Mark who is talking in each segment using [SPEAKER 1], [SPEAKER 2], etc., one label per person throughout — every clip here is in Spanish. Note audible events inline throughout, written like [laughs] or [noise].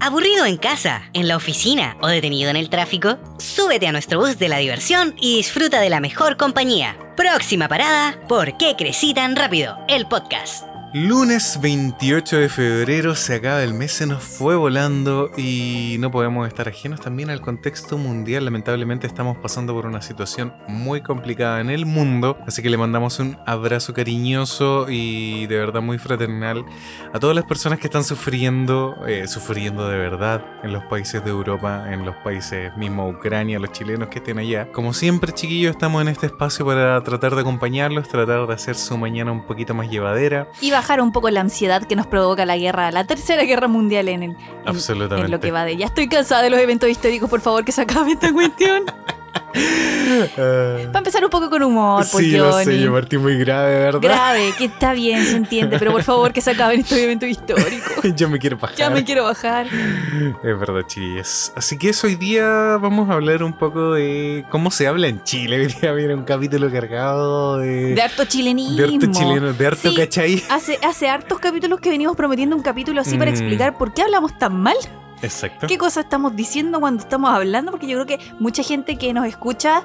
[SPEAKER 1] ¿Aburrido en casa, en la oficina o detenido en el tráfico? Súbete a nuestro bus de la diversión y disfruta de la mejor compañía. Próxima parada, ¿por qué crecí tan rápido? El podcast.
[SPEAKER 2] Lunes 28 de febrero se acaba el mes, se nos fue volando y no podemos estar ajenos también al contexto mundial. Lamentablemente estamos pasando por una situación muy complicada en el mundo, así que le mandamos un abrazo cariñoso y de verdad muy fraternal a todas las personas que están sufriendo, eh, sufriendo de verdad en los países de Europa, en los países mismo Ucrania, los chilenos que estén allá. Como siempre, chiquillos, estamos en este espacio para tratar de acompañarlos, tratar de hacer su mañana un poquito más llevadera.
[SPEAKER 3] Y bajar un poco la ansiedad que nos provoca la guerra, la tercera guerra mundial en el. en-
[SPEAKER 2] Absolutamente.
[SPEAKER 3] En lo
[SPEAKER 2] [laughs]
[SPEAKER 3] que va de. Ya estoy cansada de los eventos históricos, por favor, que se acabe
[SPEAKER 2] [laughs]
[SPEAKER 3] esta cuestión.
[SPEAKER 2] Eh,
[SPEAKER 3] Para empezar un poco con humor, por
[SPEAKER 2] sí, lo sé,
[SPEAKER 3] pues, Johnny.
[SPEAKER 2] yo partí muy grave, ¿verdad?
[SPEAKER 3] Grave, que está bien, se entiende, pero por favor que se acaben estos eventos históricos.
[SPEAKER 2] [laughs] yo me quiero bajar.
[SPEAKER 3] Ya me quiero bajar.
[SPEAKER 2] Es verdad, chiquillas. Así que eso, hoy día vamos a hablar un poco de cómo se habla en Chile. [laughs] Hoy día viene un capítulo cargado de,
[SPEAKER 3] De harto chilenismo.
[SPEAKER 2] de harto chileno, de harto
[SPEAKER 3] Sí.
[SPEAKER 2] cachai.
[SPEAKER 3] Hace, hace hartos capítulos que venimos prometiendo un capítulo así para
[SPEAKER 2] Mm.
[SPEAKER 3] explicar por qué hablamos tan mal,
[SPEAKER 2] Exacto.
[SPEAKER 3] qué cosas estamos diciendo cuando estamos hablando, porque yo creo que mucha gente que nos escucha,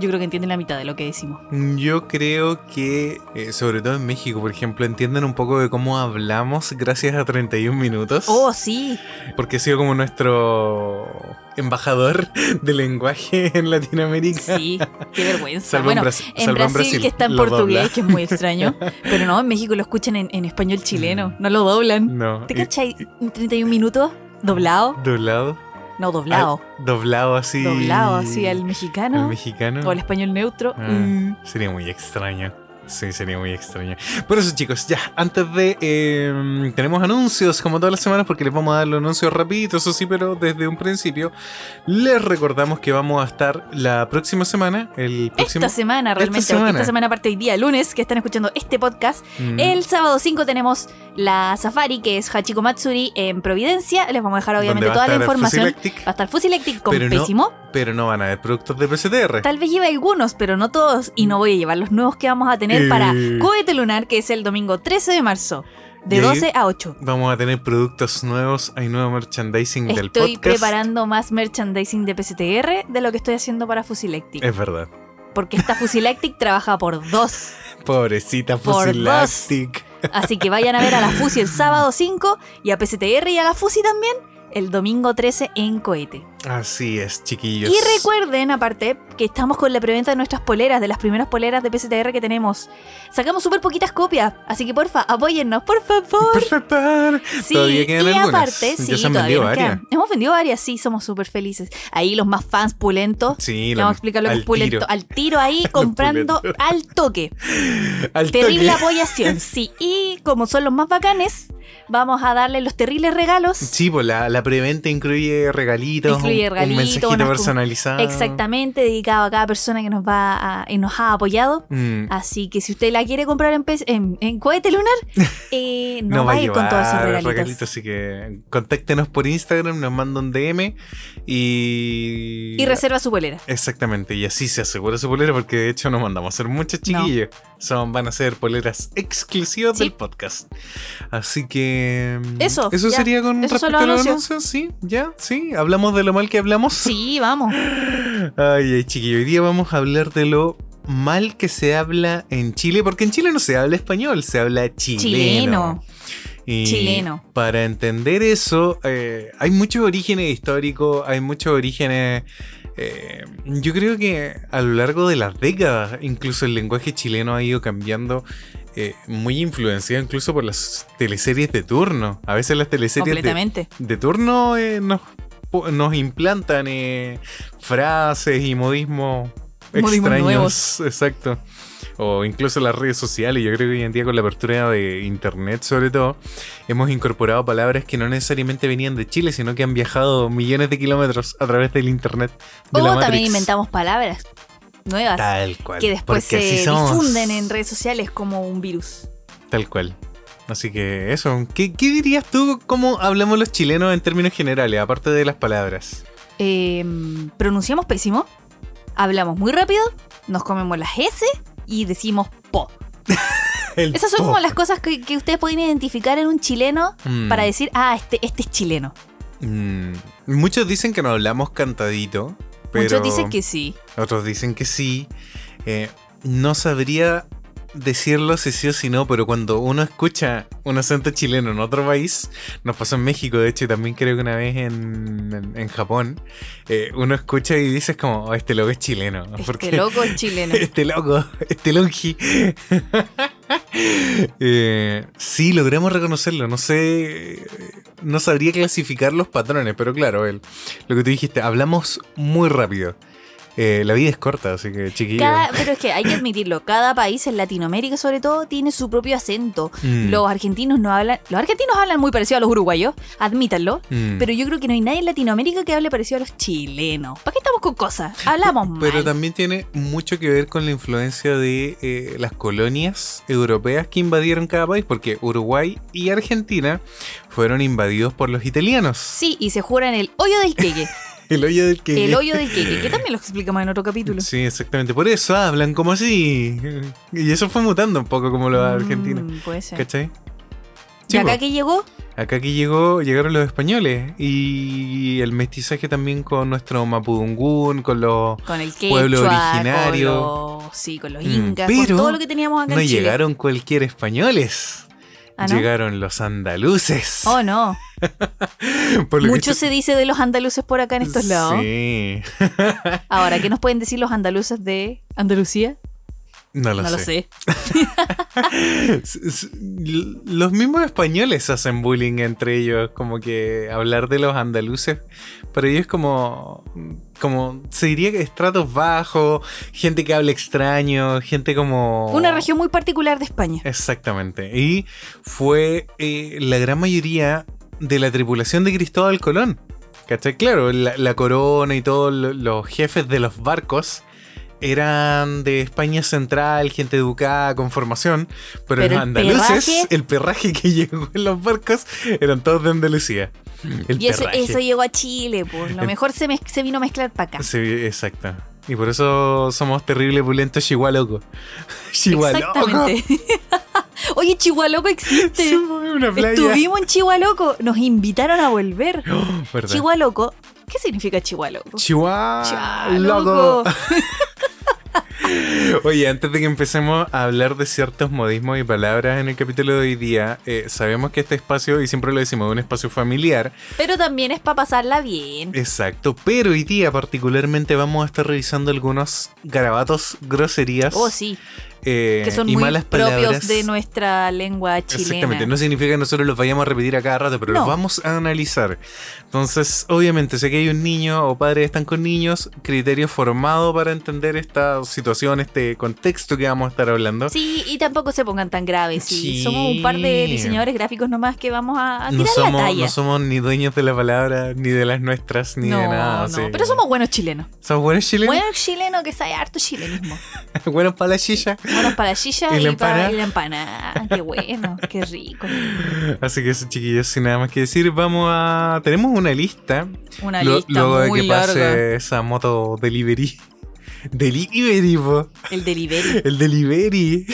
[SPEAKER 3] yo creo que entiende la mitad de lo que decimos.
[SPEAKER 2] Yo creo que, eh, sobre todo en México, por ejemplo, entienden un poco de cómo hablamos gracias a 31 minutos.
[SPEAKER 3] Oh, sí.
[SPEAKER 2] Porque ha sido como nuestro embajador [laughs] de lenguaje en Latinoamérica.
[SPEAKER 3] Sí, qué vergüenza.
[SPEAKER 2] Salvo
[SPEAKER 3] bueno,
[SPEAKER 2] en, Brasi-
[SPEAKER 3] en
[SPEAKER 2] Ah, salvo
[SPEAKER 3] Brasil, que está en
[SPEAKER 2] lo
[SPEAKER 3] portugués,
[SPEAKER 2] dobla.
[SPEAKER 3] que es
[SPEAKER 2] [laughs]
[SPEAKER 3] muy extraño. Pero no, en México lo escuchan en, en español chileno, no lo doblan.
[SPEAKER 2] No.
[SPEAKER 3] ¿Te
[SPEAKER 2] Mm. y-
[SPEAKER 3] cachai? Un 31 minutos, doblado.
[SPEAKER 2] Doblado.
[SPEAKER 3] No, doblado.
[SPEAKER 2] Ah, doblado así.
[SPEAKER 3] Doblado así al
[SPEAKER 2] al
[SPEAKER 3] mexicano
[SPEAKER 2] mexicano.
[SPEAKER 3] o al español neutro.
[SPEAKER 2] Ah.
[SPEAKER 3] Mm.
[SPEAKER 2] Sería muy extraño. Sí, sería muy extraño. Por eso, chicos, ya, antes de... eh, tenemos anuncios, como todas las semanas, porque les vamos a dar los anuncios rapidito, eso sí, pero desde un principio. Les recordamos que vamos a estar la próxima semana, el próximo...
[SPEAKER 3] Esta semana, realmente, porque
[SPEAKER 2] semana.
[SPEAKER 3] esta semana aparte hoy día, lunes, que están escuchando este podcast.
[SPEAKER 2] Mm,
[SPEAKER 3] El sábado 5 tenemos la Safari, que es Hachiko Matsuri en Providencia. Les vamos a dejar,
[SPEAKER 2] donde
[SPEAKER 3] obviamente,
[SPEAKER 2] va a
[SPEAKER 3] toda la
[SPEAKER 2] estar
[SPEAKER 3] información.
[SPEAKER 2] Fusilactic,
[SPEAKER 3] Va a estar Fusilactic con
[SPEAKER 2] Pero no-
[SPEAKER 3] Pésimo.
[SPEAKER 2] pero no van a haber productos de PCTR.
[SPEAKER 3] Tal vez lleve algunos, pero no todos. Y no voy a llevar los nuevos que vamos a tener
[SPEAKER 2] Eh.
[SPEAKER 3] para Cohete Lunar, que es el domingo 13 de marzo,
[SPEAKER 2] Y
[SPEAKER 3] de
[SPEAKER 2] ahí
[SPEAKER 3] 12 a 8.
[SPEAKER 2] Vamos a tener productos nuevos, hay nuevo merchandising del
[SPEAKER 3] Estoy
[SPEAKER 2] podcast.
[SPEAKER 3] preparando más merchandising de PCTR de lo que estoy haciendo para Fusilactic.
[SPEAKER 2] Es verdad.
[SPEAKER 3] Porque esta Fusilactic trabaja por dos.
[SPEAKER 2] Pobrecita
[SPEAKER 3] Por
[SPEAKER 2] Fusilactic.
[SPEAKER 3] Así que vayan a ver a la Fusi el sábado 5 y a PCTR y a la Fusi también el domingo 13 en Cohete.
[SPEAKER 2] Así es, chiquillos.
[SPEAKER 3] Y recuerden, aparte, que estamos con la preventa de nuestras poleras, de las primeras poleras de PCTR que tenemos. Sacamos súper poquitas copias, así que porfa, apóyennos, por favor.
[SPEAKER 2] Por favor.
[SPEAKER 3] Sí,
[SPEAKER 2] Todavía quedan
[SPEAKER 3] y
[SPEAKER 2] algunas.
[SPEAKER 3] aparte,
[SPEAKER 2] Ya
[SPEAKER 3] sí,
[SPEAKER 2] se han
[SPEAKER 3] todavía
[SPEAKER 2] vendido
[SPEAKER 3] nos quedan.
[SPEAKER 2] varias.
[SPEAKER 3] Hemos vendido varias, sí, somos súper felices. Ahí los más fans pulentos.
[SPEAKER 2] Sí,
[SPEAKER 3] le
[SPEAKER 2] lo-
[SPEAKER 3] vamos a explicar lo que
[SPEAKER 2] al
[SPEAKER 3] es pulento.
[SPEAKER 2] tiro.
[SPEAKER 3] Al
[SPEAKER 2] [laughs]
[SPEAKER 3] tiro ahí, comprando
[SPEAKER 2] pulentos.
[SPEAKER 3] al toque.
[SPEAKER 2] [laughs] Al
[SPEAKER 3] Terrible
[SPEAKER 2] toque.
[SPEAKER 3] apoyación, sí. Y como son los más bacanes, vamos a darle los terribles regalos.
[SPEAKER 2] Sí, pues la, la preventa incluye regalitos,
[SPEAKER 3] Incluye
[SPEAKER 2] un-
[SPEAKER 3] regalito,
[SPEAKER 2] un mensajito
[SPEAKER 3] unas com-
[SPEAKER 2] personalizado.
[SPEAKER 3] Exactamente, dedicado a cada persona que nos va a- y nos ha apoyado.
[SPEAKER 2] Mm,
[SPEAKER 3] Así que si usted la quiere comprar en, pez- en, en cohete
[SPEAKER 2] [laughs]
[SPEAKER 3] lunar, eh, no, va a ir con todos esos regalitos.
[SPEAKER 2] así que contáctenos por Instagram, nos manda un DM y...
[SPEAKER 3] Y reserva su bolera.
[SPEAKER 2] Exactamente, y así se asegura su polera porque de hecho no mandamos a hacer muchas chiquillos. Son, van a ser poleras exclusivas
[SPEAKER 3] Sí.
[SPEAKER 2] del podcast. Así que... mm,
[SPEAKER 3] Eso,
[SPEAKER 2] Eso
[SPEAKER 3] ya.
[SPEAKER 2] sería con
[SPEAKER 3] Esos son
[SPEAKER 2] respecto a
[SPEAKER 3] los
[SPEAKER 2] los
[SPEAKER 3] anuncios.
[SPEAKER 2] anuncios, sí, ya, sí. Hablamos de lo mal que hablamos.
[SPEAKER 3] Sí, vamos.
[SPEAKER 2] Ay, ay, chiquillo, hoy día vamos a hablar de lo mal que se habla en Chile, porque en Chile no se habla español, se habla chileno.
[SPEAKER 3] Chileno.
[SPEAKER 2] Y
[SPEAKER 3] Chileno.
[SPEAKER 2] Para entender eso, eh, hay muchos orígenes históricos, hay muchos orígenes... eh, yo creo que a lo largo de las décadas, incluso el lenguaje chileno ha ido cambiando, eh, muy influenciado incluso por las teleseries de turno. A veces las teleseries de,
[SPEAKER 3] [laughs] Completamente.
[SPEAKER 2] de turno eh, nos, po- nos implantan eh, frases y modismos
[SPEAKER 3] Modismos
[SPEAKER 2] extraños.
[SPEAKER 3] nuevos.
[SPEAKER 2] Exacto. O incluso las redes sociales. Yo creo que hoy en día con la apertura de internet sobre todo, hemos incorporado palabras que no necesariamente venían de Chile, sino que han viajado millones de kilómetros a través del internet. De
[SPEAKER 3] O
[SPEAKER 2] la
[SPEAKER 3] Oh, también
[SPEAKER 2] Matrix.
[SPEAKER 3] inventamos palabras nuevas
[SPEAKER 2] Tal cual.
[SPEAKER 3] que después
[SPEAKER 2] porque así
[SPEAKER 3] se
[SPEAKER 2] somos.
[SPEAKER 3] difunden en redes sociales como un virus.
[SPEAKER 2] Tal cual. Así que eso. ¿Qué, ¿Qué dirías tú cómo hablamos los chilenos en términos generales, aparte de las palabras?
[SPEAKER 3] Eh, pronunciamos pésimo, hablamos muy rápido, nos comemos las S y decimos po.
[SPEAKER 2] El
[SPEAKER 3] Esas son
[SPEAKER 2] po.
[SPEAKER 3] como las cosas que, que ustedes pueden identificar en un chileno
[SPEAKER 2] Mm.
[SPEAKER 3] para decir, ah, este, este es chileno.
[SPEAKER 2] Mm, Muchos dicen que no hablamos cantadito, pero
[SPEAKER 3] Muchos dicen que sí.
[SPEAKER 2] otros dicen que sí. Eh, no sabría decirlo si sí o si no, pero cuando uno escucha un acento chileno en otro país, nos pasó en México, de hecho, y también creo que una vez en, en- en Japón, eh, uno escucha y dices como, "Oh, este loco es chileno. porque-
[SPEAKER 3] Este loco es chileno.
[SPEAKER 2] [laughs] este loco, este longi. Eh, sí, logramos reconocerlo. No sé, eh, no sabría clasificar los patrones, pero claro, el, lo que tú dijiste, hablamos muy rápido. Eh, la vida es corta, así que chiquillo.
[SPEAKER 3] Cada- pero es que hay que admitirlo, cada país en Latinoamérica sobre todo tiene su propio acento.
[SPEAKER 2] Mm,
[SPEAKER 3] Los argentinos no hablan, los argentinos hablan muy parecido a los uruguayos, admítanlo,
[SPEAKER 2] mm.
[SPEAKER 3] pero yo creo que no hay nadie en Latinoamérica que hable parecido a los chilenos. ¿Para qué estamos con cosas? Hablamos mal.
[SPEAKER 2] [laughs] Pero también tiene mucho que ver con la influencia de eh, las colonias europeas que invadieron cada país, porque Uruguay y Argentina fueron invadidos por los italianos.
[SPEAKER 3] Sí, y se juran el hoyo del
[SPEAKER 2] [laughs]
[SPEAKER 3] queque,
[SPEAKER 2] El hoyo del que
[SPEAKER 3] el hoyo del queque, que también lo explicamos en otro capítulo.
[SPEAKER 2] Sí, exactamente. Por eso hablan como así. Y eso fue mutando un poco como lo de Argentina.
[SPEAKER 3] Mm, puede ser.
[SPEAKER 2] ¿Cachai?
[SPEAKER 3] ¿Y
[SPEAKER 2] Sí,
[SPEAKER 3] acá
[SPEAKER 2] po.
[SPEAKER 3] que llegó?
[SPEAKER 2] Acá que llegó, llegaron los españoles. Y el mestizaje también con nuestro Mapudungún, con los...
[SPEAKER 3] Con el quechua,
[SPEAKER 2] Pueblo originario.
[SPEAKER 3] Con los, sí, con los
[SPEAKER 2] Mm,
[SPEAKER 3] incas, con
[SPEAKER 2] pero
[SPEAKER 3] todo lo que teníamos acá
[SPEAKER 2] No
[SPEAKER 3] en Chile.
[SPEAKER 2] llegaron cualquier españoles.
[SPEAKER 3] ¿Ah, no?
[SPEAKER 2] Llegaron los andaluces.
[SPEAKER 3] Oh, no.
[SPEAKER 2] [laughs] Por lo que
[SPEAKER 3] Mucho se dice de los andaluces por acá en estos lados.
[SPEAKER 2] Sí.
[SPEAKER 3] Ahora, ¿qué nos pueden decir los andaluces de Andalucía?
[SPEAKER 2] No lo
[SPEAKER 3] no
[SPEAKER 2] sé.
[SPEAKER 3] lo sé.
[SPEAKER 2] S- s- l- Los mismos españoles hacen bullying entre ellos, como que hablar de los andaluces, para ellos es como, como se diría que estratos bajos, gente que habla extraño, gente como...
[SPEAKER 3] Una región muy particular de España.
[SPEAKER 2] Exactamente. Y fue eh, la gran mayoría de la tripulación de Cristóbal Colón. ¿Cachai? Claro, la, la corona y todos lo- los jefes de los barcos eran de España Central, gente educada, con formación, pero,
[SPEAKER 3] Pero el
[SPEAKER 2] los andaluces,
[SPEAKER 3] perraje-
[SPEAKER 2] el perraje que [laughs] llegó en los barcos, eran todos de Andalucía. El
[SPEAKER 3] y eso,
[SPEAKER 2] perraje.
[SPEAKER 3] eso llegó a Chile, pues. Lo
[SPEAKER 2] El-
[SPEAKER 3] mejor se, mez- se vino a mezclar para acá.
[SPEAKER 2] Sí, exacto. Y por eso somos terribles pulentos [laughs] chihualocos. Chihualocos.
[SPEAKER 3] Exactamente. [laughs] Oye, Chihualoco existe.
[SPEAKER 2] Sí, una playa. [gasps]
[SPEAKER 3] Estuvimos en Chihualoco. Nos invitaron a volver.
[SPEAKER 2] Oh, verdad.
[SPEAKER 3] Chihualoco. ¿Qué significa Chihualoco?
[SPEAKER 2] Chihuahua.
[SPEAKER 3] Chihualoco.
[SPEAKER 2] Loco. Oye, antes de que empecemos a hablar de ciertos modismos y palabras en el capítulo de hoy día, eh, sabemos que este espacio, y siempre lo decimos, es un espacio familiar.
[SPEAKER 3] Pero también es para pasarla bien.
[SPEAKER 2] Exacto. Pero hoy día, particularmente, vamos a estar revisando algunos garabatos, groserías
[SPEAKER 3] Oh, sí.
[SPEAKER 2] eh,
[SPEAKER 3] Que son
[SPEAKER 2] y
[SPEAKER 3] muy
[SPEAKER 2] malas
[SPEAKER 3] propios
[SPEAKER 2] palabras.
[SPEAKER 3] de nuestra lengua chilena.
[SPEAKER 2] Exactamente, no significa que nosotros los vayamos a repetir a cada rato, pero
[SPEAKER 3] No.
[SPEAKER 2] los vamos a analizar. Entonces, obviamente, si aquí hay un niño o padres están con niños, criterio formado para entender esta situación, este contexto que vamos a estar hablando.
[SPEAKER 3] Sí, y tampoco se pongan tan graves. Sí.
[SPEAKER 2] Sí.
[SPEAKER 3] Somos un par de diseñadores gráficos nomás que vamos a, a tirar
[SPEAKER 2] No somos,
[SPEAKER 3] la talla.
[SPEAKER 2] no somos ni dueños de la palabra, ni de las nuestras, ni de
[SPEAKER 3] No,
[SPEAKER 2] nada.
[SPEAKER 3] no,
[SPEAKER 2] así que-
[SPEAKER 3] pero somos buenos chilenos.
[SPEAKER 2] ¿Somos buenos chilenos, [laughs]
[SPEAKER 3] Buenos chilenos que sabe harto chilenismo.
[SPEAKER 2] buenos para la chilla.
[SPEAKER 3] Buenos para la silla
[SPEAKER 2] ¿Y
[SPEAKER 3] y,
[SPEAKER 2] la
[SPEAKER 3] para
[SPEAKER 2] empanada?
[SPEAKER 3] y la empanada. Qué bueno, qué rico.
[SPEAKER 2] Así que eso, chiquillos, sin nada más que decir, vamos a. Tenemos una lista.
[SPEAKER 3] Una
[SPEAKER 2] Lo-
[SPEAKER 3] lista
[SPEAKER 2] luego de
[SPEAKER 3] muy
[SPEAKER 2] que
[SPEAKER 3] larga.
[SPEAKER 2] pase esa moto delivery. [laughs] Delivery, po.
[SPEAKER 3] El delivery,
[SPEAKER 2] El delivery.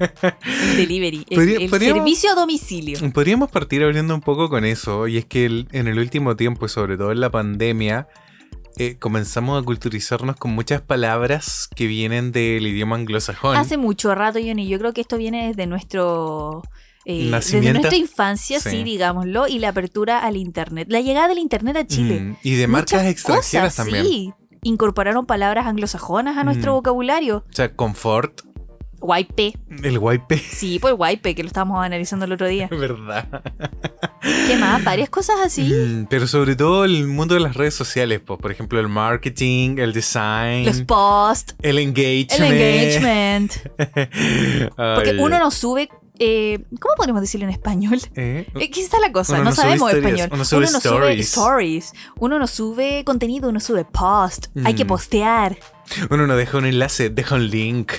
[SPEAKER 3] el delivery, el,
[SPEAKER 2] Podría-
[SPEAKER 3] el
[SPEAKER 2] podríamos-
[SPEAKER 3] servicio a domicilio.
[SPEAKER 2] [laughs] Podríamos partir abriendo un poco con eso, y es que el- en el último tiempo, y sobre todo en la pandemia, eh, comenzamos a culturizarnos con muchas palabras que vienen del idioma anglosajón.
[SPEAKER 3] Hace mucho rato, Johnny, yo creo que esto viene desde nuestro... eh, desde
[SPEAKER 2] Nacimiento.
[SPEAKER 3] nuestra infancia, sí.
[SPEAKER 2] Sí.
[SPEAKER 3] digámoslo, y la apertura al Internet, la llegada del Internet a Chile.
[SPEAKER 2] Mm, y de marcas
[SPEAKER 3] Muchas
[SPEAKER 2] extranjeras
[SPEAKER 3] cosas,
[SPEAKER 2] también.
[SPEAKER 3] Sí, incorporaron palabras anglosajonas a nuestro
[SPEAKER 2] Mm.
[SPEAKER 3] vocabulario.
[SPEAKER 2] O sea, confort,
[SPEAKER 3] Guaype,
[SPEAKER 2] el wipe,
[SPEAKER 3] sí, pues guaype, que lo estábamos analizando el otro día.
[SPEAKER 2] [laughs] ¿verdad?
[SPEAKER 3] ¿Qué más? Varias cosas así.
[SPEAKER 2] Mm, pero sobre todo el mundo de las redes sociales, pues, por ejemplo, el marketing, el design,
[SPEAKER 3] Los posts,
[SPEAKER 2] el engagement. [laughs]
[SPEAKER 3] el engagement. Porque
[SPEAKER 2] Ay,
[SPEAKER 3] uno no sube. eh, ¿Cómo podemos decirlo en español?
[SPEAKER 2] ¿eh?
[SPEAKER 3] Eh, ¿Qué está la cosa?
[SPEAKER 2] Uno
[SPEAKER 3] no,
[SPEAKER 2] no sube
[SPEAKER 3] sabemos
[SPEAKER 2] historias,
[SPEAKER 3] español.
[SPEAKER 2] uno sube
[SPEAKER 3] no sube
[SPEAKER 2] stories.
[SPEAKER 3] stories. Uno no sube contenido, uno sube post. Hay que
[SPEAKER 2] Mm.
[SPEAKER 3] postear.
[SPEAKER 2] Uno no deja un enlace, deja un link.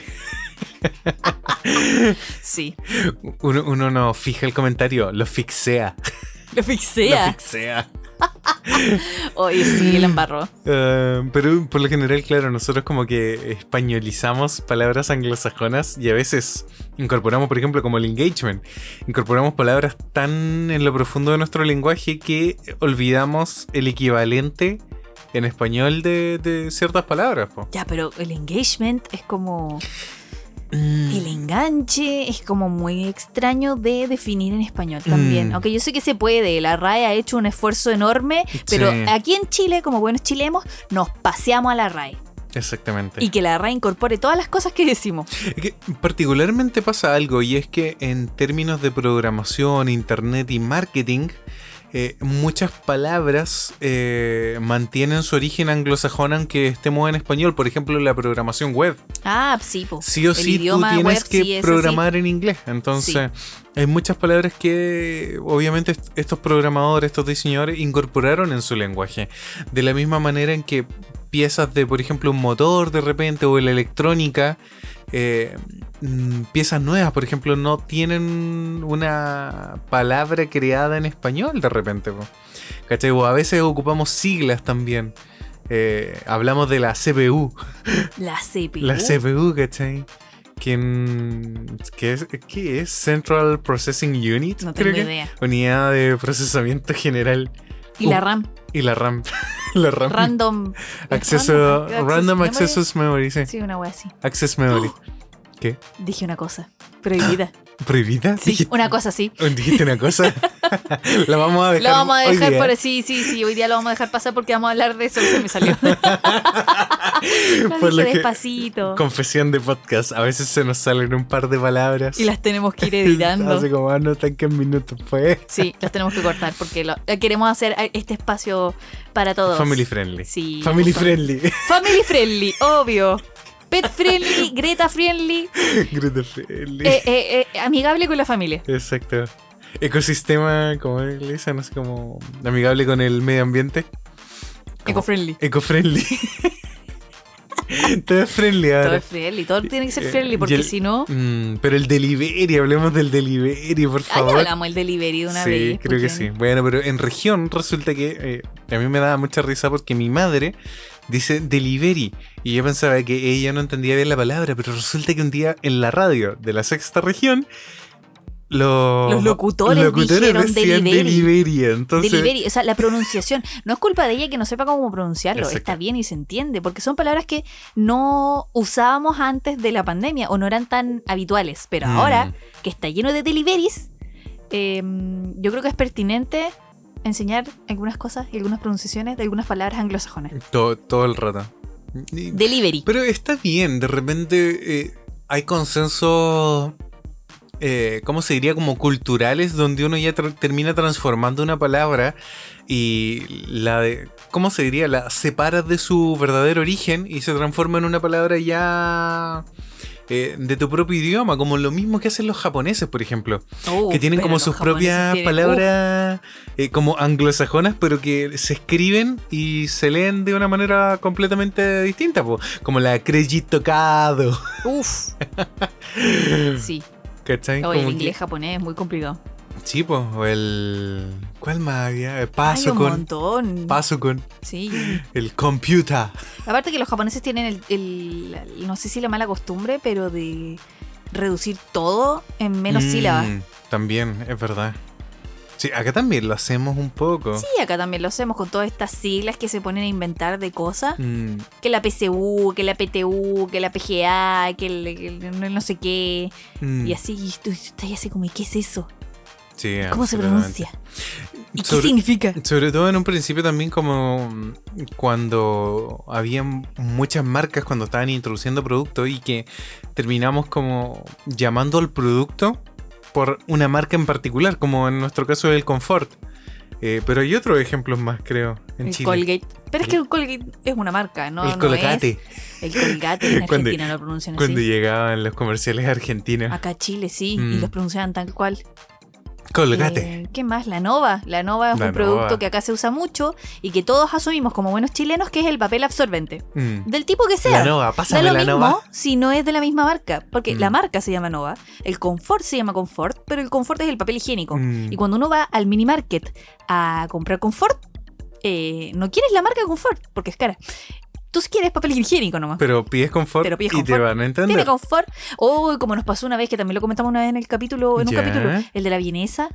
[SPEAKER 3] Sí.
[SPEAKER 2] Uno, uno no fija el comentario, lo fixea.
[SPEAKER 3] Lo
[SPEAKER 2] Lo Mm. [laughs]
[SPEAKER 3] fixea.
[SPEAKER 2] fixea.
[SPEAKER 3] Oye, sí, la embarró.
[SPEAKER 2] Eh, pero por lo general, claro, nosotros como que españolizamos palabras anglosajonas y a veces incorporamos, por ejemplo, como el engagement, incorporamos palabras tan en lo profundo de nuestro lenguaje que olvidamos el equivalente en español de, de ciertas palabras. po.
[SPEAKER 3] Ya, pero el engagement es como. El enganche es como muy extraño de definir en español también.
[SPEAKER 2] Mm.
[SPEAKER 3] Aunque yo sé que se puede, la RAE ha hecho un esfuerzo enorme, pero
[SPEAKER 2] Sí.
[SPEAKER 3] aquí en Chile, como buenos chilemos, nos paseamos a la RAE.
[SPEAKER 2] Exactamente.
[SPEAKER 3] Y que la RAE incorpore todas las cosas que decimos.
[SPEAKER 2] Es que particularmente pasa algo y es que en términos de programación, internet y marketing, eh, muchas palabras eh, mantienen su origen anglosajón aunque estemos en español. Por ejemplo, la programación web.
[SPEAKER 3] Ah, sí, pues.
[SPEAKER 2] Sí o
[SPEAKER 3] El
[SPEAKER 2] sí tú
[SPEAKER 3] idioma
[SPEAKER 2] tienes
[SPEAKER 3] web,
[SPEAKER 2] que
[SPEAKER 3] sí, ese sí.
[SPEAKER 2] programar en inglés. Entonces, hay muchas palabras que obviamente est- estos programadores, estos diseñadores incorporaron en su lenguaje. De la misma manera en que piezas de, por ejemplo, un motor de repente o de la electrónica, eh, mm, piezas nuevas, por ejemplo, no tienen una palabra creada en español de repente. po. ¿Cachai? O a veces ocupamos siglas también. Eh, hablamos de la CPU.
[SPEAKER 3] La CPU.
[SPEAKER 2] La CPU, ¿cachai? ¿Quién, ¿qué, es, ¿Qué es? Central Processing Unit,
[SPEAKER 3] No
[SPEAKER 2] creo
[SPEAKER 3] tengo
[SPEAKER 2] que.
[SPEAKER 3] idea.
[SPEAKER 2] Unidad de procesamiento general.
[SPEAKER 3] Y la
[SPEAKER 2] Uh, [laughs]
[SPEAKER 3] RAM.
[SPEAKER 2] Y la RAM. la RAM.
[SPEAKER 3] Random.
[SPEAKER 2] acceso,
[SPEAKER 3] Random,
[SPEAKER 2] random
[SPEAKER 3] memory.
[SPEAKER 2] Access Memory, sí.
[SPEAKER 3] Sí, una wea así.
[SPEAKER 2] Access
[SPEAKER 3] [gasps]
[SPEAKER 2] Memory.
[SPEAKER 3] Dije una cosa.
[SPEAKER 2] [gasps]
[SPEAKER 3] Prohibida.
[SPEAKER 2] ¿Prohibida?
[SPEAKER 3] Sí,
[SPEAKER 2] Dijiste- oh,
[SPEAKER 3] una cosa así.
[SPEAKER 2] ¿Dijiste una
[SPEAKER 3] [laughs]
[SPEAKER 2] cosa? [laughs] la vamos a
[SPEAKER 3] Lo
[SPEAKER 2] dejar.
[SPEAKER 3] vamos a
[SPEAKER 2] hoy
[SPEAKER 3] dejar
[SPEAKER 2] día.
[SPEAKER 3] por sí, sí, sí. Hoy día lo vamos a dejar pasar porque vamos a hablar de eso. y Se
[SPEAKER 2] [laughs]
[SPEAKER 3] me salió. Lo
[SPEAKER 2] Por lo
[SPEAKER 3] dije
[SPEAKER 2] que-
[SPEAKER 3] despacito.
[SPEAKER 2] Confesión de podcast. A veces se nos salen un par de palabras.
[SPEAKER 3] Y las tenemos que ir
[SPEAKER 2] Hace
[SPEAKER 3] editando.
[SPEAKER 2] como, ah, no tanques minutos, pues.
[SPEAKER 3] Sí, las tenemos que cortar porque lo- queremos hacer este espacio para todos.
[SPEAKER 2] Family friendly.
[SPEAKER 3] Sí.
[SPEAKER 2] Family friendly.
[SPEAKER 3] Family friendly, obvio. Pet
[SPEAKER 2] [laughs]
[SPEAKER 3] friendly, Greta friendly,
[SPEAKER 2] Greta Friendly.
[SPEAKER 3] eh, eh, eh, amigable con la familia.
[SPEAKER 2] Exacto. Ecosistema, como le dicen, no sé, como amigable con el medio ambiente.
[SPEAKER 3] Eco friendly.
[SPEAKER 2] Eco-friendly. [laughs] Todo es friendly
[SPEAKER 3] Todo
[SPEAKER 2] ahora.
[SPEAKER 3] es friendly, todo tiene que ser
[SPEAKER 2] Eh,
[SPEAKER 3] friendly
[SPEAKER 2] y
[SPEAKER 3] porque
[SPEAKER 2] el-
[SPEAKER 3] si no.
[SPEAKER 2] Mm, pero el delivery, hablemos del delivery, por
[SPEAKER 3] Ahí
[SPEAKER 2] favor.
[SPEAKER 3] hablamos el delivery de una
[SPEAKER 2] sí,
[SPEAKER 3] vez.
[SPEAKER 2] creo que
[SPEAKER 3] porque-
[SPEAKER 2] sí. Bueno, pero en región resulta que eh, a mí me daba mucha risa porque mi madre dice delivery y yo pensaba que ella no entendía bien la palabra, pero resulta que un día en la radio de la sexta región los,
[SPEAKER 3] Los locutores dijeron
[SPEAKER 2] decían
[SPEAKER 3] delivery.
[SPEAKER 2] delivery, entonces
[SPEAKER 3] Delivery, o sea, la pronunciación. No es culpa de ella que no sepa cómo pronunciarlo.
[SPEAKER 2] Exacto.
[SPEAKER 3] Está bien y se entiende, porque son palabras que no usábamos antes de la pandemia o no eran tan habituales. Pero
[SPEAKER 2] Mm.
[SPEAKER 3] ahora que está lleno de deliveries, eh, yo creo que es pertinente enseñar algunas cosas y algunas pronunciaciones de algunas palabras anglosajonas.
[SPEAKER 2] todo, Mm, todo el rato. Y-
[SPEAKER 3] Delivery.
[SPEAKER 2] Pero está bien, de repente eh, hay consensos, eh, ¿cómo se diría? Como culturales, donde uno ya tra- termina transformando una palabra y la de, ¿cómo se diría? La separa de su verdadero origen y se transforma en una palabra ya... eh, de tu propio idioma, como lo mismo que hacen los japoneses, por ejemplo,
[SPEAKER 3] Oh,
[SPEAKER 2] que tienen
[SPEAKER 3] pero
[SPEAKER 2] como
[SPEAKER 3] los
[SPEAKER 2] sus
[SPEAKER 3] japoneses
[SPEAKER 2] propias
[SPEAKER 3] tienen-
[SPEAKER 2] palabras eh, como anglosajonas, pero que se escriben y se leen de una manera completamente distinta, po. como la creyito cado.
[SPEAKER 3] Uf,
[SPEAKER 2] [laughs]
[SPEAKER 3] uf, sí.
[SPEAKER 2] ¿Cachai?
[SPEAKER 3] Oye, el
[SPEAKER 2] Como que-
[SPEAKER 3] inglés japonés es muy complicado.
[SPEAKER 2] Sí, po, o el. ¿Cuál más había? Eh,
[SPEAKER 3] Hay
[SPEAKER 2] Paso
[SPEAKER 3] un
[SPEAKER 2] con.
[SPEAKER 3] montón.
[SPEAKER 2] Paso con.
[SPEAKER 3] Sí.
[SPEAKER 2] El computa.
[SPEAKER 3] Aparte que los japoneses tienen el, el- la- no sé si la mala costumbre, pero de reducir todo en menos
[SPEAKER 2] Mm,
[SPEAKER 3] sílabas.
[SPEAKER 2] También, es verdad. Sí, acá también lo hacemos un poco.
[SPEAKER 3] Sí, acá también lo hacemos con todas estas siglas que se ponen a inventar de cosas.
[SPEAKER 2] Mm,
[SPEAKER 3] Que la PCU, que la PTU, que la PGA, que el, el- el no sé qué.
[SPEAKER 2] mm,
[SPEAKER 3] Y así, y tú, tú estás así como, ¿y qué es eso?
[SPEAKER 2] sí,
[SPEAKER 3] ¿Cómo se
[SPEAKER 2] absolutamente.
[SPEAKER 3] pronuncia? ¿Y qué
[SPEAKER 2] Sobre-
[SPEAKER 3] significa?
[SPEAKER 2] Sobre todo en un principio también como mm, cuando habían muchas marcas cuando estaban introduciendo productos y que terminamos como llamando al producto por una marca en particular, como en nuestro caso el confort. Eh, pero hay otros ejemplos más, creo, en
[SPEAKER 3] El
[SPEAKER 2] Chile.
[SPEAKER 3] Colgate. Pero es que el Colgate es una marca, ¿no?
[SPEAKER 2] el
[SPEAKER 3] no es-
[SPEAKER 2] colocate.
[SPEAKER 3] el Colgate en
[SPEAKER 2] [laughs] Cuando-
[SPEAKER 3] Argentina lo pronuncian así. Ah,
[SPEAKER 2] cuando llegaban los comerciales argentinos.
[SPEAKER 3] Acá Chile, sí, y
[SPEAKER 2] Mm.
[SPEAKER 3] los pronunciaban tal cual.
[SPEAKER 2] Colgate.
[SPEAKER 3] Eh, ¿Qué más? La Nova. La Nova es
[SPEAKER 2] La
[SPEAKER 3] un producto
[SPEAKER 2] Nova.
[SPEAKER 3] que acá se usa mucho y que todos asumimos como buenos chilenos que es el papel absorbente.
[SPEAKER 2] Mm.
[SPEAKER 3] Del tipo que sea.
[SPEAKER 2] La Nova,
[SPEAKER 3] Da
[SPEAKER 2] pásame
[SPEAKER 3] lo
[SPEAKER 2] la
[SPEAKER 3] mismo
[SPEAKER 2] Nova.
[SPEAKER 3] si no es de la misma marca, porque
[SPEAKER 2] Mm.
[SPEAKER 3] la marca se llama Nova, el confort se llama confort, pero el confort es el papel higiénico.
[SPEAKER 2] Mm.
[SPEAKER 3] Y cuando uno va al mini market a comprar confort, eh, no quieres la marca confort, porque es cara. Tú quieres papel higiénico nomás.
[SPEAKER 2] Pero pides confort
[SPEAKER 3] Pero pides
[SPEAKER 2] y te
[SPEAKER 3] confort.
[SPEAKER 2] van a
[SPEAKER 3] Tiene
[SPEAKER 2] entender.
[SPEAKER 3] confort. O como nos pasó una vez, que también lo comentamos una vez en el capítulo, en un
[SPEAKER 2] Ya.
[SPEAKER 3] capítulo, el de la vienesa,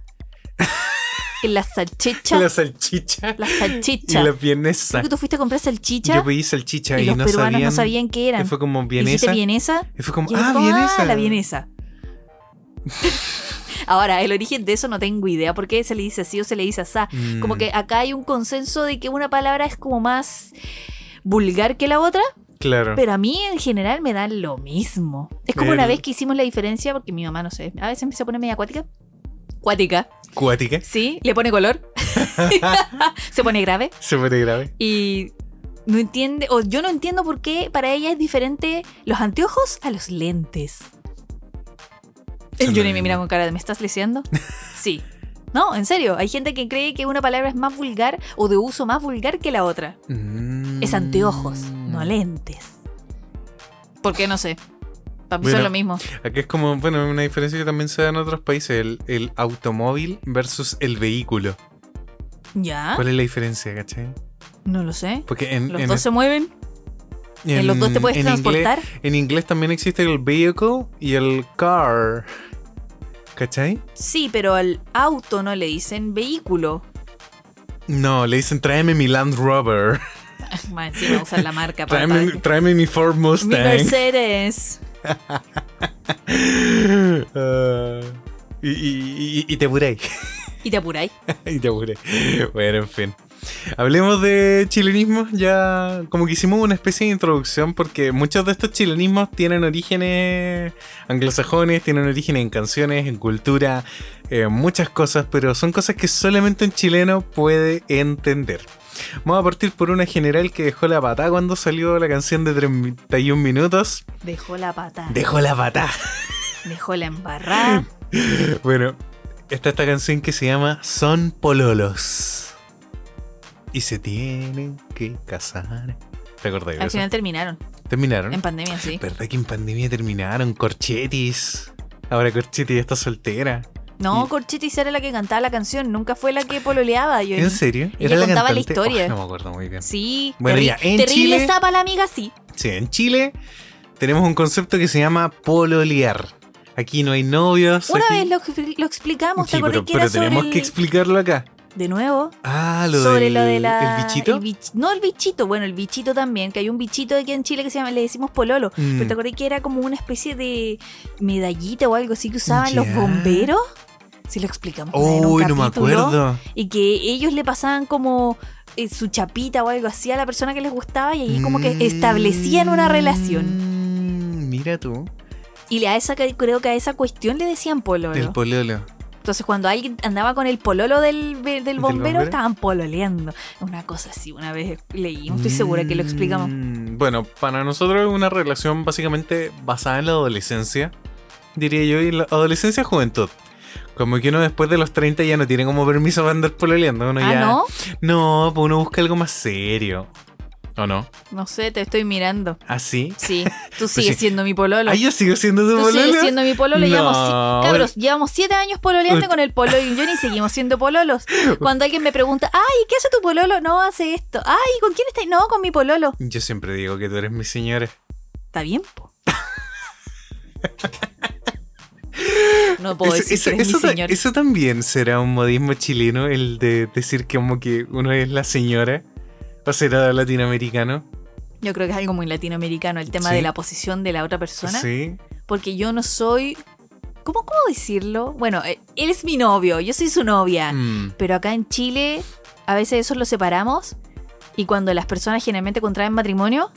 [SPEAKER 2] [laughs]
[SPEAKER 3] la salchicha,
[SPEAKER 2] La salchicha
[SPEAKER 3] la
[SPEAKER 2] y
[SPEAKER 3] salchicha.
[SPEAKER 2] la
[SPEAKER 3] Creo
[SPEAKER 2] vienesa.
[SPEAKER 3] que tú fuiste a comprar salchicha
[SPEAKER 2] Yo pedí salchicha
[SPEAKER 3] y
[SPEAKER 2] y,
[SPEAKER 3] los
[SPEAKER 2] no,
[SPEAKER 3] peruanos
[SPEAKER 2] sabían,
[SPEAKER 3] no sabían qué
[SPEAKER 2] y
[SPEAKER 3] eran.
[SPEAKER 2] Fue como
[SPEAKER 3] Dijiste
[SPEAKER 2] vienesa.
[SPEAKER 3] vienesa
[SPEAKER 2] Y fue como,
[SPEAKER 3] Y es
[SPEAKER 2] ah,
[SPEAKER 3] como,
[SPEAKER 2] vienesa. [laughs]
[SPEAKER 3] la vienesa. Ahora, el origen de eso no tengo idea por qué se le dice así o se le dice asá.
[SPEAKER 2] Mm.
[SPEAKER 3] Como que acá hay un consenso de que una palabra es como más vulgar que la otra,
[SPEAKER 2] Claro.
[SPEAKER 3] pero a mí en general me da lo mismo. Es como
[SPEAKER 2] Ah. El-
[SPEAKER 3] una vez que hicimos la diferencia, porque mi mamá, no sé, a veces empieza a poner media acuática. Cuática,
[SPEAKER 2] Cuática.
[SPEAKER 3] sí, le pone color,
[SPEAKER 2] [laughs]
[SPEAKER 3] [laughs] se pone grave
[SPEAKER 2] Se pone grave.
[SPEAKER 3] y no entiende, o yo no entiendo por qué para ella es diferente los anteojos a los lentes.
[SPEAKER 2] Son
[SPEAKER 3] El
[SPEAKER 2] lo
[SPEAKER 3] Johnny me
[SPEAKER 2] mismo.
[SPEAKER 3] mira con cara de ¿me estás leseando? Sí. No, en serio, hay gente que cree que una palabra es más vulgar o de uso más vulgar que la otra.
[SPEAKER 2] Mm.
[SPEAKER 3] Es anteojos, no
[SPEAKER 2] le
[SPEAKER 3] lentes. ¿Por qué no sé? Para mí
[SPEAKER 2] Bueno.
[SPEAKER 3] son lo mismo.
[SPEAKER 2] Aquí es como, bueno, una diferencia que también se da en otros países, el, el automóvil versus el vehículo.
[SPEAKER 3] ¿Ya?
[SPEAKER 2] ¿Cuál es la diferencia, cachai?
[SPEAKER 3] No lo sé.
[SPEAKER 2] Porque en,
[SPEAKER 3] ¿Ah? Los
[SPEAKER 2] Pues, en- e-
[SPEAKER 3] dos se mueven, en, los dos te puedes
[SPEAKER 2] en
[SPEAKER 3] transportar.
[SPEAKER 2] Inglés, en inglés también existe el vehicle y el car. ¿Cachai?
[SPEAKER 3] Sí, pero al auto no le dicen vehículo. [laughs]
[SPEAKER 2] No, le dicen tráeme mi Land Rover, [laughs]
[SPEAKER 3] Más encima usan la marca para...
[SPEAKER 2] tráeme, tráeme mi Ford
[SPEAKER 3] Mi
[SPEAKER 2] Mustang.
[SPEAKER 3] Mercedes.
[SPEAKER 2] [laughs] Ah, y, y- y- y te apuré. [laughs]
[SPEAKER 3] Y te apuráis.
[SPEAKER 2] Y te apuré. Bueno, en fin. Hablemos de chilenismos, ya como que hicimos una especie de introducción porque muchos de estos chilenismos tienen orígenes anglosajones, tienen orígenes en canciones, en cultura, en muchas cosas, pero son cosas que solamente un chileno puede entender. Vamos a partir por una general que dejó la patada cuando salió la canción de 31 minutos.
[SPEAKER 3] Dejó la patada.
[SPEAKER 2] Dejó la patada.
[SPEAKER 3] Dejó
[SPEAKER 2] [laughs]
[SPEAKER 3] la embarrada.
[SPEAKER 2] Bueno, está esta canción que se llama Son Pololos. Y se tienen que casar. ¿Te acordás de
[SPEAKER 3] Al
[SPEAKER 2] eso?
[SPEAKER 3] final terminaron.
[SPEAKER 2] Terminaron.
[SPEAKER 3] En pandemia, sí.
[SPEAKER 2] ¿Verdad que en pandemia terminaron? Corchetis. Ahora Corchetis está soltera.
[SPEAKER 3] No,
[SPEAKER 2] Y-
[SPEAKER 3] Corchetis era la que cantaba la canción. Nunca fue la que pololeaba. Yo
[SPEAKER 2] ¿En serio?
[SPEAKER 3] ella contaba la
[SPEAKER 2] cantante?
[SPEAKER 3] historia.
[SPEAKER 2] Oh, no me acuerdo muy bien.
[SPEAKER 3] Sí.
[SPEAKER 2] Bueno,
[SPEAKER 3] terri-
[SPEAKER 2] ya, en
[SPEAKER 3] terrible
[SPEAKER 2] Chile-
[SPEAKER 3] zapa la amiga, sí.
[SPEAKER 2] Sí, en Chile tenemos un concepto que se llama pololear. Aquí no hay novios.
[SPEAKER 3] Una
[SPEAKER 2] aquí-
[SPEAKER 3] vez lo, expli- lo explicamos.
[SPEAKER 2] Sí,
[SPEAKER 3] ¿Te acordás
[SPEAKER 2] pero,
[SPEAKER 3] que era
[SPEAKER 2] pero
[SPEAKER 3] sobre
[SPEAKER 2] tenemos
[SPEAKER 3] el-
[SPEAKER 2] que explicarlo acá.
[SPEAKER 3] De nuevo.
[SPEAKER 2] Ah, lo
[SPEAKER 3] sobre
[SPEAKER 2] del
[SPEAKER 3] lo de la...
[SPEAKER 2] ¿el bichito.
[SPEAKER 3] el bich- No, el bichito. Bueno, el bichito también. Que hay un bichito aquí en Chile que se llama... Le decimos pololo.
[SPEAKER 2] Mm.
[SPEAKER 3] Pero te acordás que era como una especie de medallita o algo así que usaban los
[SPEAKER 2] Ya.
[SPEAKER 3] bomberos. Si lo explicamos. una vez en un
[SPEAKER 2] Uy, no me
[SPEAKER 3] capítulo.
[SPEAKER 2] acuerdo.
[SPEAKER 3] y que ellos le pasaban como eh, su chapita o algo así a la persona que les gustaba y ahí como que establecían una relación.
[SPEAKER 2] Mm, Mira tú,
[SPEAKER 3] Y a esa que- creo que a esa cuestión le decían pololo.
[SPEAKER 2] el pololo.
[SPEAKER 3] Entonces cuando alguien andaba con el pololo del, be- del
[SPEAKER 2] ¿Del
[SPEAKER 3] bombero,
[SPEAKER 2] bombero?
[SPEAKER 3] estaban pololeando. Una cosa así, una vez leímos, estoy segura que lo explicamos.
[SPEAKER 2] Mm, Bueno, para nosotros es una relación básicamente basada en la adolescencia, diría yo, y la adolescencia-juventud. Como que uno después de los 30 ya no tiene como permiso para andar pololeando. Uno
[SPEAKER 3] ah,
[SPEAKER 2] ya...
[SPEAKER 3] ¿no?
[SPEAKER 2] No, pues uno busca algo más serio. ¿O no?
[SPEAKER 3] No sé, te estoy mirando.
[SPEAKER 2] ¿Así?
[SPEAKER 3] Sí,
[SPEAKER 2] [laughs]
[SPEAKER 3] tú
[SPEAKER 2] Pues
[SPEAKER 3] sigues
[SPEAKER 2] sí.
[SPEAKER 3] siendo mi pololo.
[SPEAKER 2] Ah, yo sigo siendo tu
[SPEAKER 3] Tú sigues
[SPEAKER 2] pololo.
[SPEAKER 3] siendo mi pololo. Llevamos,
[SPEAKER 2] No.
[SPEAKER 3] si- cabros, llevamos siete años pololeando
[SPEAKER 2] Ut-
[SPEAKER 3] con el pololo y yo ni seguimos siendo
[SPEAKER 2] [laughs]
[SPEAKER 3] pololos. Cuando alguien me pregunta, ay, ¿qué hace tu pololo? No hace esto. Ay, ¿con quién estás? No, con mi pololo.
[SPEAKER 2] Yo siempre digo que tú eres mi señora.
[SPEAKER 3] ¿Está bien?
[SPEAKER 2] [laughs]
[SPEAKER 3] po? No puedo decir que eres mi
[SPEAKER 2] ta-
[SPEAKER 3] señor.
[SPEAKER 2] eso también será un modismo chileno, el de decir que como que uno es la señora. O será latinoamericano.
[SPEAKER 3] Yo creo que es algo muy latinoamericano el tema
[SPEAKER 2] Sí.
[SPEAKER 3] de la posición de la otra persona.
[SPEAKER 2] Sí.
[SPEAKER 3] Porque yo no soy. ¿Cómo, cómo decirlo? Bueno, eh, él es mi novio, yo soy su novia.
[SPEAKER 2] Mm.
[SPEAKER 3] Pero acá en Chile, a veces eso lo separamos. Y cuando las personas generalmente contraen matrimonio,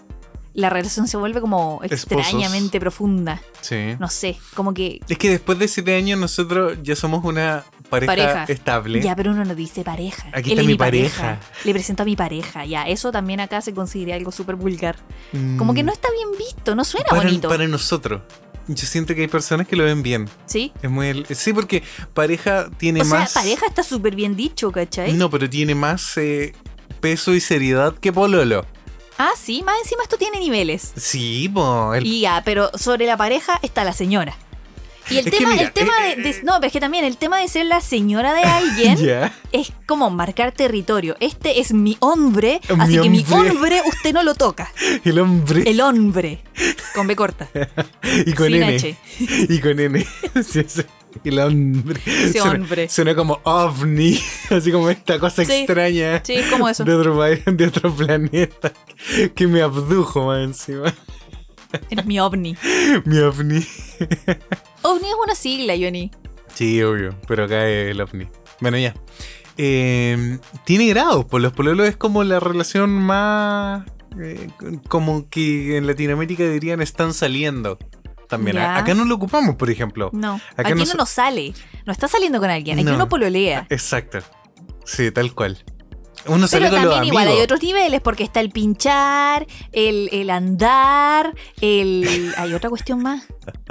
[SPEAKER 3] la relación se vuelve como
[SPEAKER 2] Esposos.
[SPEAKER 3] extrañamente profunda.
[SPEAKER 2] Sí.
[SPEAKER 3] No sé, como que.
[SPEAKER 2] Es que después de siete años nosotros ya somos una pareja,
[SPEAKER 3] Pareja.
[SPEAKER 2] estable.
[SPEAKER 3] Ya, pero uno no dice pareja.
[SPEAKER 2] Aquí
[SPEAKER 3] Él
[SPEAKER 2] está
[SPEAKER 3] es
[SPEAKER 2] mi pareja.
[SPEAKER 3] Le presento a mi pareja. Ya, eso también acá se considera algo súper vulgar.
[SPEAKER 2] Mm.
[SPEAKER 3] Como que no está bien visto, no suena
[SPEAKER 2] para,
[SPEAKER 3] bonito.
[SPEAKER 2] para nosotros. Yo siento que hay personas que lo ven bien.
[SPEAKER 3] ¿Sí?
[SPEAKER 2] Es muy el- Sí, porque pareja tiene
[SPEAKER 3] O sea,
[SPEAKER 2] más.
[SPEAKER 3] pareja ¿eh? está súper bien dicho, ¿cachai?
[SPEAKER 2] No, pero tiene más eh, peso y seriedad que Pololo.
[SPEAKER 3] Ah, sí, más encima esto tiene niveles.
[SPEAKER 2] Sí, po, el-
[SPEAKER 3] Y ya, pero sobre la pareja está la señora. Y el
[SPEAKER 2] Es que
[SPEAKER 3] tema,
[SPEAKER 2] mira,
[SPEAKER 3] el tema
[SPEAKER 2] eh,
[SPEAKER 3] de, de- No, pero es que también el tema de ser la señora de
[SPEAKER 2] [laughs]
[SPEAKER 3] alguien
[SPEAKER 2] Ya.
[SPEAKER 3] es como marcar territorio. Este es mi hombre,
[SPEAKER 2] Mi
[SPEAKER 3] así que mi
[SPEAKER 2] hombre.
[SPEAKER 3] hombre usted no lo toca.
[SPEAKER 2] El hombre.
[SPEAKER 3] El hombre. Con B corta.
[SPEAKER 2] [laughs] y con
[SPEAKER 3] sin
[SPEAKER 2] N.
[SPEAKER 3] H.
[SPEAKER 2] Y con N. [laughs] Sí, eso. El hombre.
[SPEAKER 3] Ese
[SPEAKER 2] Suena-
[SPEAKER 3] hombre.
[SPEAKER 2] Suena como ovni. [laughs] Así como esta cosa
[SPEAKER 3] Sí.
[SPEAKER 2] extraña.
[SPEAKER 3] Sí, es como eso.
[SPEAKER 2] De otro, país, [laughs] de otro planeta que me abdujo más encima. [laughs]
[SPEAKER 3] Eres mi ovni.
[SPEAKER 2] Mi ovni.
[SPEAKER 3] Ovni es una sigla, Johnny.
[SPEAKER 2] Sí, obvio, pero acá es el ovni. Bueno, ya. Eh, tiene grados, pues los pololos es como la relación más. eh, como que en Latinoamérica dirían están saliendo. También.
[SPEAKER 3] Ya.
[SPEAKER 2] Acá no lo ocupamos, por ejemplo.
[SPEAKER 3] No.
[SPEAKER 2] Acá
[SPEAKER 3] Aquí
[SPEAKER 2] no
[SPEAKER 3] no,
[SPEAKER 2] so-
[SPEAKER 3] nos sale. No está saliendo con alguien. Aquí
[SPEAKER 2] No.
[SPEAKER 3] uno pololea.
[SPEAKER 2] Exacto. Sí, tal cual. Uno sale
[SPEAKER 3] Pero
[SPEAKER 2] con los
[SPEAKER 3] también igual hay
[SPEAKER 2] amigos.
[SPEAKER 3] otros niveles, porque está el pinchar, el, el andar, el. Hay otra cuestión más.
[SPEAKER 2] [gasps]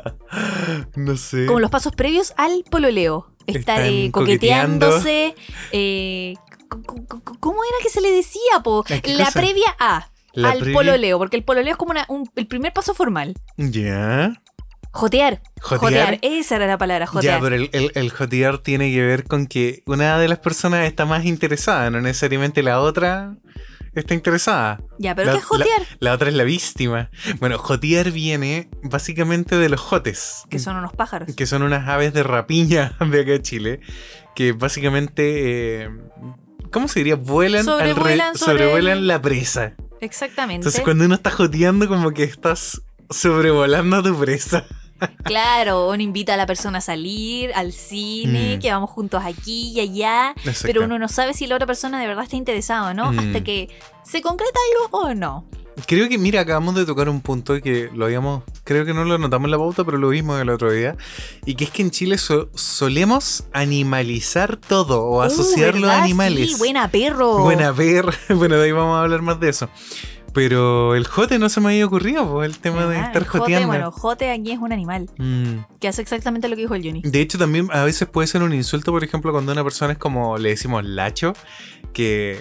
[SPEAKER 2] No sé.
[SPEAKER 3] Como los pasos previos al pololeo. Está
[SPEAKER 2] Están
[SPEAKER 3] eh, coqueteándose. eh, co- co- co- ¿Cómo era que se le decía, po?
[SPEAKER 2] ¿A qué
[SPEAKER 3] La
[SPEAKER 2] cosa?
[SPEAKER 3] previa a.
[SPEAKER 2] La
[SPEAKER 3] al
[SPEAKER 2] previa-
[SPEAKER 3] pololeo, porque el pololeo es como una- un- el primer paso formal.
[SPEAKER 2] Ya.
[SPEAKER 3] Jotear.
[SPEAKER 2] Jotear.
[SPEAKER 3] Esa era la palabra,
[SPEAKER 2] Ya,
[SPEAKER 3] jotear.
[SPEAKER 2] pero el, el, el jotear tiene que ver con que una de las personas está más interesada, no necesariamente la otra está interesada.
[SPEAKER 3] ya, pero
[SPEAKER 2] la-
[SPEAKER 3] ¿qué es jotear?
[SPEAKER 2] La otra es la víctima. Bueno, jotear viene básicamente de los jotes.
[SPEAKER 3] Que son unos pájaros.
[SPEAKER 2] que son unas aves de rapiña [laughs] de acá de Chile. Que básicamente. eh, ¿Cómo se diría? Vuelan, alre-
[SPEAKER 3] Sobrevuelan sobre
[SPEAKER 2] sobrevuelan
[SPEAKER 3] el-
[SPEAKER 2] la presa.
[SPEAKER 3] Exactamente.
[SPEAKER 2] Entonces, cuando uno está joteando, como que estás sobrevolando a tu presa. [laughs]
[SPEAKER 3] Claro, uno invita a la persona a salir, al cine,
[SPEAKER 2] Mm.
[SPEAKER 3] que vamos juntos aquí y allá. Pero uno no sabe si la otra persona de verdad está interesada o no,
[SPEAKER 2] Mm.
[SPEAKER 3] hasta que se concreta algo o no.
[SPEAKER 2] Creo que, mira, acabamos de tocar un punto que lo habíamos, creo que no lo notamos en la pauta, pero lo vimos el otro día. Y que es que en Chile so- solemos animalizar todo o asociarlo
[SPEAKER 3] Uh, ¿verdad?
[SPEAKER 2] a animales.
[SPEAKER 3] Sí, buena perro.
[SPEAKER 2] Buena ver, [laughs] bueno, de ahí vamos a hablar más de eso. Pero el jote no se me había ocurrido, pues, el tema de
[SPEAKER 3] Ah,
[SPEAKER 2] estar
[SPEAKER 3] el jote,
[SPEAKER 2] joteando.
[SPEAKER 3] Bueno, jote aquí es un animal
[SPEAKER 2] Mm.
[SPEAKER 3] que hace exactamente lo que dijo el
[SPEAKER 2] [laughs]
[SPEAKER 3] Johnny.
[SPEAKER 2] De hecho, también a veces puede ser un insulto, por ejemplo, cuando una persona es como le decimos lacho, que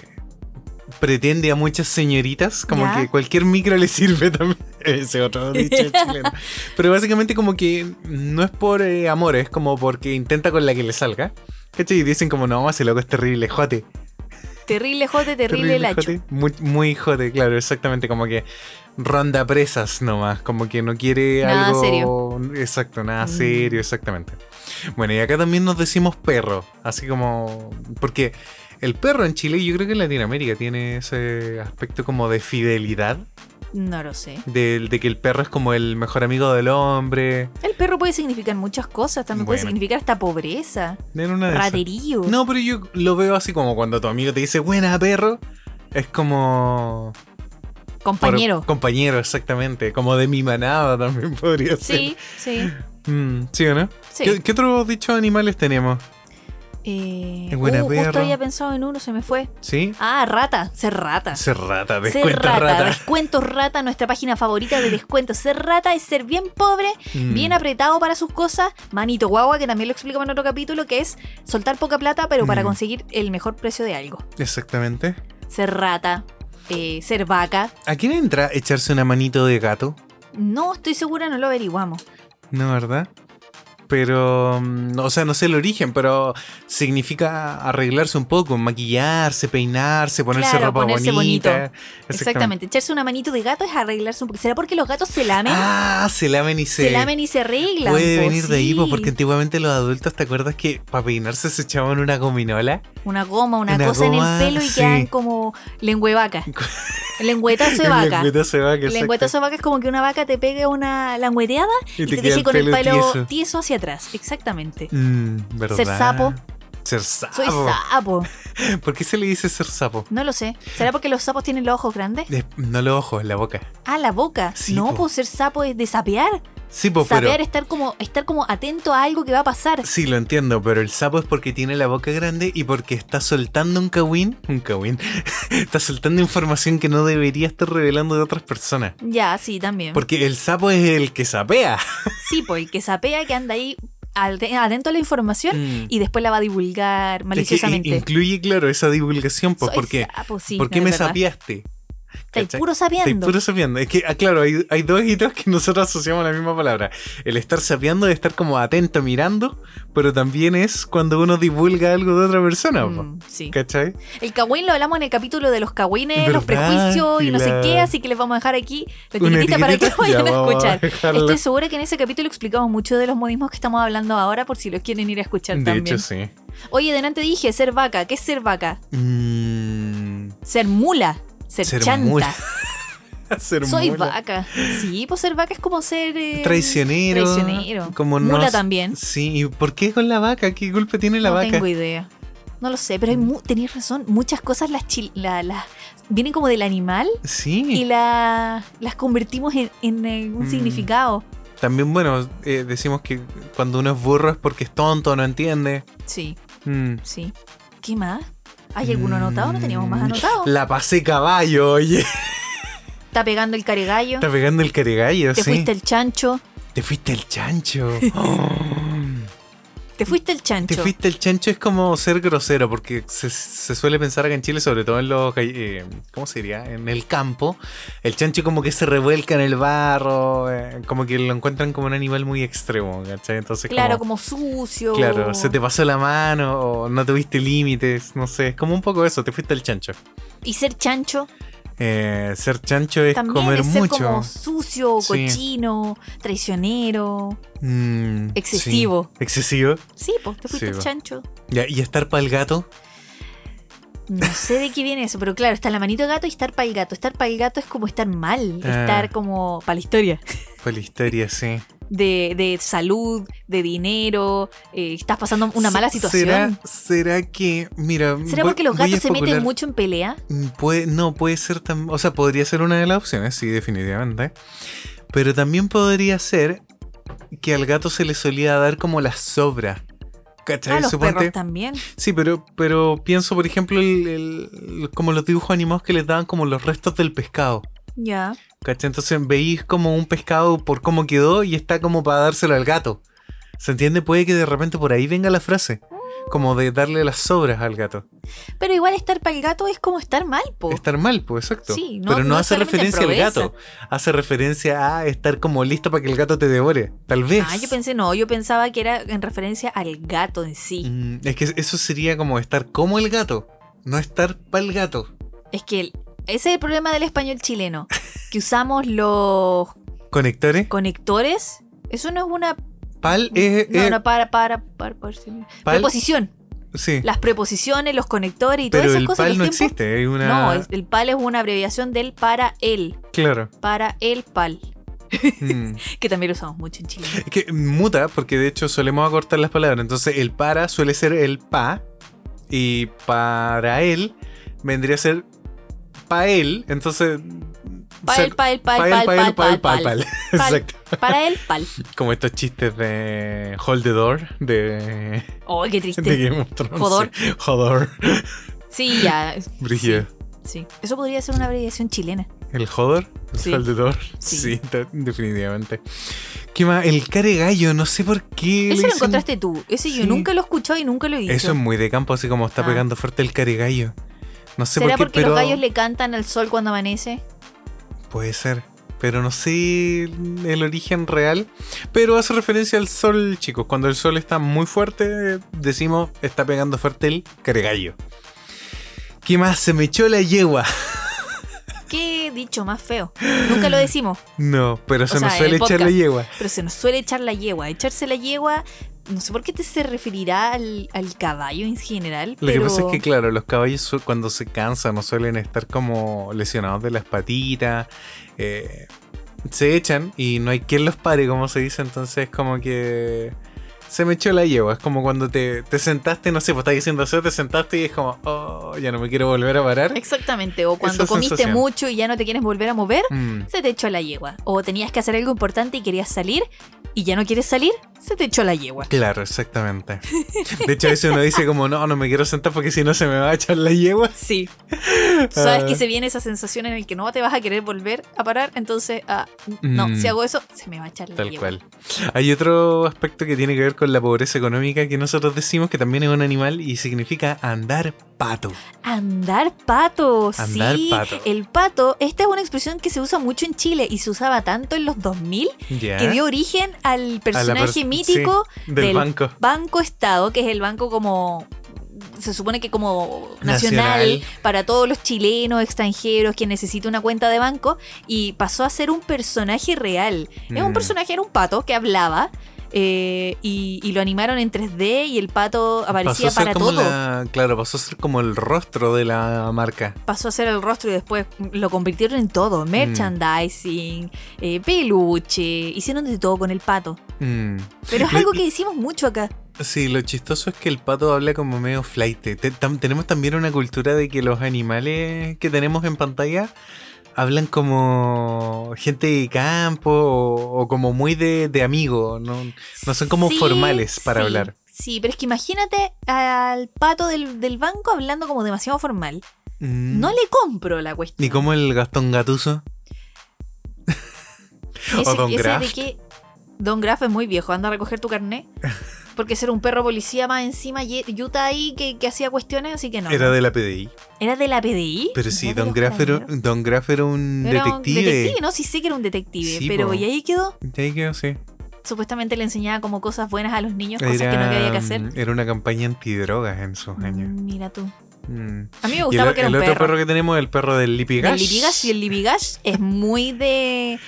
[SPEAKER 2] pretende a muchas señoritas, como
[SPEAKER 3] Ya.
[SPEAKER 2] que cualquier micro le sirve también. [laughs] Ese otro dicho chileno. Pero básicamente, como que no es por eh, amor, es como porque intenta con la que le salga. ¿Cachai? Y dicen como, no, ese loco es terrible, jote.
[SPEAKER 3] Terrible jote, terrible, lacho.
[SPEAKER 2] jote. Muy, muy jote, claro, exactamente. Como que ronda presas nomás. Como que no quiere
[SPEAKER 3] Nada
[SPEAKER 2] algo.
[SPEAKER 3] serio.
[SPEAKER 2] Exacto, nada
[SPEAKER 3] Mm.
[SPEAKER 2] serio, exactamente. Bueno, y acá también nos decimos perro. Así como. Porque el perro en Chile, yo creo que en Latinoamérica tiene ese aspecto como de fidelidad.
[SPEAKER 3] No lo sé.
[SPEAKER 2] del- De, que el perro es como el mejor amigo del hombre.
[SPEAKER 3] El perro puede significar muchas cosas, también puede
[SPEAKER 2] Bueno.
[SPEAKER 3] significar hasta pobreza,
[SPEAKER 2] En una de esas.
[SPEAKER 3] raterío.
[SPEAKER 2] No, pero yo lo veo así como cuando tu amigo te dice, buena perro. Es como. Por-
[SPEAKER 3] Compañero.
[SPEAKER 2] compañero, exactamente. Como de mi manada también [laughs] podría ser.
[SPEAKER 3] Sí, sí,
[SPEAKER 2] Mm, ¿Sí o no?
[SPEAKER 3] sí.
[SPEAKER 2] ¿Qué, qué otros dichos animales tenemos?
[SPEAKER 3] Eh,
[SPEAKER 2] Es buena
[SPEAKER 3] uh, justo
[SPEAKER 2] perra.
[SPEAKER 3] había pensado en uno, se me fue.
[SPEAKER 2] ¿Sí?
[SPEAKER 3] Ah, rata, ser rata.
[SPEAKER 2] Ser rata,
[SPEAKER 3] Ser
[SPEAKER 2] descuento
[SPEAKER 3] Ah. rata,
[SPEAKER 2] rata.
[SPEAKER 3] descuentos rata, nuestra página favorita de descuentos. Ser rata es ser bien pobre,
[SPEAKER 2] Mm,
[SPEAKER 3] bien apretado para sus cosas. Manito guagua, que también lo explicamos en otro capítulo, que es soltar poca plata, pero para
[SPEAKER 2] Mm.
[SPEAKER 3] conseguir el mejor precio de algo.
[SPEAKER 2] Exactamente.
[SPEAKER 3] Ser rata, eh, ser vaca.
[SPEAKER 2] ¿A quién entra echarse una manito de gato?
[SPEAKER 3] No estoy segura, no lo averiguamos.
[SPEAKER 2] No, ¿verdad? Pero, mm, o sea, no sé el origen, pero significa arreglarse un poco, maquillarse, peinarse, ponerse
[SPEAKER 3] Claro,
[SPEAKER 2] ropa
[SPEAKER 3] ponerse
[SPEAKER 2] bonita.
[SPEAKER 3] Exactamente. Echarse una manito de gato es arreglarse un poco. ¿Será porque los gatos se lamen?
[SPEAKER 2] Ah, se lamen y se...
[SPEAKER 3] Se lamen y se arreglan.
[SPEAKER 2] Puede
[SPEAKER 3] po,
[SPEAKER 2] venir de ahí, po,
[SPEAKER 3] sí.
[SPEAKER 2] porque antiguamente los adultos, ¿te acuerdas que para peinarse se echaban una gominola?
[SPEAKER 3] Una goma, una,
[SPEAKER 2] Una
[SPEAKER 3] cosa
[SPEAKER 2] goma,
[SPEAKER 3] en el pelo y
[SPEAKER 2] sí.
[SPEAKER 3] quedan como
[SPEAKER 2] [laughs]
[SPEAKER 3] lengüevaca. Lengüetazo de vaca.
[SPEAKER 2] Lengüetazo de vaca, exacto.
[SPEAKER 3] Lengüetazo de vaca es como que una vaca te pegue una langüeteada y, te,
[SPEAKER 2] queda
[SPEAKER 3] deje con el pelo tieso.
[SPEAKER 2] tieso.
[SPEAKER 3] hacia atrás. Exactamente.
[SPEAKER 2] Mm, ¿verdad?
[SPEAKER 3] Ser sapo.
[SPEAKER 2] Ser sapo.
[SPEAKER 3] Soy
[SPEAKER 2] Ah,
[SPEAKER 3] sapo.
[SPEAKER 2] ¿Por qué se le dice ser sapo?
[SPEAKER 3] No lo sé. ¿Será porque los sapos tienen los ojos grandes?
[SPEAKER 2] Es- No los ojos, la boca.
[SPEAKER 3] Ah, la boca.
[SPEAKER 2] Sí,
[SPEAKER 3] no,
[SPEAKER 2] po.
[SPEAKER 3] pues ser sapo es de sapear.
[SPEAKER 2] Sí, pues, pero.
[SPEAKER 3] Sapear, estar como, estar como atento a algo que va a pasar.
[SPEAKER 2] Sí, lo entiendo, pero el sapo es porque tiene la boca grande y porque está soltando un cagüín. Un cagüín. [laughs] está soltando información que no debería estar revelando de otras personas.
[SPEAKER 3] Ya, sí, también.
[SPEAKER 2] Porque el sapo es el que sapea.
[SPEAKER 3] Sí, pues el que sapea, que anda ahí al- atento a la información y después la va a divulgar
[SPEAKER 2] Es que
[SPEAKER 3] maliciosamente.
[SPEAKER 2] incluye, claro, esa divulgación, pues,
[SPEAKER 3] Soy
[SPEAKER 2] porque.
[SPEAKER 3] sapo, sí,
[SPEAKER 2] ¿Por qué
[SPEAKER 3] no,
[SPEAKER 2] me
[SPEAKER 3] es verdad.
[SPEAKER 2] sapeaste?
[SPEAKER 3] Estáis
[SPEAKER 2] ¿Cachai?
[SPEAKER 3] puro
[SPEAKER 2] Estoy
[SPEAKER 3] sapeando.
[SPEAKER 2] puro sapeando. Es que, ah, claro, hay, hay dos hitos que nosotros asociamos a la misma palabra. El estar sapeando es estar como atento, mirando, pero también es cuando uno divulga algo de otra persona. po.
[SPEAKER 3] Mm, sí.
[SPEAKER 2] ¿Cachai?
[SPEAKER 3] El cagüín lo hablamos en el capítulo de los cagüines, los
[SPEAKER 2] ¿Verdad?
[SPEAKER 3] prejuicios y
[SPEAKER 2] Y
[SPEAKER 3] no sé
[SPEAKER 2] la-
[SPEAKER 3] qué, así que les vamos a dejar aquí la
[SPEAKER 2] Una
[SPEAKER 3] etiquetita para que lo
[SPEAKER 2] etiquetita,
[SPEAKER 3] vayan
[SPEAKER 2] ya
[SPEAKER 3] a
[SPEAKER 2] vamos a [laughs]
[SPEAKER 3] escuchar.
[SPEAKER 2] dejarla.
[SPEAKER 3] Estoy segura que en ese capítulo explicamos mucho de los modismos que estamos hablando ahora por si los quieren ir a escuchar
[SPEAKER 2] De
[SPEAKER 3] también.
[SPEAKER 2] hecho, sí.
[SPEAKER 3] Oye, delante dije ser vaca. ¿Qué es ser vaca?
[SPEAKER 2] Mm, [laughs]
[SPEAKER 3] Ser mula. Ser,
[SPEAKER 2] Ser
[SPEAKER 3] chanta.
[SPEAKER 2] mula.
[SPEAKER 3] [laughs]
[SPEAKER 2] ser
[SPEAKER 3] Soy
[SPEAKER 2] mula.
[SPEAKER 3] vaca. Sí, pues ser vaca es como ser. eh,
[SPEAKER 2] Traicionero.
[SPEAKER 3] Traicionero.
[SPEAKER 2] Como no-
[SPEAKER 3] Mula también.
[SPEAKER 2] Sí, ¿y por qué con la vaca? ¿Qué culpa tiene la
[SPEAKER 3] no
[SPEAKER 2] vaca?
[SPEAKER 3] tengo idea. No lo sé, pero hay mu- tenéis razón. Muchas cosas las, chil- la- las vienen como del animal y
[SPEAKER 2] Sí.
[SPEAKER 3] la- las convertimos en, en algún
[SPEAKER 2] Mm.
[SPEAKER 3] significado.
[SPEAKER 2] También, bueno, eh, decimos que cuando uno es burro es porque es tonto, no entiende.
[SPEAKER 3] Sí,
[SPEAKER 2] Mm.
[SPEAKER 3] sí. ¿Qué más? ¿Hay alguno
[SPEAKER 2] Mm.
[SPEAKER 3] anotado? No teníamos más Ah. anotado.
[SPEAKER 2] La pasé caballo, oye.
[SPEAKER 3] Está pegando el caregallo.
[SPEAKER 2] Está pegando el caregallo,
[SPEAKER 3] Te
[SPEAKER 2] sí.
[SPEAKER 3] fuiste el chancho.
[SPEAKER 2] Te fuiste el
[SPEAKER 3] [laughs]
[SPEAKER 2] chancho. Oh.
[SPEAKER 3] Te fuiste el chancho.
[SPEAKER 2] Te fuiste el chancho es como ser grosero, porque se, se suele pensar acá en Chile, sobre todo en los. gall- eh, ¿Cómo sería? En el campo. El chancho como que se revuelca en el barro, eh, como que lo encuentran como un animal muy extremo, ¿cachai? Entonces,
[SPEAKER 3] Claro,
[SPEAKER 2] como.
[SPEAKER 3] como sucio.
[SPEAKER 2] Claro, se te pasó la mano, o no tuviste límites, no sé. Es como un poco eso, te fuiste el chancho.
[SPEAKER 3] Y ser chancho
[SPEAKER 2] Eh, ser chancho es
[SPEAKER 3] también
[SPEAKER 2] comer
[SPEAKER 3] es ser
[SPEAKER 2] mucho.
[SPEAKER 3] como sucio,
[SPEAKER 2] Sí.
[SPEAKER 3] cochino, traicionero.
[SPEAKER 2] Mm, sí.
[SPEAKER 3] Excesivo.
[SPEAKER 2] Excesivo.
[SPEAKER 3] Sí, pues te fuiste
[SPEAKER 2] Sí,
[SPEAKER 3] el
[SPEAKER 2] po.
[SPEAKER 3] chancho.
[SPEAKER 2] Ya, y estar para el gato.
[SPEAKER 3] No sé de qué viene eso, pero claro, está la manito de gato y estar para el gato. Estar para el gato es como estar mal,
[SPEAKER 2] Ah.
[SPEAKER 3] estar como para la historia.
[SPEAKER 2] Para la historia, sí.
[SPEAKER 3] De, de salud, de dinero, eh, estás pasando una mala
[SPEAKER 2] Se-
[SPEAKER 3] situación.
[SPEAKER 2] ¿Será,
[SPEAKER 3] ¿Será,
[SPEAKER 2] será que, mira. voy-
[SPEAKER 3] porque los
[SPEAKER 2] voy a
[SPEAKER 3] gatos se meten
[SPEAKER 2] especular.
[SPEAKER 3] mucho en pelea?
[SPEAKER 2] Mm, Puede, no, puede ser también. O sea, podría ser una de las opciones, sí, definitivamente. Pero también podría ser que al gato se le solía dar como la sobra. ¿Cachai?
[SPEAKER 3] A Ah, los
[SPEAKER 2] Eh, Suponte-
[SPEAKER 3] perros también.
[SPEAKER 2] Sí, pero, pero pienso, por ejemplo, el- el- como los dibujos animados que les daban como los restos del pescado.
[SPEAKER 3] Ya.
[SPEAKER 2] ¿Cachai? Entonces veis como un pescado por cómo quedó y está como para dárselo al gato. ¿Se entiende? Puede que de repente por ahí venga la frase. Como de darle las sobras al gato.
[SPEAKER 3] Pero igual estar para el gato es como estar mal, po.
[SPEAKER 2] Estar mal, pues exacto.
[SPEAKER 3] Oh. Sí, no-
[SPEAKER 2] Pero no,
[SPEAKER 3] no
[SPEAKER 2] hace
[SPEAKER 3] solamente
[SPEAKER 2] referencia al
[SPEAKER 3] proeza.
[SPEAKER 2] gato. Hace referencia a estar como listo para que el gato te devore. Tal vez.
[SPEAKER 3] Ah, yo pensé, no, yo pensaba que era en referencia al gato en sí.
[SPEAKER 2] Mm, es que eso sería como estar como el gato. No estar pa'l gato.
[SPEAKER 3] Es que el- ese es el problema del español chileno, que usamos los
[SPEAKER 2] ¿Conectores?
[SPEAKER 3] conectores. Eso no es una
[SPEAKER 2] Pal es.
[SPEAKER 3] No,
[SPEAKER 2] es-
[SPEAKER 3] no, para, para, para, para, sí.
[SPEAKER 2] Eh, pal-
[SPEAKER 3] Preposición.
[SPEAKER 2] Sí.
[SPEAKER 3] Las preposiciones, los conectores y
[SPEAKER 2] Pero
[SPEAKER 3] todas esas
[SPEAKER 2] el
[SPEAKER 3] cosas.
[SPEAKER 2] pal
[SPEAKER 3] los
[SPEAKER 2] no
[SPEAKER 3] tiempos-
[SPEAKER 2] existe. Es una.
[SPEAKER 3] No, es- el pal es una abreviación del para él. [laughs]
[SPEAKER 2] Claro.
[SPEAKER 3] Para el pal.
[SPEAKER 2] Mm.
[SPEAKER 3] Que también lo usamos mucho en Chile.
[SPEAKER 2] Es que muta, porque de hecho solemos acortar las palabras. Entonces, el para suele ser el pa. Y para él vendría a ser pa él. Entonces.
[SPEAKER 3] Para
[SPEAKER 2] ser
[SPEAKER 3] el pal, pal,
[SPEAKER 2] pa
[SPEAKER 3] pal, pal,
[SPEAKER 2] pa
[SPEAKER 3] pal, pal,
[SPEAKER 2] pal. [laughs]
[SPEAKER 3] Pal.
[SPEAKER 2] Exacto.
[SPEAKER 3] Para el pal.
[SPEAKER 2] Como estos chistes de Hold the Door de,
[SPEAKER 3] Oh, qué
[SPEAKER 2] de
[SPEAKER 3] triste.
[SPEAKER 2] Game of Thrones.
[SPEAKER 3] Jodor.
[SPEAKER 2] Jodor.
[SPEAKER 3] Sí, ya.
[SPEAKER 2] Brígido.
[SPEAKER 3] Sí. Eso podría ser una abreviación chilena.
[SPEAKER 2] ¿El Jodor? ¿El
[SPEAKER 3] Sí.
[SPEAKER 2] Hold the Door?
[SPEAKER 3] Sí.
[SPEAKER 2] Sí, de- definitivamente. ¿Qué más? El care gallo, no sé por qué. le
[SPEAKER 3] Eso lo
[SPEAKER 2] dicen-
[SPEAKER 3] encontraste tú. Ese yo
[SPEAKER 2] Sí.
[SPEAKER 3] nunca lo he escuchado y nunca lo he dicho.
[SPEAKER 2] Eso es muy de campo, así como está
[SPEAKER 3] Ah.
[SPEAKER 2] pegando fuerte el caregallo. No sé por
[SPEAKER 3] ¿Será
[SPEAKER 2] qué,
[SPEAKER 3] porque
[SPEAKER 2] pero.
[SPEAKER 3] los gallos le cantan al sol cuando amanece?
[SPEAKER 2] Puede ser. Pero no sé el origen real. Pero hace referencia al sol, chicos. Cuando el sol está muy fuerte, decimos está pegando fuerte el caregallo. ¿Qué más? Se me echó la yegua. [laughs]
[SPEAKER 3] Qué dicho más feo. Nunca lo decimos.
[SPEAKER 2] No, pero se
[SPEAKER 3] O
[SPEAKER 2] nos
[SPEAKER 3] sea, en
[SPEAKER 2] suele
[SPEAKER 3] el
[SPEAKER 2] echar la
[SPEAKER 3] podcast.
[SPEAKER 2] yegua.
[SPEAKER 3] pero se nos suele echar la yegua. Echarse la yegua, no sé por qué te se referirá al, al caballo en general,
[SPEAKER 2] Lo que
[SPEAKER 3] pero
[SPEAKER 2] pasa es que, claro, los caballos su- cuando se cansan no suelen estar como lesionados de las patitas. eh, se echan y no hay quien los pare, como se dice. Entonces, como que Se me echó la yegua. Es como cuando te, te sentaste, no sé, pues estás diciendo eso, te sentaste y es como, oh, ya no me quiero volver a parar.
[SPEAKER 3] Exactamente, o cuando
[SPEAKER 2] Esa
[SPEAKER 3] comiste
[SPEAKER 2] sensación.
[SPEAKER 3] mucho y ya no te quieres volver a mover,
[SPEAKER 2] Mm.
[SPEAKER 3] se te echó la yegua. O tenías que hacer algo importante y querías salir y ya no quieres salir, se te echó la yegua.
[SPEAKER 2] Claro, exactamente. De hecho, a veces uno dice como, no, no me quiero sentar porque si no se me va a echar la yegua.
[SPEAKER 3] Sí. Sabes
[SPEAKER 2] Ah.
[SPEAKER 3] que se viene esa sensación en el que no te vas a querer volver a parar, entonces, ah, no,
[SPEAKER 2] Mm.
[SPEAKER 3] si hago eso, se me va a echar la
[SPEAKER 2] Tal
[SPEAKER 3] yegua.
[SPEAKER 2] cual. Hay otro aspecto que tiene que ver con la pobreza económica que nosotros decimos que también es un animal y significa andar pato.
[SPEAKER 3] Andar pato,
[SPEAKER 2] Andar
[SPEAKER 3] sí. eh,
[SPEAKER 2] pato.
[SPEAKER 3] El pato, esta es una expresión que se usa mucho en Chile y se usaba tanto en los 2000
[SPEAKER 2] Ya.
[SPEAKER 3] que dio origen al personaje
[SPEAKER 2] pers-
[SPEAKER 3] mítico
[SPEAKER 2] Del,
[SPEAKER 3] del-
[SPEAKER 2] banco.
[SPEAKER 3] Banco Estado, que es el banco como se supone que como nacional,
[SPEAKER 2] Nacional.
[SPEAKER 3] para todos los chilenos, extranjeros, que necesita una cuenta de banco, y pasó a ser un personaje real. Es un
[SPEAKER 2] Mm.
[SPEAKER 3] personaje, era un pato que hablaba, eh, y, y lo animaron en 3D y el pato
[SPEAKER 2] Pasó
[SPEAKER 3] aparecía
[SPEAKER 2] a ser
[SPEAKER 3] para
[SPEAKER 2] como
[SPEAKER 3] todo.
[SPEAKER 2] la- claro, pasó a ser como el rostro de la marca.
[SPEAKER 3] Pasó a ser el rostro y después lo convirtieron en todo,
[SPEAKER 2] Mm.
[SPEAKER 3] merchandising, eh, peluche, hicieron de todo con el pato.
[SPEAKER 2] Mm.
[SPEAKER 3] Pero es
[SPEAKER 2] Lo-
[SPEAKER 3] algo que decimos mucho acá.
[SPEAKER 2] Sí, lo chistoso es que el pato habla como medio flight. tenemos también una cultura de que los animales que tenemos en pantalla hablan como gente de campo o, o como muy de, de amigo. No, No son como formales para hablar.
[SPEAKER 3] Sí, pero es que imagínate al pato del, del banco hablando como demasiado formal.
[SPEAKER 2] Mm.
[SPEAKER 3] No le compro la cuestión.
[SPEAKER 2] Ni como el Gastón Gatuso. [laughs] o Don
[SPEAKER 3] de
[SPEAKER 2] Graft.
[SPEAKER 3] que Don Graff es muy viejo, anda a recoger
[SPEAKER 2] [laughs]
[SPEAKER 3] tu carné. Porque ser un perro policía más encima, ye- Utah ahí que, que hacía cuestiones, así que no.
[SPEAKER 2] Era de la PDI.
[SPEAKER 3] ¿Era de la PDI.
[SPEAKER 2] Pero
[SPEAKER 3] ¿No
[SPEAKER 2] sí,
[SPEAKER 3] de los
[SPEAKER 2] Don Graff, era,
[SPEAKER 3] carabineros?
[SPEAKER 2] Don Graff era un
[SPEAKER 3] Era un
[SPEAKER 2] detective.
[SPEAKER 3] detective, ¿no? Sí sé que era un detective,
[SPEAKER 2] Sí,
[SPEAKER 3] pero
[SPEAKER 2] po.
[SPEAKER 3] y ahí quedó.
[SPEAKER 2] Y ahí quedó, sí.
[SPEAKER 3] Supuestamente le enseñaba como cosas buenas a los niños, cosas que no había que hacer. Mm,
[SPEAKER 2] Era una campaña antidrogas en sus años.
[SPEAKER 3] Mira tú.
[SPEAKER 2] Mm.
[SPEAKER 3] A mí me
[SPEAKER 2] Y el,
[SPEAKER 3] gustaba que era
[SPEAKER 2] el
[SPEAKER 3] un
[SPEAKER 2] otro
[SPEAKER 3] perro.
[SPEAKER 2] perro que tenemos es el perro del Lippy Gash.
[SPEAKER 3] El Lipigash y el Lipigash es muy de.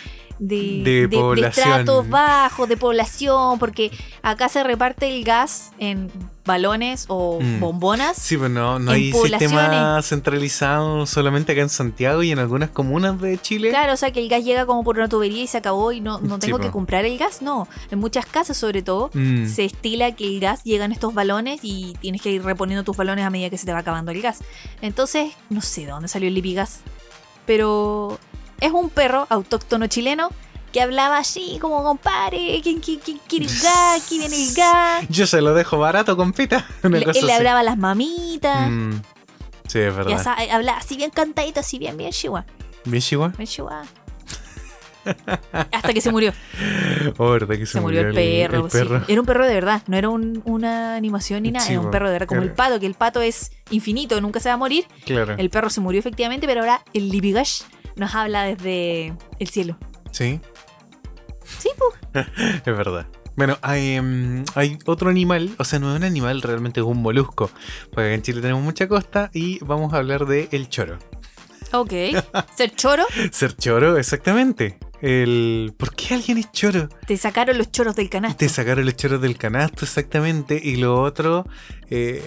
[SPEAKER 3] De,
[SPEAKER 2] De población.
[SPEAKER 3] estratos bajos, de población, porque acá se reparte el gas en balones o
[SPEAKER 2] Mm.
[SPEAKER 3] bombonas.
[SPEAKER 2] Sí, pero no, no
[SPEAKER 3] en
[SPEAKER 2] hay sistema
[SPEAKER 3] poblaciones.
[SPEAKER 2] centralizado solamente acá en Santiago y en algunas comunas de Chile.
[SPEAKER 3] Claro, o sea que el gas llega como por una tubería y se acabó y no, no
[SPEAKER 2] Sí,
[SPEAKER 3] tengo
[SPEAKER 2] po.
[SPEAKER 3] que comprar el gas. No, en muchas casas sobre todo
[SPEAKER 2] Mm,
[SPEAKER 3] se estila que el gas llega en estos balones y tienes que ir reponiendo tus balones a medida que se te va acabando el gas. Entonces, no sé de dónde salió el Lipigas, pero es un perro autóctono chileno que hablaba así como compadre, ¿quién, quién, quién quiere el gas? ¿Quién viene el gas?
[SPEAKER 2] Yo se lo dejo barato, compita. [laughs] Una
[SPEAKER 3] Le-
[SPEAKER 2] cosa
[SPEAKER 3] él le
[SPEAKER 2] así.
[SPEAKER 3] hablaba a las mamitas.
[SPEAKER 2] Mm, Sí, es
[SPEAKER 3] y
[SPEAKER 2] verdad.
[SPEAKER 3] asa- hablaba así bien cantadito, así bien, bien chihuahua.
[SPEAKER 2] ¿Bien, Chihuahua?
[SPEAKER 3] bien chihuahua. Hasta que se murió.
[SPEAKER 2] Oh, verdad que se,
[SPEAKER 3] Se, murió, el perro. sí.
[SPEAKER 2] perro. [laughs]
[SPEAKER 3] Era un perro de verdad, no era un- una animación ni nada,
[SPEAKER 2] Sí,
[SPEAKER 3] era un
[SPEAKER 2] po,
[SPEAKER 3] perro de verdad, como el
[SPEAKER 2] claro.
[SPEAKER 3] pato, que el pato es infinito, nunca se va a morir.
[SPEAKER 2] Claro.
[SPEAKER 3] El perro se murió efectivamente, pero ahora el Lipigash nos habla desde el cielo.
[SPEAKER 2] Sí.
[SPEAKER 3] Sí,
[SPEAKER 2] [laughs] es verdad. Bueno, hay, em, hay otro animal, o sea, no es un animal, realmente es un molusco. Porque acá en Chile tenemos mucha costa y vamos a hablar de el choro. [laughs]
[SPEAKER 3] Ok. [laughs] Ser choro,
[SPEAKER 2] Ser choro, exactamente. El ¿por qué alguien es choro?
[SPEAKER 3] te sacaron los choros del canasto.
[SPEAKER 2] Te sacaron los choros del canasto, exactamente. Y lo otro, eh,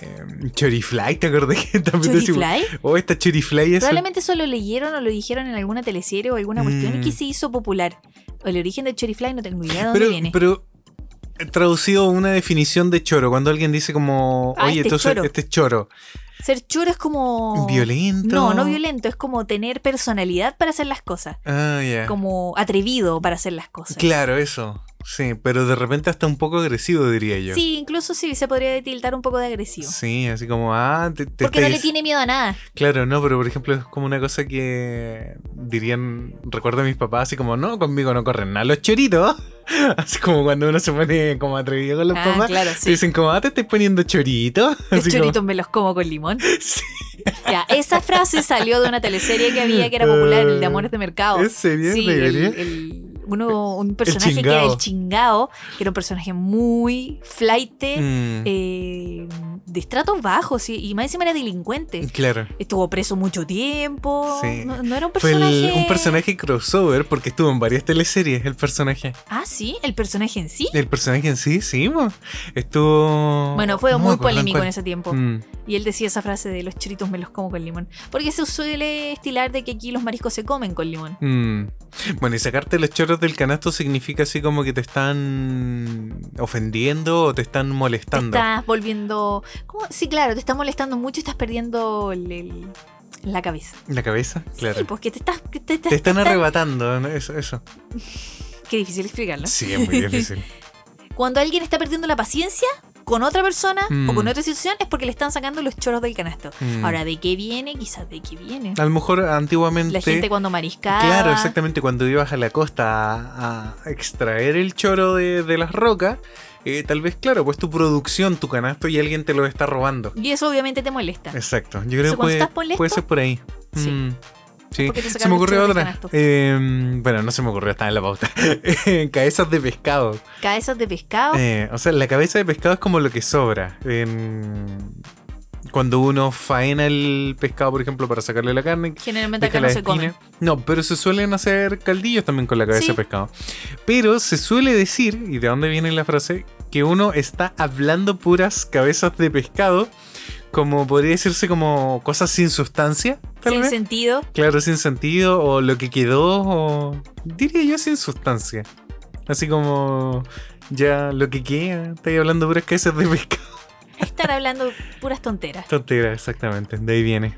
[SPEAKER 2] chorifly, te acordé que también decimos.
[SPEAKER 3] Chorifly.
[SPEAKER 2] Oh, esta chorifly es.
[SPEAKER 3] Probablemente eso lo leyeron o lo dijeron en alguna teleserie o alguna cuestión
[SPEAKER 2] Mm.
[SPEAKER 3] y que se hizo popular. El origen de Chorifly no tengo idea de dónde
[SPEAKER 2] Pero,
[SPEAKER 3] viene.
[SPEAKER 2] pero eh, traducido una definición de choro, cuando alguien dice como,
[SPEAKER 3] Ah,
[SPEAKER 2] oye,
[SPEAKER 3] este es
[SPEAKER 2] entonces
[SPEAKER 3] choro.
[SPEAKER 2] este es choro.
[SPEAKER 3] Ser choro es como.
[SPEAKER 2] Violento.
[SPEAKER 3] No, no violento, es como tener personalidad para hacer las cosas.
[SPEAKER 2] Ah, ya.
[SPEAKER 3] Como atrevido para hacer las cosas.
[SPEAKER 2] Claro, eso. Sí, pero de repente hasta un poco agresivo, diría yo.
[SPEAKER 3] Sí, incluso sí se podría tiltar un poco de agresivo.
[SPEAKER 2] Sí, así como, ah, te, te
[SPEAKER 3] Porque no
[SPEAKER 2] estáis-
[SPEAKER 3] le tiene miedo a nada.
[SPEAKER 2] Claro, no, pero por ejemplo es como una cosa que dirían, recuerdo a mis papás, así como, no, conmigo no corren a los choritos. [laughs] Así como cuando uno se pone como atrevido con los
[SPEAKER 3] Ah,
[SPEAKER 2] papás.
[SPEAKER 3] claro,
[SPEAKER 2] Te
[SPEAKER 3] sí.
[SPEAKER 2] dicen como, ah, te estás poniendo chorito. [laughs]
[SPEAKER 3] Los
[SPEAKER 2] Así como-
[SPEAKER 3] choritos me los como con limón.
[SPEAKER 2] [laughs] Sí.
[SPEAKER 3] Ya, esa frase salió de una teleserie que había que era popular, el de Amores de Mercado.
[SPEAKER 2] ¿En serio?
[SPEAKER 3] Sí,
[SPEAKER 2] ¿De
[SPEAKER 3] el-
[SPEAKER 2] vería?
[SPEAKER 3] el- uno, un personaje que era
[SPEAKER 2] chingao.
[SPEAKER 3] el chingao, que era un personaje muy flaite,
[SPEAKER 2] Mm,
[SPEAKER 3] eh, de estratos bajos, sí, y más encima era delincuente.
[SPEAKER 2] claro.
[SPEAKER 3] Estuvo preso mucho tiempo.
[SPEAKER 2] Mm. Sí.
[SPEAKER 3] No, no era un
[SPEAKER 2] Fue el-
[SPEAKER 3] personaje.
[SPEAKER 2] un personaje crossover porque estuvo en varias teleseries el personaje.
[SPEAKER 3] Ah, sí, el personaje en sí.
[SPEAKER 2] El personaje en sí, sí, mo. estuvo...
[SPEAKER 3] Bueno, fue
[SPEAKER 2] no me
[SPEAKER 3] muy
[SPEAKER 2] acuerdo
[SPEAKER 3] polémico en
[SPEAKER 2] cuál.
[SPEAKER 3] ese tiempo.
[SPEAKER 2] Mm,
[SPEAKER 3] Y él decía esa frase de los choritos me los como con limón. Porque se suele estilar de que aquí los mariscos se comen con limón.
[SPEAKER 2] mm. Bueno, y sacarte los choros del canasto significa así como que te están ofendiendo o te están
[SPEAKER 3] Te
[SPEAKER 2] molestando.
[SPEAKER 3] estás volviendo. ¿cómo? Sí, claro, te está molestando mucho y estás perdiendo el- el- la cabeza.
[SPEAKER 2] La cabeza, claro.
[SPEAKER 3] Sí, porque te estás. que te- te-
[SPEAKER 2] te están
[SPEAKER 3] te-
[SPEAKER 2] arrebatando, ¿no? eso. eso.
[SPEAKER 3] Qué difícil explicarlo.
[SPEAKER 2] Sí, es muy difícil.
[SPEAKER 3] Cuando alguien está perdiendo la paciencia con otra persona o
[SPEAKER 2] Mm.
[SPEAKER 3] con otra situación es porque le están sacando los choros del canasto.
[SPEAKER 2] Mm.
[SPEAKER 3] [laughs] Ahora, ¿de qué viene? Quizás de qué viene.
[SPEAKER 2] A lo mejor antiguamente.
[SPEAKER 3] La gente cuando mariscaba.
[SPEAKER 2] Claro, exactamente. Cuando ibas a la costa a, a extraer el choro de, de las rocas, eh, tal vez, claro, pues tu producción, tu canasto y alguien te lo está robando.
[SPEAKER 3] Y eso obviamente te molesta.
[SPEAKER 2] Exacto. Yo creo que
[SPEAKER 3] cuando
[SPEAKER 2] puede,
[SPEAKER 3] estás molesto,
[SPEAKER 2] puede ser por ahí.
[SPEAKER 3] sí.
[SPEAKER 2] Mm, sí.
[SPEAKER 3] porque te
[SPEAKER 2] Se
[SPEAKER 3] sacaron
[SPEAKER 2] me
[SPEAKER 3] el
[SPEAKER 2] ocurrió
[SPEAKER 3] choro del
[SPEAKER 2] otra.
[SPEAKER 3] canasto.
[SPEAKER 2] Eh, bueno, no se me ocurrió, estaba en la pauta. [laughs] Cabezas de pescado.
[SPEAKER 3] Cabezas de pescado.
[SPEAKER 2] Eh, o sea, la cabeza de pescado es como lo que sobra. En- Cuando uno faena el pescado, por ejemplo, para sacarle la carne,
[SPEAKER 3] generalmente
[SPEAKER 2] deja
[SPEAKER 3] acá no
[SPEAKER 2] la
[SPEAKER 3] se
[SPEAKER 2] espina.
[SPEAKER 3] comen.
[SPEAKER 2] No, pero se suelen hacer caldillos también con la cabeza
[SPEAKER 3] Sí.
[SPEAKER 2] de pescado. Pero se suele decir, y de dónde viene la frase, que uno está hablando puras cabezas de pescado, como podría decirse como cosas sin sustancia, tal
[SPEAKER 3] Sin
[SPEAKER 2] vez.
[SPEAKER 3] sentido.
[SPEAKER 2] Claro, sin sentido, o lo que quedó, o diría yo sin sustancia. Así como ya lo que queda, estáis hablando puras cabezas de pescado.
[SPEAKER 3] Estar hablando puras tonteras.
[SPEAKER 2] Tontera, exactamente. De ahí viene.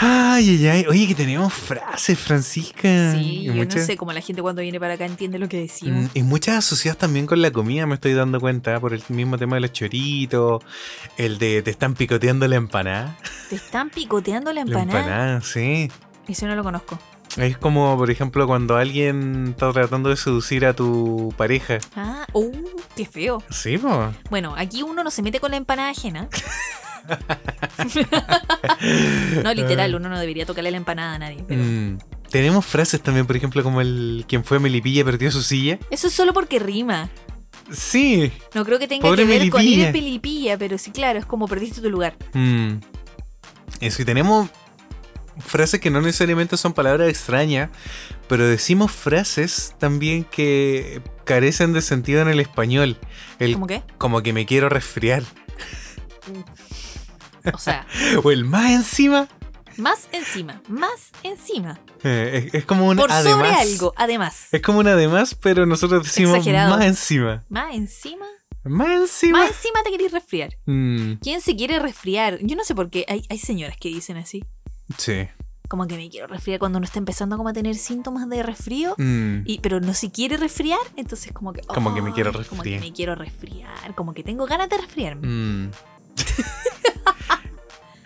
[SPEAKER 2] Ay, ay, ay. Oye, que tenemos frases, Francisca.
[SPEAKER 3] Sí,
[SPEAKER 2] Ah, Y
[SPEAKER 3] yo no
[SPEAKER 2] muchas-
[SPEAKER 3] sé cómo la gente cuando viene para acá entiende lo que decimos.
[SPEAKER 2] Mm, Y muchas asociadas también con la comida, me estoy dando cuenta, por el mismo tema de los choritos, el de te están picoteando la empanada.
[SPEAKER 3] Te están picoteando la
[SPEAKER 2] Mm. La
[SPEAKER 3] empanada.
[SPEAKER 2] empanada, sí.
[SPEAKER 3] Eso no lo conozco.
[SPEAKER 2] Es como, por ejemplo, cuando alguien está tratando de seducir a tu pareja.
[SPEAKER 3] Ah, uh, qué feo.
[SPEAKER 2] Sí, po.
[SPEAKER 3] Bueno, aquí uno no se mete con la
[SPEAKER 2] [laughs]
[SPEAKER 3] empanada ajena. No, literal, uno no debería tocarle la empanada a nadie. pero-
[SPEAKER 2] Mm. Tenemos frases también, por ejemplo, como el quien fue a Melipilla perdió su silla.
[SPEAKER 3] Eso es solo porque rima.
[SPEAKER 2] Sí.
[SPEAKER 3] No creo que tenga
[SPEAKER 2] Pobre
[SPEAKER 3] que ver con ir
[SPEAKER 2] Melipilla.
[SPEAKER 3] en pelipilla, pero sí, claro, es como perdiste tu lugar.
[SPEAKER 2] Mm. Eso, y tenemos frases que no necesariamente son palabras extrañas, pero decimos frases también que carecen de sentido en el español. El
[SPEAKER 3] ¿Cómo qué?
[SPEAKER 2] como que me quiero resfriar. [laughs]
[SPEAKER 3] O sea,
[SPEAKER 2] O el más encima.
[SPEAKER 3] más encima, más encima.
[SPEAKER 2] Eh, es, es como un
[SPEAKER 3] Por sobre
[SPEAKER 2] además. eh,
[SPEAKER 3] algo, además.
[SPEAKER 2] Es como un además, pero nosotros decimos
[SPEAKER 3] Exagerado.
[SPEAKER 2] más encima.
[SPEAKER 3] Más encima,
[SPEAKER 2] Más encima.
[SPEAKER 3] más encima te querés resfriar.
[SPEAKER 2] Mm,
[SPEAKER 3] ¿Quién se quiere resfriar? Yo no sé por qué. Hay, hay señoras que dicen así.
[SPEAKER 2] sí.
[SPEAKER 3] Como que me quiero resfriar cuando uno está empezando como a tener síntomas de resfrío.
[SPEAKER 2] Mm.
[SPEAKER 3] Y, pero no se quiere resfriar, entonces como que...
[SPEAKER 2] Como que me
[SPEAKER 3] "Ay,
[SPEAKER 2] quiero
[SPEAKER 3] Como que
[SPEAKER 2] resfriar".
[SPEAKER 3] me quiero resfriar, como que tengo ganas de resfriarme.
[SPEAKER 2] Mm. [laughs]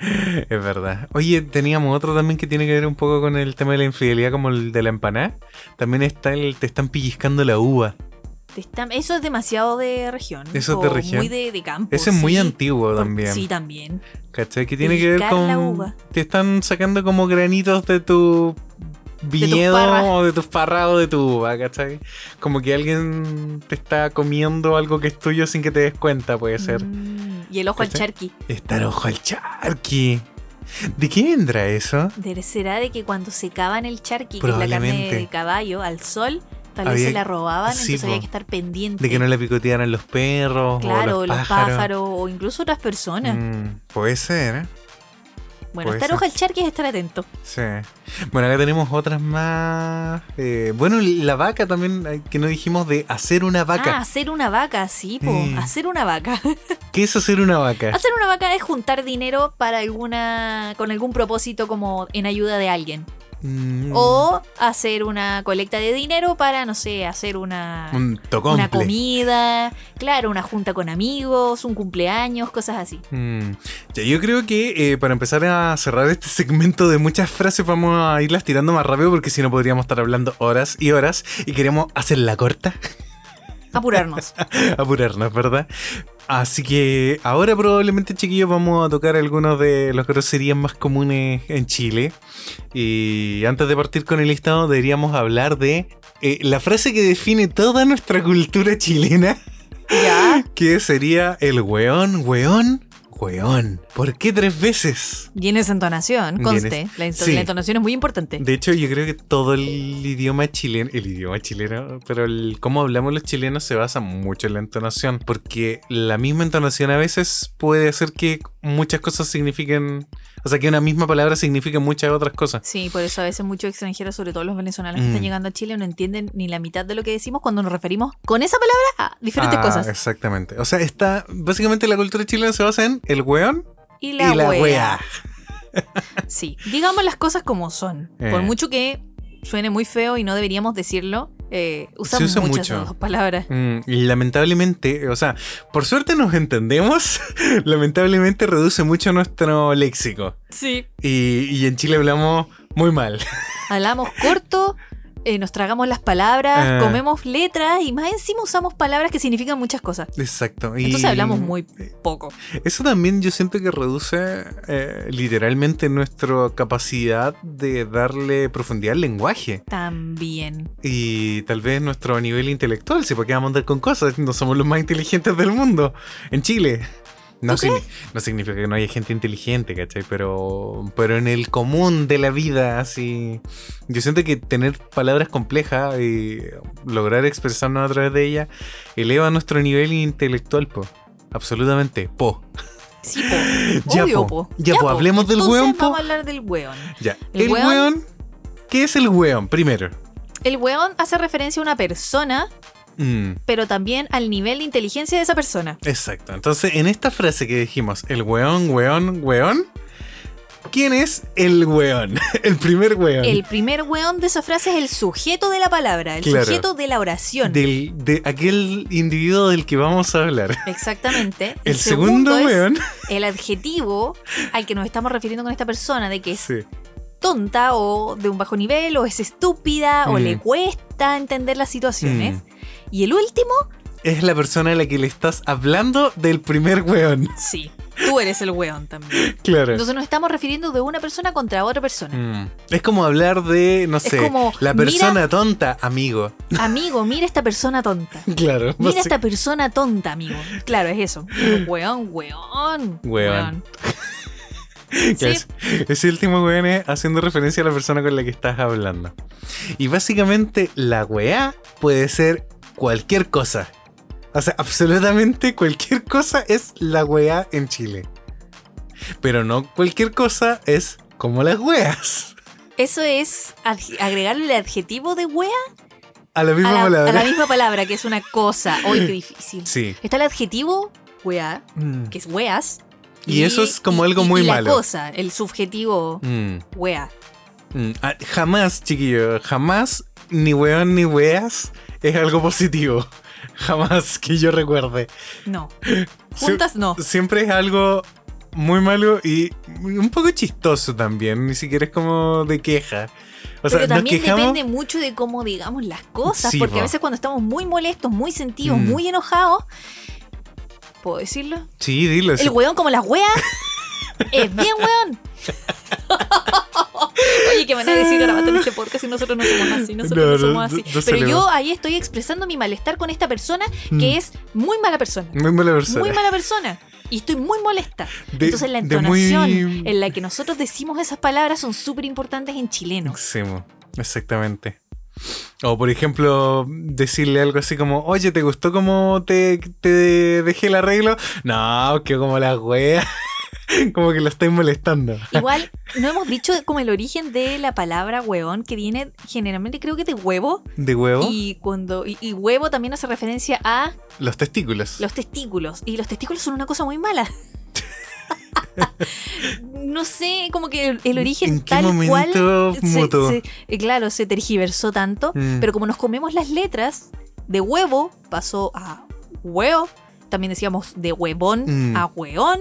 [SPEAKER 2] es verdad. Oye, teníamos otro también que tiene que ver un poco con el tema de la infidelidad, como el de la empanada. También está el te están pellizcando la uva.
[SPEAKER 3] Te está- Eso es demasiado de región.
[SPEAKER 2] Eso es de
[SPEAKER 3] o
[SPEAKER 2] región.
[SPEAKER 3] Muy de, de campo.
[SPEAKER 2] Ese es muy
[SPEAKER 3] Oh, sí,
[SPEAKER 2] antiguo
[SPEAKER 3] por-
[SPEAKER 2] también.
[SPEAKER 3] Sí, también.
[SPEAKER 2] ¿Cachai? Que tiene que ver
[SPEAKER 3] Pellizcar la
[SPEAKER 2] con.
[SPEAKER 3] uva.
[SPEAKER 2] Te están sacando como granitos de tu viñedo
[SPEAKER 3] parras.
[SPEAKER 2] o de tus parras o de tu uva, ¿cachai? Como que alguien te está comiendo algo que es tuyo sin que te des cuenta, puede ser.
[SPEAKER 3] Mm, y el ojo al
[SPEAKER 2] ¿Cachai?
[SPEAKER 3] charqui.
[SPEAKER 2] Estar ojo al charqui. ¿De qué entra eso?
[SPEAKER 3] De- ¿Será de que cuando secaban el charqui, que es la carne
[SPEAKER 2] Probablemente.
[SPEAKER 3] de caballo, al sol, tal vez
[SPEAKER 2] Había-
[SPEAKER 3] se la robaban,
[SPEAKER 2] sí,
[SPEAKER 3] entonces
[SPEAKER 2] po.
[SPEAKER 3] había que estar pendiente.
[SPEAKER 2] De que no le picotearan los perros
[SPEAKER 3] Claro,
[SPEAKER 2] o los,
[SPEAKER 3] los
[SPEAKER 2] pájaros.
[SPEAKER 3] pájaros o incluso otras personas.
[SPEAKER 2] Mm, puede ser, ¿eh?
[SPEAKER 3] bueno,
[SPEAKER 2] puede
[SPEAKER 3] estar
[SPEAKER 2] ser.
[SPEAKER 3] ojo al charqui es estar atento.
[SPEAKER 2] Sí. Bueno, acá tenemos otras más. eh, bueno, la vaca también, eh, que no dijimos de hacer una
[SPEAKER 3] Ah,
[SPEAKER 2] vaca.
[SPEAKER 3] hacer una vaca, sí, po.
[SPEAKER 2] Mm.
[SPEAKER 3] Hacer una vaca.
[SPEAKER 2] ¿Qué [laughs] es hacer una vaca?
[SPEAKER 3] Hacer una vaca es juntar dinero para alguna. con algún propósito como en ayuda de alguien.
[SPEAKER 2] Mm,
[SPEAKER 3] Ah. O hacer una colecta de dinero para, no sé, hacer una.
[SPEAKER 2] un
[SPEAKER 3] una
[SPEAKER 2] tocomple.
[SPEAKER 3] comida, claro, una junta con amigos, un cumpleaños, cosas así.
[SPEAKER 2] Mm. Ya, yo creo que eh, para empezar a cerrar este [laughs] segmento de muchas frases vamos a irlas tirando más rápido porque si no podríamos estar hablando horas y horas y queremos hacerla corta. [laughs]
[SPEAKER 3] Apurarnos.
[SPEAKER 2] apurarnos, ¿verdad? Así que ahora probablemente, chiquillos, vamos a tocar algunos de los groserías más comunes en Chile. Y antes de partir con el listado, deberíamos hablar de eh, la frase que define toda nuestra cultura chilena,
[SPEAKER 3] ya.
[SPEAKER 2] que sería el weón, weón, weón. ¿Por qué tres veces?
[SPEAKER 3] Viene esa entonación,
[SPEAKER 2] Bien,
[SPEAKER 3] conste. La, ento-
[SPEAKER 2] sí.
[SPEAKER 3] la entonación es muy importante.
[SPEAKER 2] De hecho, yo creo que todo el idioma chileno, el idioma chileno, pero el cómo hablamos los chilenos se basa mucho en la entonación, porque la misma entonación a veces puede hacer que muchas cosas signifiquen O sea que una misma palabra significa muchas otras cosas.
[SPEAKER 3] Sí, por eso a veces muchos extranjeros, sobre todo los venezolanos que
[SPEAKER 2] Mm.
[SPEAKER 3] están llegando a Chile, no entienden ni la mitad de lo que decimos cuando nos referimos con esa palabra a diferentes
[SPEAKER 2] Ah,
[SPEAKER 3] cosas.
[SPEAKER 2] Exactamente. O sea, está. Básicamente la cultura chilena se basa en el weón
[SPEAKER 3] Y la,
[SPEAKER 2] y la
[SPEAKER 3] wea.
[SPEAKER 2] wea.
[SPEAKER 3] Sí, digamos las cosas como son.
[SPEAKER 2] Eh.
[SPEAKER 3] Por mucho que suene muy feo y no deberíamos decirlo, eh, usamos
[SPEAKER 2] usa
[SPEAKER 3] muchas
[SPEAKER 2] mucho.
[SPEAKER 3] de las dos palabras.
[SPEAKER 2] Mm, lamentablemente, o sea, por suerte nos entendemos. [laughs] lamentablemente reduce mucho nuestro léxico.
[SPEAKER 3] Sí.
[SPEAKER 2] Y, y en Chile hablamos muy mal.
[SPEAKER 3] Hablamos corto, eh, nos tragamos las palabras,
[SPEAKER 2] Eh.
[SPEAKER 3] comemos letras y más encima usamos palabras que significan muchas cosas.
[SPEAKER 2] Exacto. y- eh,
[SPEAKER 3] Entonces hablamos muy poco.
[SPEAKER 2] Eso también yo siento que reduce eh, literalmente nuestra capacidad de darle profundidad al lenguaje.
[SPEAKER 3] También.
[SPEAKER 2] Y tal vez nuestro nivel intelectual, si porque vamos a andar con cosas, no somos los más inteligentes del mundo en Chile. No,
[SPEAKER 3] ¿Tú
[SPEAKER 2] signi- no significa que no haya gente inteligente, ¿cachai? Pero, pero en el común de la vida, así. Yo siento que tener palabras complejas y lograr expresarnos a través de ellas eleva nuestro nivel intelectual, po. Absolutamente, po.
[SPEAKER 3] Sí, po.
[SPEAKER 2] [laughs] Ya,
[SPEAKER 3] Obvio,
[SPEAKER 2] po.
[SPEAKER 3] po.
[SPEAKER 2] Ya, po. Hablemos del
[SPEAKER 3] Entonces
[SPEAKER 2] weón, po.
[SPEAKER 3] Vamos a hablar del weón.
[SPEAKER 2] Ya.
[SPEAKER 3] ¿El
[SPEAKER 2] El,
[SPEAKER 3] weón?
[SPEAKER 2] weón? ¿Qué es el weón? Primero.
[SPEAKER 3] El weón hace referencia a una persona,
[SPEAKER 2] Mm,
[SPEAKER 3] pero también al nivel de inteligencia de esa persona.
[SPEAKER 2] exacto. Entonces, en esta frase que dijimos, el weón, weón, weón. ¿Quién es el weón? [laughs] El primer weón.
[SPEAKER 3] El primer weón de esa frase es el sujeto de la palabra, el
[SPEAKER 2] Claro.
[SPEAKER 3] sujeto de la oración.
[SPEAKER 2] Del- de aquel individuo del que vamos a hablar.
[SPEAKER 3] Exactamente.
[SPEAKER 2] [laughs] El, segundo,
[SPEAKER 3] es [laughs]
[SPEAKER 2] weón.
[SPEAKER 3] el adjetivo al que nos estamos refiriendo con esta persona, de que es
[SPEAKER 2] Sí.
[SPEAKER 3] tonta o de un bajo nivel, o es estúpida, o
[SPEAKER 2] Mm.
[SPEAKER 3] le cuesta entender las situaciones.
[SPEAKER 2] Mm.
[SPEAKER 3] Y el último,
[SPEAKER 2] Es la persona a la que le estás hablando del primer weón. [laughs]
[SPEAKER 3] sí, tú eres el weón también.
[SPEAKER 2] Claro.
[SPEAKER 3] Entonces nos estamos refiriendo de una persona contra otra persona.
[SPEAKER 2] Mm. Es como hablar de, no sé,
[SPEAKER 3] como,
[SPEAKER 2] la persona [laughs] tonta, amigo.
[SPEAKER 3] Amigo, mira esta persona tonta.
[SPEAKER 2] Claro.
[SPEAKER 3] Mira este
[SPEAKER 2] básicamente.
[SPEAKER 3] esta persona tonta, amigo. Claro, es eso. Weón, weón.
[SPEAKER 2] Weón. [laughs] Que es- Ese último weón es haciendo referencia a la persona con la que estás hablando. Y básicamente la weá puede ser cualquier cosa. O sea, absolutamente cualquier cosa es la weá en Chile. Pero no cualquier cosa es como las weas.
[SPEAKER 3] Eso es adj- agregarle el adjetivo de wea
[SPEAKER 2] A la misma
[SPEAKER 3] a la,
[SPEAKER 2] palabra.
[SPEAKER 3] a la misma palabra, que es una
[SPEAKER 2] [laughs]
[SPEAKER 3] cosa. Hoy qué difícil.
[SPEAKER 2] Sí.
[SPEAKER 3] Está el adjetivo wea,
[SPEAKER 2] Mm.
[SPEAKER 3] que es weas.
[SPEAKER 2] Y eso es como algo
[SPEAKER 3] y-
[SPEAKER 2] muy
[SPEAKER 3] y
[SPEAKER 2] malo.
[SPEAKER 3] La cosa, el subjetivo
[SPEAKER 2] Mm,
[SPEAKER 3] wea.
[SPEAKER 2] mm. Ah, Jamás, chiquillo, jamás ni weón ni weas es algo positivo. [laughs] Jamás que yo recuerde.
[SPEAKER 3] No.
[SPEAKER 2] Sí.
[SPEAKER 3] Juntas no.
[SPEAKER 2] siempre es algo muy malo y un poco chistoso también. Ni siquiera es como de queja. O sea,
[SPEAKER 3] Pero
[SPEAKER 2] nos
[SPEAKER 3] también
[SPEAKER 2] quejamos.
[SPEAKER 3] depende mucho de cómo digamos las cosas,
[SPEAKER 2] Sí,
[SPEAKER 3] porque
[SPEAKER 2] po.
[SPEAKER 3] a veces cuando estamos muy molestos, muy sentidos,
[SPEAKER 2] Mm.
[SPEAKER 3] muy enojados, ¿puedo decirlo?
[SPEAKER 2] Sí, dilo. sí.
[SPEAKER 3] El weón como
[SPEAKER 2] [laughs]
[SPEAKER 3] las weas. es bien weón. Oye, que manera de decir ahora en este podcast y nosotros no somos así, nosotros no,
[SPEAKER 2] No, no,
[SPEAKER 3] somos así.
[SPEAKER 2] no- no se
[SPEAKER 3] Pero
[SPEAKER 2] le
[SPEAKER 3] yo
[SPEAKER 2] va.
[SPEAKER 3] ahí estoy expresando mi malestar con esta persona que
[SPEAKER 2] Mm.
[SPEAKER 3] es muy mala persona.
[SPEAKER 2] Muy mala persona.
[SPEAKER 3] Muy mala persona. Y estoy muy molesta.
[SPEAKER 2] De-
[SPEAKER 3] Entonces la
[SPEAKER 2] de muy-
[SPEAKER 3] entonación en la que nosotros decimos esas palabras son súper importantes en chileno.
[SPEAKER 2] Sí, mo, exactamente. O por ejemplo, decirle algo así como, oye, ¿te gustó cómo te, te dejé el arreglo? No, que como la wea. [laughs] como que lo estáis molestando.
[SPEAKER 3] Igual, no hemos dicho como el origen de la palabra huevón, que viene generalmente creo que de huevo.
[SPEAKER 2] De huevo,
[SPEAKER 3] Y cuando. Y, y huevo también hace referencia a
[SPEAKER 2] los testículos.
[SPEAKER 3] los testículos. Y los testículos son una cosa muy mala. [laughs] no sé, como que el, el origen
[SPEAKER 2] ¿En qué
[SPEAKER 3] tal cual.
[SPEAKER 2] momento
[SPEAKER 3] se-
[SPEAKER 2] mutó?
[SPEAKER 3] se- eh, claro, se tergiversó tanto.
[SPEAKER 2] Mm.
[SPEAKER 3] Pero como nos comemos las letras, de huevo pasó a huevo. También decíamos de huevón
[SPEAKER 2] Mm.
[SPEAKER 3] a hueón.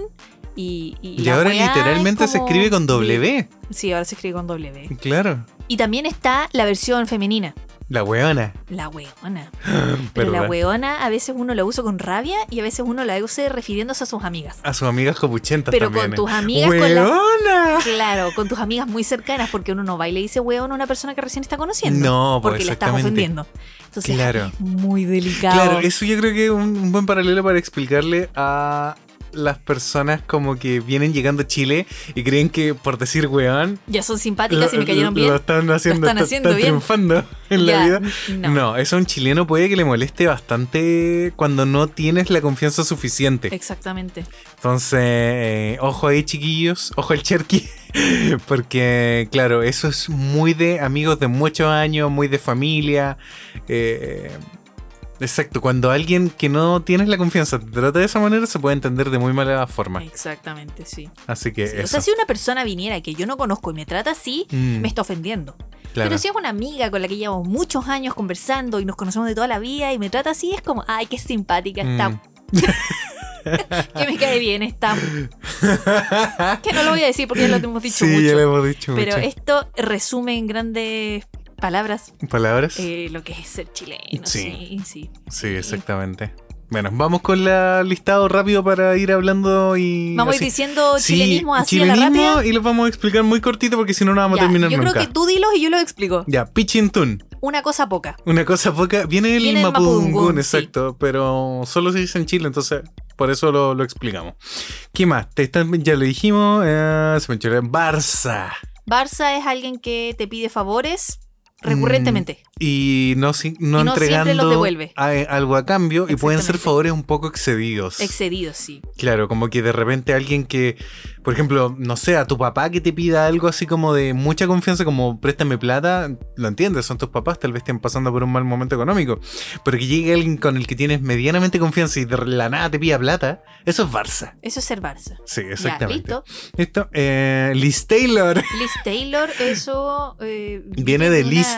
[SPEAKER 3] Y, y
[SPEAKER 2] Y
[SPEAKER 3] la
[SPEAKER 2] ahora
[SPEAKER 3] hueá es
[SPEAKER 2] literalmente se
[SPEAKER 3] como-
[SPEAKER 2] escribe con W.
[SPEAKER 3] Sí, ahora se escribe con W.
[SPEAKER 2] Claro.
[SPEAKER 3] Y también está la versión femenina,
[SPEAKER 2] La weona.
[SPEAKER 3] la hueona.
[SPEAKER 2] [laughs]
[SPEAKER 3] Pero
[SPEAKER 2] ¿verdad?
[SPEAKER 3] la hueona a veces uno la usa con rabia y a veces uno la usa refiriéndose a sus amigas.
[SPEAKER 2] A sus amigas copuchentas
[SPEAKER 3] Pero
[SPEAKER 2] también.
[SPEAKER 3] con
[SPEAKER 2] ¿eh?
[SPEAKER 3] tus amigas, con las-
[SPEAKER 2] ¡Hueona!
[SPEAKER 3] Claro, con tus amigas muy cercanas, porque uno no va y le dice hueón a una persona que recién está conociendo.
[SPEAKER 2] No, pues,
[SPEAKER 3] porque la estás
[SPEAKER 2] exactamente.
[SPEAKER 3] ofendiendo. Entonces,
[SPEAKER 2] Claro.
[SPEAKER 3] es muy delicado.
[SPEAKER 2] Claro, eso yo creo que es un, un buen paralelo para explicarle a las personas como que vienen llegando a Chile y creen que por decir weón.
[SPEAKER 3] Ya son simpáticas y me
[SPEAKER 2] lo-
[SPEAKER 3] cayeron
[SPEAKER 2] Lo
[SPEAKER 3] bien.
[SPEAKER 2] están haciendo,
[SPEAKER 3] están
[SPEAKER 2] está-
[SPEAKER 3] haciendo
[SPEAKER 2] están
[SPEAKER 3] bien.
[SPEAKER 2] triunfando [laughs] en la
[SPEAKER 3] Ya,
[SPEAKER 2] vida.
[SPEAKER 3] No.
[SPEAKER 2] No. eso a un chileno puede que le moleste bastante cuando no tienes la confianza suficiente.
[SPEAKER 3] Exactamente.
[SPEAKER 2] Entonces, eh, ojo ahí, chiquillos, ojo el cherqui. [laughs] Porque, claro, eso es muy de amigos de muchos años, muy de familia. eh, exacto, cuando alguien que no tienes la confianza te trata de esa manera, se puede entender de muy mala forma.
[SPEAKER 3] Exactamente, sí.
[SPEAKER 2] Así que
[SPEAKER 3] Sí,
[SPEAKER 2] Eh, eso.
[SPEAKER 3] O sea, si una persona viniera que yo no conozco y me trata así,
[SPEAKER 2] Mm,
[SPEAKER 3] me está ofendiendo.
[SPEAKER 2] claro.
[SPEAKER 3] Pero si es una amiga con la que llevamos muchos años conversando y nos conocemos de toda la vida y me trata así, es como, ay, qué simpática
[SPEAKER 2] Mm. [laughs]
[SPEAKER 3] está. que me cae bien está. Que no lo voy a decir porque ya lo hemos
[SPEAKER 2] [laughs]
[SPEAKER 3] dicho
[SPEAKER 2] sí, ya
[SPEAKER 3] mucho.
[SPEAKER 2] lo hemos dicho
[SPEAKER 3] Pero
[SPEAKER 2] mucho.
[SPEAKER 3] esto resume en grandes palabras
[SPEAKER 2] ¿Palabras?
[SPEAKER 3] eh, lo que es ser chileno.
[SPEAKER 2] Sí.
[SPEAKER 3] Sí, sí.
[SPEAKER 2] sí, exactamente. Bueno, vamos con la listado rápido para ir hablando y.
[SPEAKER 3] Vamos a ir
[SPEAKER 2] así.
[SPEAKER 3] diciendo
[SPEAKER 2] Sí,
[SPEAKER 3] chilenismo así a la
[SPEAKER 2] chilenismo,
[SPEAKER 3] rápida.
[SPEAKER 2] y los vamos a explicar muy cortito porque si no, no vamos
[SPEAKER 3] Ya,
[SPEAKER 2] a terminar
[SPEAKER 3] yo
[SPEAKER 2] nunca.
[SPEAKER 3] creo que tú dilos y yo lo explico.
[SPEAKER 2] Ya, Pichintún.
[SPEAKER 3] Una cosa poca.
[SPEAKER 2] Una cosa poca. Viene el
[SPEAKER 3] Viene el
[SPEAKER 2] Mapudungún,
[SPEAKER 3] Mapudungún, sí.
[SPEAKER 2] exacto. Pero solo se dice en Chile, entonces por eso lo, lo explicamos. ¿Qué más? Te están, ya lo dijimos. eh, se me choró. Barça.
[SPEAKER 3] Barça es alguien que te pide favores
[SPEAKER 2] Mm.
[SPEAKER 3] recurrentemente.
[SPEAKER 2] Y no, si- no,
[SPEAKER 3] Y no siempre
[SPEAKER 2] entregando
[SPEAKER 3] los devuelve.
[SPEAKER 2] a- algo a cambio. Y pueden ser
[SPEAKER 3] Exactamente.
[SPEAKER 2] favores un poco excedidos.
[SPEAKER 3] Excedidos, sí.
[SPEAKER 2] Claro, como que de repente alguien que, por ejemplo, no sé, a tu papá que te pida algo así como de mucha confianza, como préstame plata, lo entiendes, son tus papás, tal vez estén pasando por un mal momento económico, pero que llegue alguien con el que tienes medianamente confianza y de la nada te pida plata, eso es Barça.
[SPEAKER 3] Eso es ser Barça.
[SPEAKER 2] Sí,
[SPEAKER 3] Ya,
[SPEAKER 2] exactamente.
[SPEAKER 3] listo.
[SPEAKER 2] Listo. Eh, Liz
[SPEAKER 3] [laughs]
[SPEAKER 2] Taylor
[SPEAKER 3] Liz Taylor, eso. eh,
[SPEAKER 2] viene de
[SPEAKER 3] una-
[SPEAKER 2] listo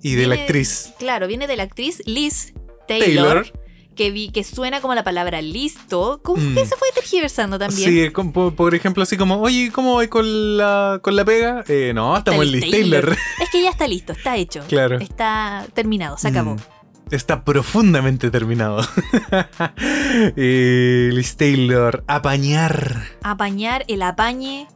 [SPEAKER 2] y de la
[SPEAKER 3] viene-
[SPEAKER 2] actriz
[SPEAKER 3] Claro, viene de la actriz Liz Taylor.
[SPEAKER 2] Taylor.
[SPEAKER 3] Que, vi, que suena como la palabra listo. Como
[SPEAKER 2] Mm.
[SPEAKER 3] que se fue tergiversando también.
[SPEAKER 2] Sí, como por, por ejemplo, así como, oye, ¿cómo va con la, con la pega? Eh, no, estamos en
[SPEAKER 3] Liz
[SPEAKER 2] Liz Taylor. [laughs]
[SPEAKER 3] Es que ya está listo, está hecho.
[SPEAKER 2] Claro.
[SPEAKER 3] Está terminado, se acabó.
[SPEAKER 2] Mm, Está profundamente terminado. [laughs] eh, Liz Taylor, apañar.
[SPEAKER 3] Apañar, el apañe.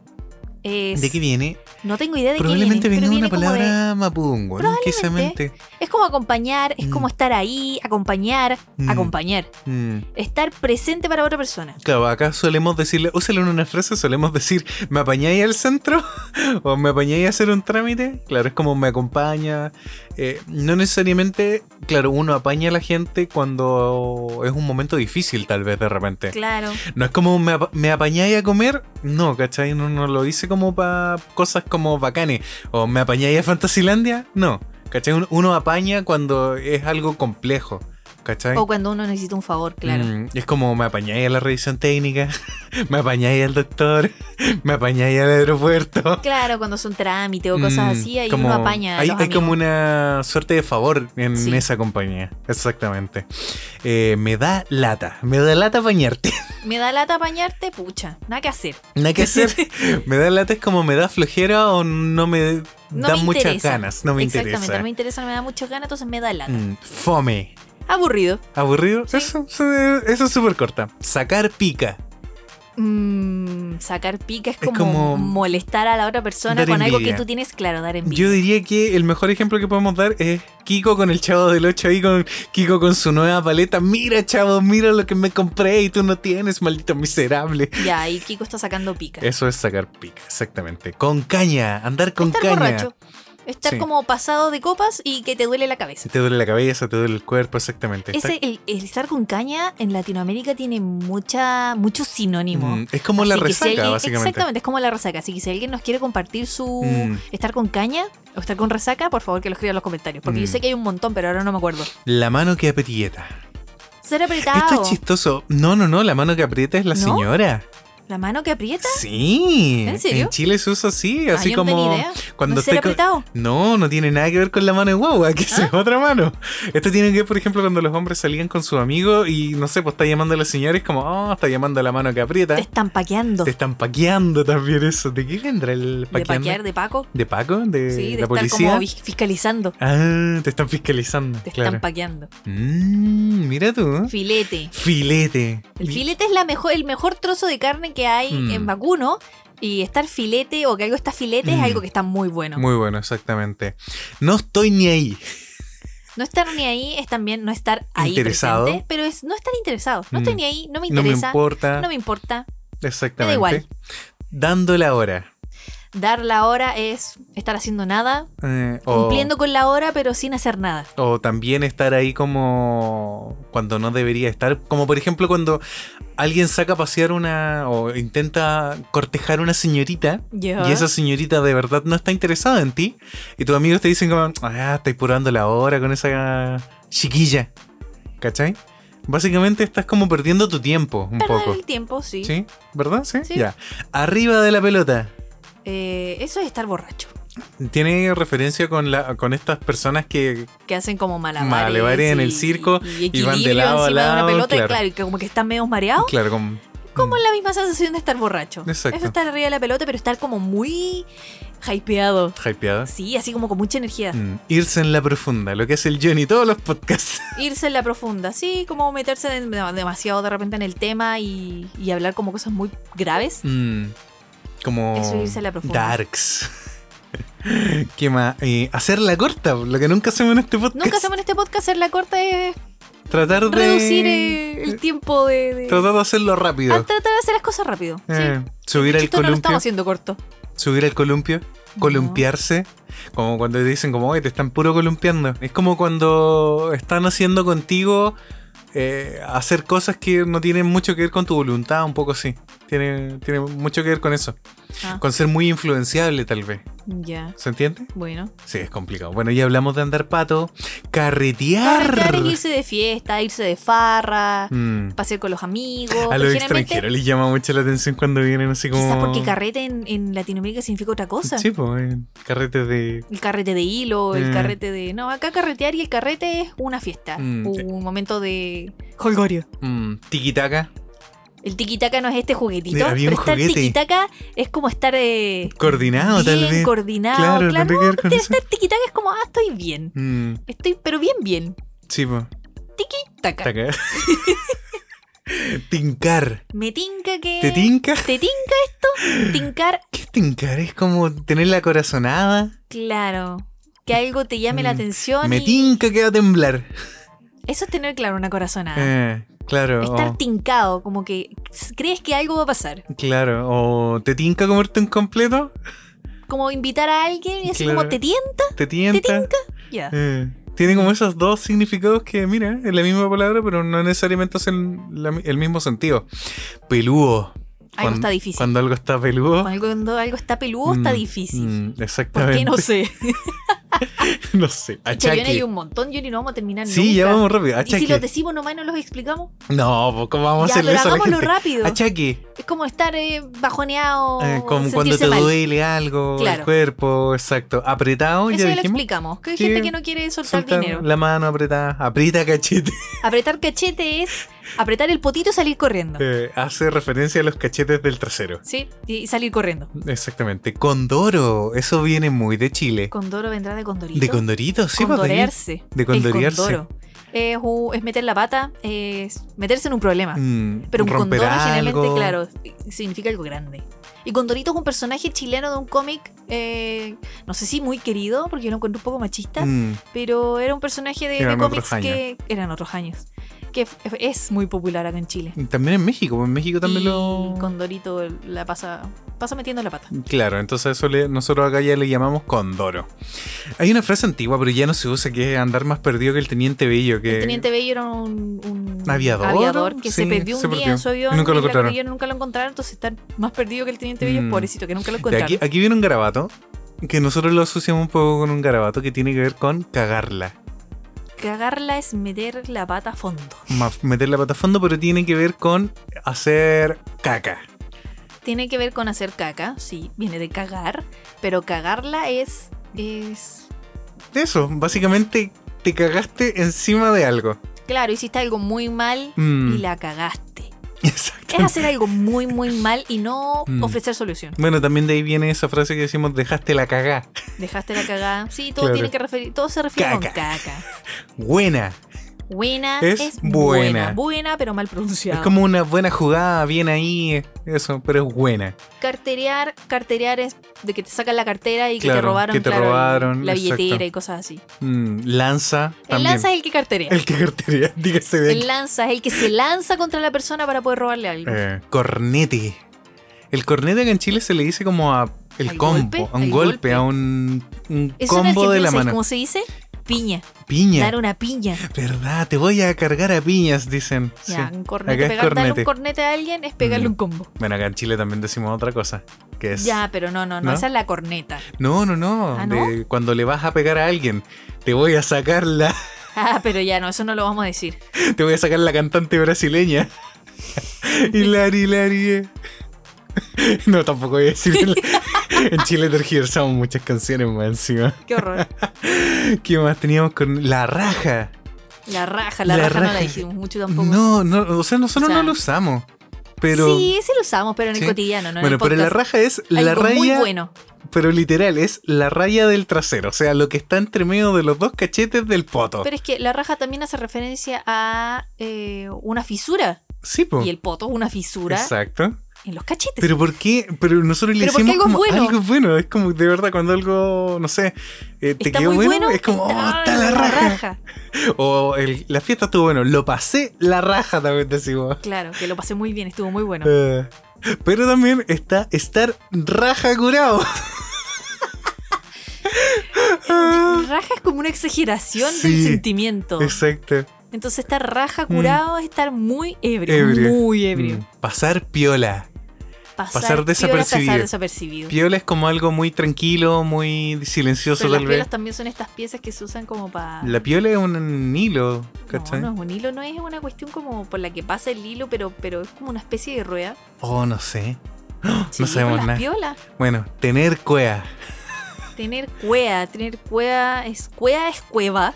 [SPEAKER 3] es-
[SPEAKER 2] ¿De qué viene?
[SPEAKER 3] No tengo idea de qué viene.
[SPEAKER 2] Probablemente
[SPEAKER 3] pero
[SPEAKER 2] venga
[SPEAKER 3] viene
[SPEAKER 2] una
[SPEAKER 3] como de-
[SPEAKER 2] palabra mapungo, ¿no?
[SPEAKER 3] Probablemente. es como acompañar, es
[SPEAKER 2] Mm.
[SPEAKER 3] como estar ahí, acompañar,
[SPEAKER 2] Mm.
[SPEAKER 3] acompañar.
[SPEAKER 2] Mm.
[SPEAKER 3] Estar presente para otra persona.
[SPEAKER 2] Claro, acá solemos decirle, úsalo en una frase, solemos decir, ¿me apañáis al centro? [laughs] ¿O me apañáis a hacer un trámite? Claro, es como me acompaña. Eh, no necesariamente, claro, uno apaña a la gente cuando es un momento difícil, tal vez de repente.
[SPEAKER 3] Claro.
[SPEAKER 2] No es como me, apa- me apañáis a comer, no, ¿cachai? Uno no lo dice como para cosas como bacanes. O me apañáis a Fantasilandia, no. ¿Cachai? Uno, uno apaña cuando es algo complejo, ¿cachai?
[SPEAKER 3] O cuando uno necesita un favor, Oh, claro.
[SPEAKER 2] Mm, es como me apañáis a la revisión técnica, [laughs] me apañáis al doctor, [laughs] me apañáis al aeropuerto.
[SPEAKER 3] Claro, cuando son trámites o cosas
[SPEAKER 2] Mm,
[SPEAKER 3] así, ahí
[SPEAKER 2] como-
[SPEAKER 3] uno apaña. A
[SPEAKER 2] Hay,
[SPEAKER 3] los
[SPEAKER 2] hay como
[SPEAKER 3] amigos.
[SPEAKER 2] una suerte de favor en
[SPEAKER 3] Sí.
[SPEAKER 2] esa compañía, exactamente. Eh, me da lata, me da lata apañarte.
[SPEAKER 3] Me da lata apañarte, pucha, nada que hacer.
[SPEAKER 2] Nada que
[SPEAKER 3] [laughs]
[SPEAKER 2] hacer. me da lata es como me da flojera o no me
[SPEAKER 3] No
[SPEAKER 2] da
[SPEAKER 3] me
[SPEAKER 2] muchas
[SPEAKER 3] interesa.
[SPEAKER 2] ganas. No me
[SPEAKER 3] Exactamente,
[SPEAKER 2] interesa.
[SPEAKER 3] no me interesa, no me da muchas ganas, entonces me da lata.
[SPEAKER 2] Mm, fome.
[SPEAKER 3] Aburrido.
[SPEAKER 2] ¿Aburrido?
[SPEAKER 3] Sí.
[SPEAKER 2] Eso, eso- eso es súper corta. Sacar pica.
[SPEAKER 3] Mm, sacar pica es
[SPEAKER 2] Es
[SPEAKER 3] como,
[SPEAKER 2] como
[SPEAKER 3] molestar a la otra persona
[SPEAKER 2] dar
[SPEAKER 3] con algo que
[SPEAKER 2] envidia.
[SPEAKER 3] tú tienes claro, dar envidia.
[SPEAKER 2] Yo diría que el mejor ejemplo que podemos dar es Kiko con el chavo del 8 ahí, con Kiko con su nueva paleta. Mira, chavo, mira lo que me compré y tú no tienes, maldito miserable.
[SPEAKER 3] Ya, ahí Kiko está sacando pica.
[SPEAKER 2] Eso es sacar pica, exactamente. Con caña, andar con
[SPEAKER 3] Estar
[SPEAKER 2] caña.
[SPEAKER 3] borracho. Estar
[SPEAKER 2] Sí.
[SPEAKER 3] como pasado de copas y que te duele la cabeza.
[SPEAKER 2] Si te duele la cabeza, te duele el cuerpo, exactamente. Está-
[SPEAKER 3] Ese, el, el estar con caña en Latinoamérica tiene mucha, muchos sinónimos.
[SPEAKER 2] Mm, es como la
[SPEAKER 3] Así que si
[SPEAKER 2] resaca,
[SPEAKER 3] alguien-
[SPEAKER 2] básicamente.
[SPEAKER 3] Exactamente, es como la resaca. Así que si alguien nos quiere compartir su
[SPEAKER 2] Mm.
[SPEAKER 3] estar con caña o estar con resaca, por favor que lo escriba en los comentarios. Porque
[SPEAKER 2] Mm.
[SPEAKER 3] yo sé que hay un montón, pero ahora no me acuerdo.
[SPEAKER 2] La mano que aprieta.
[SPEAKER 3] Ser
[SPEAKER 2] Esto
[SPEAKER 3] apretado.
[SPEAKER 2] es chistoso. No, no, no, la mano que aprieta es la
[SPEAKER 3] ¿No?
[SPEAKER 2] señora.
[SPEAKER 3] La mano que aprieta.
[SPEAKER 2] Sí.
[SPEAKER 3] ¿En serio?
[SPEAKER 2] Chile se usa así, así
[SPEAKER 3] Ah, yo No,
[SPEAKER 2] como
[SPEAKER 3] tenía idea.
[SPEAKER 2] cuando
[SPEAKER 3] ¿No es ser
[SPEAKER 2] estoy con-
[SPEAKER 3] apretado. Ah.
[SPEAKER 2] No, no tiene nada que ver con la mano de guagua, que esa es otra mano. Esto tiene que ver, por ejemplo, cuando los hombres salían con sus amigos y no sé, pues está llamando a la señora y es como, oh, está llamando a la mano que aprieta.
[SPEAKER 3] Te están paqueando.
[SPEAKER 2] ¿Ah? Te están paqueando también eso. ¿De qué vendrá el
[SPEAKER 3] De
[SPEAKER 2] paqueando?
[SPEAKER 3] paquear, de Paco.
[SPEAKER 2] ¿De Paco? ¿De
[SPEAKER 3] sí, de
[SPEAKER 2] la
[SPEAKER 3] estar
[SPEAKER 2] policía?
[SPEAKER 3] como vis- fiscalizando.
[SPEAKER 2] Ah, te están fiscalizando.
[SPEAKER 3] Te
[SPEAKER 2] claro.
[SPEAKER 3] están paqueando.
[SPEAKER 2] Mm, mira tú.
[SPEAKER 3] Filete.
[SPEAKER 2] Filete.
[SPEAKER 3] El filete es la mejor, el mejor trozo de carne que hay
[SPEAKER 2] Mm.
[SPEAKER 3] en vacuno. Y estar filete o que algo está filete
[SPEAKER 2] Mm.
[SPEAKER 3] es algo que está muy bueno.
[SPEAKER 2] Muy bueno, exactamente. No estoy ni ahí.
[SPEAKER 3] No estar ni ahí es también no estar ahí
[SPEAKER 2] Interesado.
[SPEAKER 3] presente, pero es no estar interesado. No
[SPEAKER 2] Mm.
[SPEAKER 3] estoy ni ahí, no me
[SPEAKER 2] No me
[SPEAKER 3] interesa, no
[SPEAKER 2] importa.
[SPEAKER 3] me, importa.
[SPEAKER 2] Exactamente.
[SPEAKER 3] me da igual.
[SPEAKER 2] Dando la hora.
[SPEAKER 3] Dar la hora es estar haciendo nada,
[SPEAKER 2] eh, o,
[SPEAKER 3] cumpliendo con la hora, pero sin hacer nada.
[SPEAKER 2] o también estar ahí como cuando no debería estar. Como por ejemplo cuando alguien saca a pasear una o intenta cortejar una señorita.
[SPEAKER 3] Ya.
[SPEAKER 2] Y esa señorita de verdad no está interesada en ti. Y tus amigos te dicen como, ah, estáis purando la hora con esa chiquilla. ¿Cachai? Básicamente estás como perdiendo tu tiempo un
[SPEAKER 3] Perder
[SPEAKER 2] poco.
[SPEAKER 3] el tiempo, sí.
[SPEAKER 2] ¿Sí? ¿Verdad? ¿Sí?
[SPEAKER 3] Sí.
[SPEAKER 2] Ya. Arriba de la pelota.
[SPEAKER 3] Eh, eso es estar borracho.
[SPEAKER 2] Tiene referencia con, la, con estas personas que...
[SPEAKER 3] Que hacen como malabares.
[SPEAKER 2] Malabares en
[SPEAKER 3] y-
[SPEAKER 2] el circo,
[SPEAKER 3] Y,
[SPEAKER 2] y van de
[SPEAKER 3] equilibrio
[SPEAKER 2] lado a
[SPEAKER 3] encima de una
[SPEAKER 2] lado,
[SPEAKER 3] pelota, y
[SPEAKER 2] claro.
[SPEAKER 3] claro, y que como que están medio mareados.
[SPEAKER 2] Claro, como...
[SPEAKER 3] Oh. Como la misma sensación de estar borracho.
[SPEAKER 2] Exacto.
[SPEAKER 3] Eso estar arriba de la pelota, pero estar como muy hypeado.
[SPEAKER 2] mm, Hypeadas.
[SPEAKER 3] Sí, así como con mucha energía.
[SPEAKER 2] Mm. Irse en la profunda, lo que hace el Johnny todos los
[SPEAKER 3] [laughs]
[SPEAKER 2] podcasts.
[SPEAKER 3] Irse en la profunda, sí, como meterse de- de- demasiado de repente en el tema y, y hablar como cosas muy graves.
[SPEAKER 2] Mm, como
[SPEAKER 3] Eso irse a la profunda.
[SPEAKER 2] darks. [laughs] ¿Qué más? Eh, hacer la corta, lo que nunca hacemos en este podcast.
[SPEAKER 3] Nunca hacemos en este podcast hacer la corta es
[SPEAKER 2] tratar de
[SPEAKER 3] reducir eh, el tiempo de... de-
[SPEAKER 2] tratar de hacerlo rápido.
[SPEAKER 3] Ah, tratar de hacer las cosas rápido. sí.
[SPEAKER 2] Eh, subir
[SPEAKER 3] De
[SPEAKER 2] al
[SPEAKER 3] hecho, esto no lo
[SPEAKER 2] columpio,
[SPEAKER 3] estamos haciendo corto.
[SPEAKER 2] subir al columpio, columpiarse, como cuando te dicen como, "Oye, te están puro columpiando." Es como cuando están haciendo contigo eh, hacer cosas que no tienen mucho que ver con tu voluntad, un poco así. Tiene, tiene mucho que ver con eso.
[SPEAKER 3] Ah.
[SPEAKER 2] Con ser muy influenciable, tal vez.
[SPEAKER 3] Ya,
[SPEAKER 2] ¿Se entiende?
[SPEAKER 3] bueno.
[SPEAKER 2] Sí, es complicado. Bueno, ya hablamos de andar pato. Carretear.
[SPEAKER 3] Arrancar es irse de fiesta, irse de farra,
[SPEAKER 2] Mm.
[SPEAKER 3] pasear con los amigos.
[SPEAKER 2] A los
[SPEAKER 3] Generalmente,
[SPEAKER 2] extranjeros les llama mucho la atención cuando vienen así como.
[SPEAKER 3] Quizás porque carrete en, en Latinoamérica significa otra cosa.
[SPEAKER 2] Sí, pues, eh, carretes de.
[SPEAKER 3] El carrete de hilo, el
[SPEAKER 2] Mm.
[SPEAKER 3] carrete de... No, acá carretear y el carrete es una fiesta,
[SPEAKER 2] Mm, sí.
[SPEAKER 3] un momento de... Holgorio.
[SPEAKER 2] Mm, tiquitaca.
[SPEAKER 3] El tiquitaca no es este juguetito,
[SPEAKER 2] Había
[SPEAKER 3] pero
[SPEAKER 2] un
[SPEAKER 3] estar
[SPEAKER 2] juguete.
[SPEAKER 3] tiquitaca es como estar eh,
[SPEAKER 2] Coordinado,
[SPEAKER 3] bien
[SPEAKER 2] tal vez.
[SPEAKER 3] coordinado.
[SPEAKER 2] claro,
[SPEAKER 3] Claro,
[SPEAKER 2] tendría que ver con
[SPEAKER 3] Este-
[SPEAKER 2] eso.
[SPEAKER 3] estar tiquitaca es como, ah, estoy bien.
[SPEAKER 2] Mm,
[SPEAKER 3] Estoy, pero bien, bien.
[SPEAKER 2] sí, pues.
[SPEAKER 3] Taca.
[SPEAKER 2] Taca. [laughs] tincar.
[SPEAKER 3] Me tinca que...
[SPEAKER 2] ¿Te tinca?
[SPEAKER 3] ¿Te tinca esto? Tincar,
[SPEAKER 2] ¿Qué es tincar? Es como tener la corazonada.
[SPEAKER 3] claro. Que algo te llame la
[SPEAKER 2] Mm,
[SPEAKER 3] atención.
[SPEAKER 2] Me
[SPEAKER 3] y-
[SPEAKER 2] tinca que va a temblar.
[SPEAKER 3] Eso es tener, claro, una corazonada.
[SPEAKER 2] Eh, claro.
[SPEAKER 3] Estar
[SPEAKER 2] o-
[SPEAKER 3] tincado, como que crees que algo va a pasar.
[SPEAKER 2] Claro, o te tinca comerte un completo,
[SPEAKER 3] como invitar a alguien y así
[SPEAKER 2] Claro.
[SPEAKER 3] como te tienta.
[SPEAKER 2] te tienta.
[SPEAKER 3] tinca? Ya.
[SPEAKER 2] Eh, tiene como esos dos significados que, mira, es la misma palabra, pero no necesariamente hacen la- el mismo sentido. Peludo.
[SPEAKER 3] Algo está difícil.
[SPEAKER 2] Cuando algo está peludo.
[SPEAKER 3] Cuando, cuando algo está peludo, está
[SPEAKER 2] mm,
[SPEAKER 3] difícil.
[SPEAKER 2] mm,
[SPEAKER 3] ¿Por
[SPEAKER 2] exactamente.
[SPEAKER 3] qué?
[SPEAKER 2] [laughs]
[SPEAKER 3] No sé.
[SPEAKER 2] No sé.
[SPEAKER 3] Chayones hay
[SPEAKER 2] Achaque.
[SPEAKER 3] un montón, Johnny, no vamos a terminar
[SPEAKER 2] Sí,
[SPEAKER 3] nunca.
[SPEAKER 2] ya vamos rápido.
[SPEAKER 3] Y si los
[SPEAKER 2] Achaque.
[SPEAKER 3] decimos nomás y no los explicamos,
[SPEAKER 2] No, pues, ¿cómo vamos a
[SPEAKER 3] ya,
[SPEAKER 2] hacerle
[SPEAKER 3] pero
[SPEAKER 2] eso a la
[SPEAKER 3] hagámoslo
[SPEAKER 2] gente?
[SPEAKER 3] rápido.
[SPEAKER 2] Achaque.
[SPEAKER 3] Es como estar eh, bajoneado,
[SPEAKER 2] Eh, como cuando
[SPEAKER 3] sentirse
[SPEAKER 2] te
[SPEAKER 3] mal.
[SPEAKER 2] duele algo, el
[SPEAKER 3] Claro.
[SPEAKER 2] cuerpo, exacto. Apretado,
[SPEAKER 3] Eso
[SPEAKER 2] ya
[SPEAKER 3] ya lo
[SPEAKER 2] dijimos.
[SPEAKER 3] explicamos. Que hay
[SPEAKER 2] Sí,
[SPEAKER 3] gente que no quiere soltar
[SPEAKER 2] Soltar
[SPEAKER 3] dinero.
[SPEAKER 2] la mano apretada, aprieta
[SPEAKER 3] [laughs]
[SPEAKER 2] cachete.
[SPEAKER 3] Apretar cachete es apretar el potito y salir corriendo.
[SPEAKER 2] Eh, hace referencia a los cachetes del trasero.
[SPEAKER 3] ¿Sí? Y y salir corriendo.
[SPEAKER 2] Exactamente. Condoro, eso viene muy de Chile.
[SPEAKER 3] Condoro vendrá de condorito.
[SPEAKER 2] De condorito, sí, pues, de ahí.
[SPEAKER 3] Condorearse.
[SPEAKER 2] de condorearse.
[SPEAKER 3] El condoro. Es, u- es meter la pata, es meterse en un problema.
[SPEAKER 2] Mm,
[SPEAKER 3] Pero un
[SPEAKER 2] romper
[SPEAKER 3] condoro generalmente,
[SPEAKER 2] algo.
[SPEAKER 3] claro, significa algo grande. Y Condorito es un personaje chileno de un cómic, eh, no sé si muy querido, porque yo lo encuentro un poco machista,
[SPEAKER 2] Mm,
[SPEAKER 3] pero era un personaje de,
[SPEAKER 2] Eran
[SPEAKER 3] de cómics
[SPEAKER 2] otros años.
[SPEAKER 3] que eran otros años, que f- es muy popular acá en Chile.
[SPEAKER 2] También en México, pues, en México también
[SPEAKER 3] y
[SPEAKER 2] lo.
[SPEAKER 3] Condorito la pasa, pasa metiendo la pata.
[SPEAKER 2] Claro, entonces eso le- nosotros acá ya le llamamos condoro. Hay una frase antigua, pero ya no se usa, que es andar más perdido que el teniente bello. Que...
[SPEAKER 3] El Teniente Bello era un, un
[SPEAKER 2] ¿Aviador?
[SPEAKER 3] aviador que
[SPEAKER 2] Sí,
[SPEAKER 3] se perdió un
[SPEAKER 2] se
[SPEAKER 3] día
[SPEAKER 2] perdió.
[SPEAKER 3] en su avión
[SPEAKER 2] Y nunca lo
[SPEAKER 3] en la
[SPEAKER 2] encontraron.
[SPEAKER 3] cordillera, nunca lo encontraron, entonces está más perdido que el Teniente Bello,
[SPEAKER 2] Mm.
[SPEAKER 3] pobrecito, que nunca lo
[SPEAKER 2] De
[SPEAKER 3] encontraron.
[SPEAKER 2] aquí, aquí viene un garabato, que nosotros lo asociamos un poco con un garabato que tiene que ver con cagarla.
[SPEAKER 3] Cagarla es meter la pata a fondo.
[SPEAKER 2] Ma- Meter la pata a fondo, pero tiene que ver con hacer caca.
[SPEAKER 3] Tiene que ver con hacer caca, sí, viene de cagar, pero cagarla es. es.
[SPEAKER 2] Eso, básicamente te cagaste encima de algo.
[SPEAKER 3] Claro, hiciste algo muy mal
[SPEAKER 2] Mm,
[SPEAKER 3] y
[SPEAKER 2] [laughs]
[SPEAKER 3] la cagaste.
[SPEAKER 2] Exacto.
[SPEAKER 3] Es hacer algo muy, muy mal y no
[SPEAKER 2] Mm.
[SPEAKER 3] ofrecer solución.
[SPEAKER 2] Bueno, también de ahí viene esa frase que decimos, dejaste la cagá.
[SPEAKER 3] Dejaste la cagada. Sí, todo
[SPEAKER 2] Claro.
[SPEAKER 3] tiene que referir, todo se refiere con
[SPEAKER 2] Caca.
[SPEAKER 3] caca.
[SPEAKER 2] Buena.
[SPEAKER 3] Buena
[SPEAKER 2] Es
[SPEAKER 3] es, buena.
[SPEAKER 2] buena.
[SPEAKER 3] buena. pero mal pronunciada.
[SPEAKER 2] Es como una buena jugada, bien ahí, eso, pero es buena.
[SPEAKER 3] Carterear, carterear es de que te sacan la cartera y que
[SPEAKER 2] Claro,
[SPEAKER 3] te robaron,
[SPEAKER 2] que te
[SPEAKER 3] claro,
[SPEAKER 2] robaron,
[SPEAKER 3] la
[SPEAKER 2] exacto.
[SPEAKER 3] billetera y cosas así.
[SPEAKER 2] Mm, lanza también.
[SPEAKER 3] El lanza es el que carterea.
[SPEAKER 2] El que cartería, dígase de
[SPEAKER 3] El lanza es el que se lanza contra la persona para poder robarle algo.
[SPEAKER 2] Eh, cornete. El cornete que en Chile se le dice como a el
[SPEAKER 3] ¿Al
[SPEAKER 2] combo,
[SPEAKER 3] golpe?
[SPEAKER 2] a un
[SPEAKER 3] ¿Al
[SPEAKER 2] golpe,
[SPEAKER 3] golpe?
[SPEAKER 2] a un, un
[SPEAKER 3] Eso en
[SPEAKER 2] combo de
[SPEAKER 3] Argentina,
[SPEAKER 2] la
[SPEAKER 3] ¿sabes
[SPEAKER 2] mano.
[SPEAKER 3] ¿cómo se dice? Piña.
[SPEAKER 2] Piña.
[SPEAKER 3] Dar una piña.
[SPEAKER 2] ¿Verdad? Te voy a cargar a piñas, dicen.
[SPEAKER 3] Ya,
[SPEAKER 2] Sí.
[SPEAKER 3] un cornete.
[SPEAKER 2] Acá es
[SPEAKER 3] pegar- darle
[SPEAKER 2] cornete.
[SPEAKER 3] un cornete a alguien es pegarle
[SPEAKER 2] Mm.
[SPEAKER 3] un combo.
[SPEAKER 2] Bueno, acá en Chile también decimos otra cosa. Que es.
[SPEAKER 3] Ya, pero no, no, no,
[SPEAKER 2] ¿No?
[SPEAKER 3] Esa es la corneta. [laughs]
[SPEAKER 2] No, no, no.
[SPEAKER 3] ¿Ah,
[SPEAKER 2] de cuando le vas a pegar a alguien, te voy a sacar la,
[SPEAKER 3] Ah, pero ya, no, eso no lo vamos a decir.
[SPEAKER 2] te voy a sacar la cantante brasileña. Hilari, Hilari. eh. No, tampoco voy a decir. el- en Chile tergiversamos muchas canciones más encima.
[SPEAKER 3] Qué horror.
[SPEAKER 2] ¿Qué más teníamos con la raja?
[SPEAKER 3] La raja, la,
[SPEAKER 2] La
[SPEAKER 3] raja, no
[SPEAKER 2] raja.
[SPEAKER 3] la dijimos mucho tampoco.
[SPEAKER 2] No, no, o sea, nosotros
[SPEAKER 3] O sea,
[SPEAKER 2] no lo usamos. Pero
[SPEAKER 3] Sí, sí lo usamos, pero en el
[SPEAKER 2] Sí.
[SPEAKER 3] cotidiano, no en
[SPEAKER 2] bueno,
[SPEAKER 3] el
[SPEAKER 2] pero
[SPEAKER 3] podcast.
[SPEAKER 2] la raja es la
[SPEAKER 3] Algo muy
[SPEAKER 2] raya,
[SPEAKER 3] bueno.
[SPEAKER 2] pero literal es la raya del trasero, o sea, lo que está entre medio de los dos cachetes del poto.
[SPEAKER 3] Pero es que la raja también hace referencia a eh, una fisura.
[SPEAKER 2] sí, po.
[SPEAKER 3] Y el poto es una fisura
[SPEAKER 2] Oh. Exacto.
[SPEAKER 3] en los cachetes.
[SPEAKER 2] Pero ¿por qué? Pero nosotros le
[SPEAKER 3] Pero porque
[SPEAKER 2] decimos
[SPEAKER 3] algo es
[SPEAKER 2] como
[SPEAKER 3] bueno.
[SPEAKER 2] algo bueno, es como de verdad cuando algo, no sé, eh, te
[SPEAKER 3] está
[SPEAKER 2] quedó
[SPEAKER 3] muy
[SPEAKER 2] bueno,
[SPEAKER 3] bueno.
[SPEAKER 2] es como, oh,
[SPEAKER 3] ah,
[SPEAKER 2] está la raja. O el- la fiesta estuvo bueno, lo pasé la raja también decimos.
[SPEAKER 3] Claro, que lo pasé muy bien, estuvo muy bueno.
[SPEAKER 2] Eh, pero también está estar raja
[SPEAKER 3] [laughs]
[SPEAKER 2] curado. Eh,
[SPEAKER 3] Raja es como una exageración
[SPEAKER 2] Sí,
[SPEAKER 3] del sentimiento.
[SPEAKER 2] Exacto.
[SPEAKER 3] Entonces estar raja curado es estar muy ebrio.
[SPEAKER 2] Ebrio.
[SPEAKER 3] Muy ebrio.
[SPEAKER 2] Mm, Pasar piola.
[SPEAKER 3] Pasar,
[SPEAKER 2] Pasar
[SPEAKER 3] piola,
[SPEAKER 2] desapercibido.
[SPEAKER 3] Pasar desapercibido.
[SPEAKER 2] Piola es como algo muy tranquilo, muy silencioso
[SPEAKER 3] Pero las
[SPEAKER 2] tal vez.
[SPEAKER 3] piolas también son estas piezas que se usan como para...
[SPEAKER 2] La piola es un hilo,
[SPEAKER 3] No,
[SPEAKER 2] ¿cachai?
[SPEAKER 3] no es un hilo, no es una cuestión como por la que pasa el hilo, pero, pero es como una especie de rueda.
[SPEAKER 2] Oh, no sé. [gasps]
[SPEAKER 3] Sí,
[SPEAKER 2] no sabemos
[SPEAKER 3] con
[SPEAKER 2] nada.
[SPEAKER 3] las piolas.
[SPEAKER 2] Bueno, tener cuea.
[SPEAKER 3] Tener cueva, tener cueva es cueva es cueva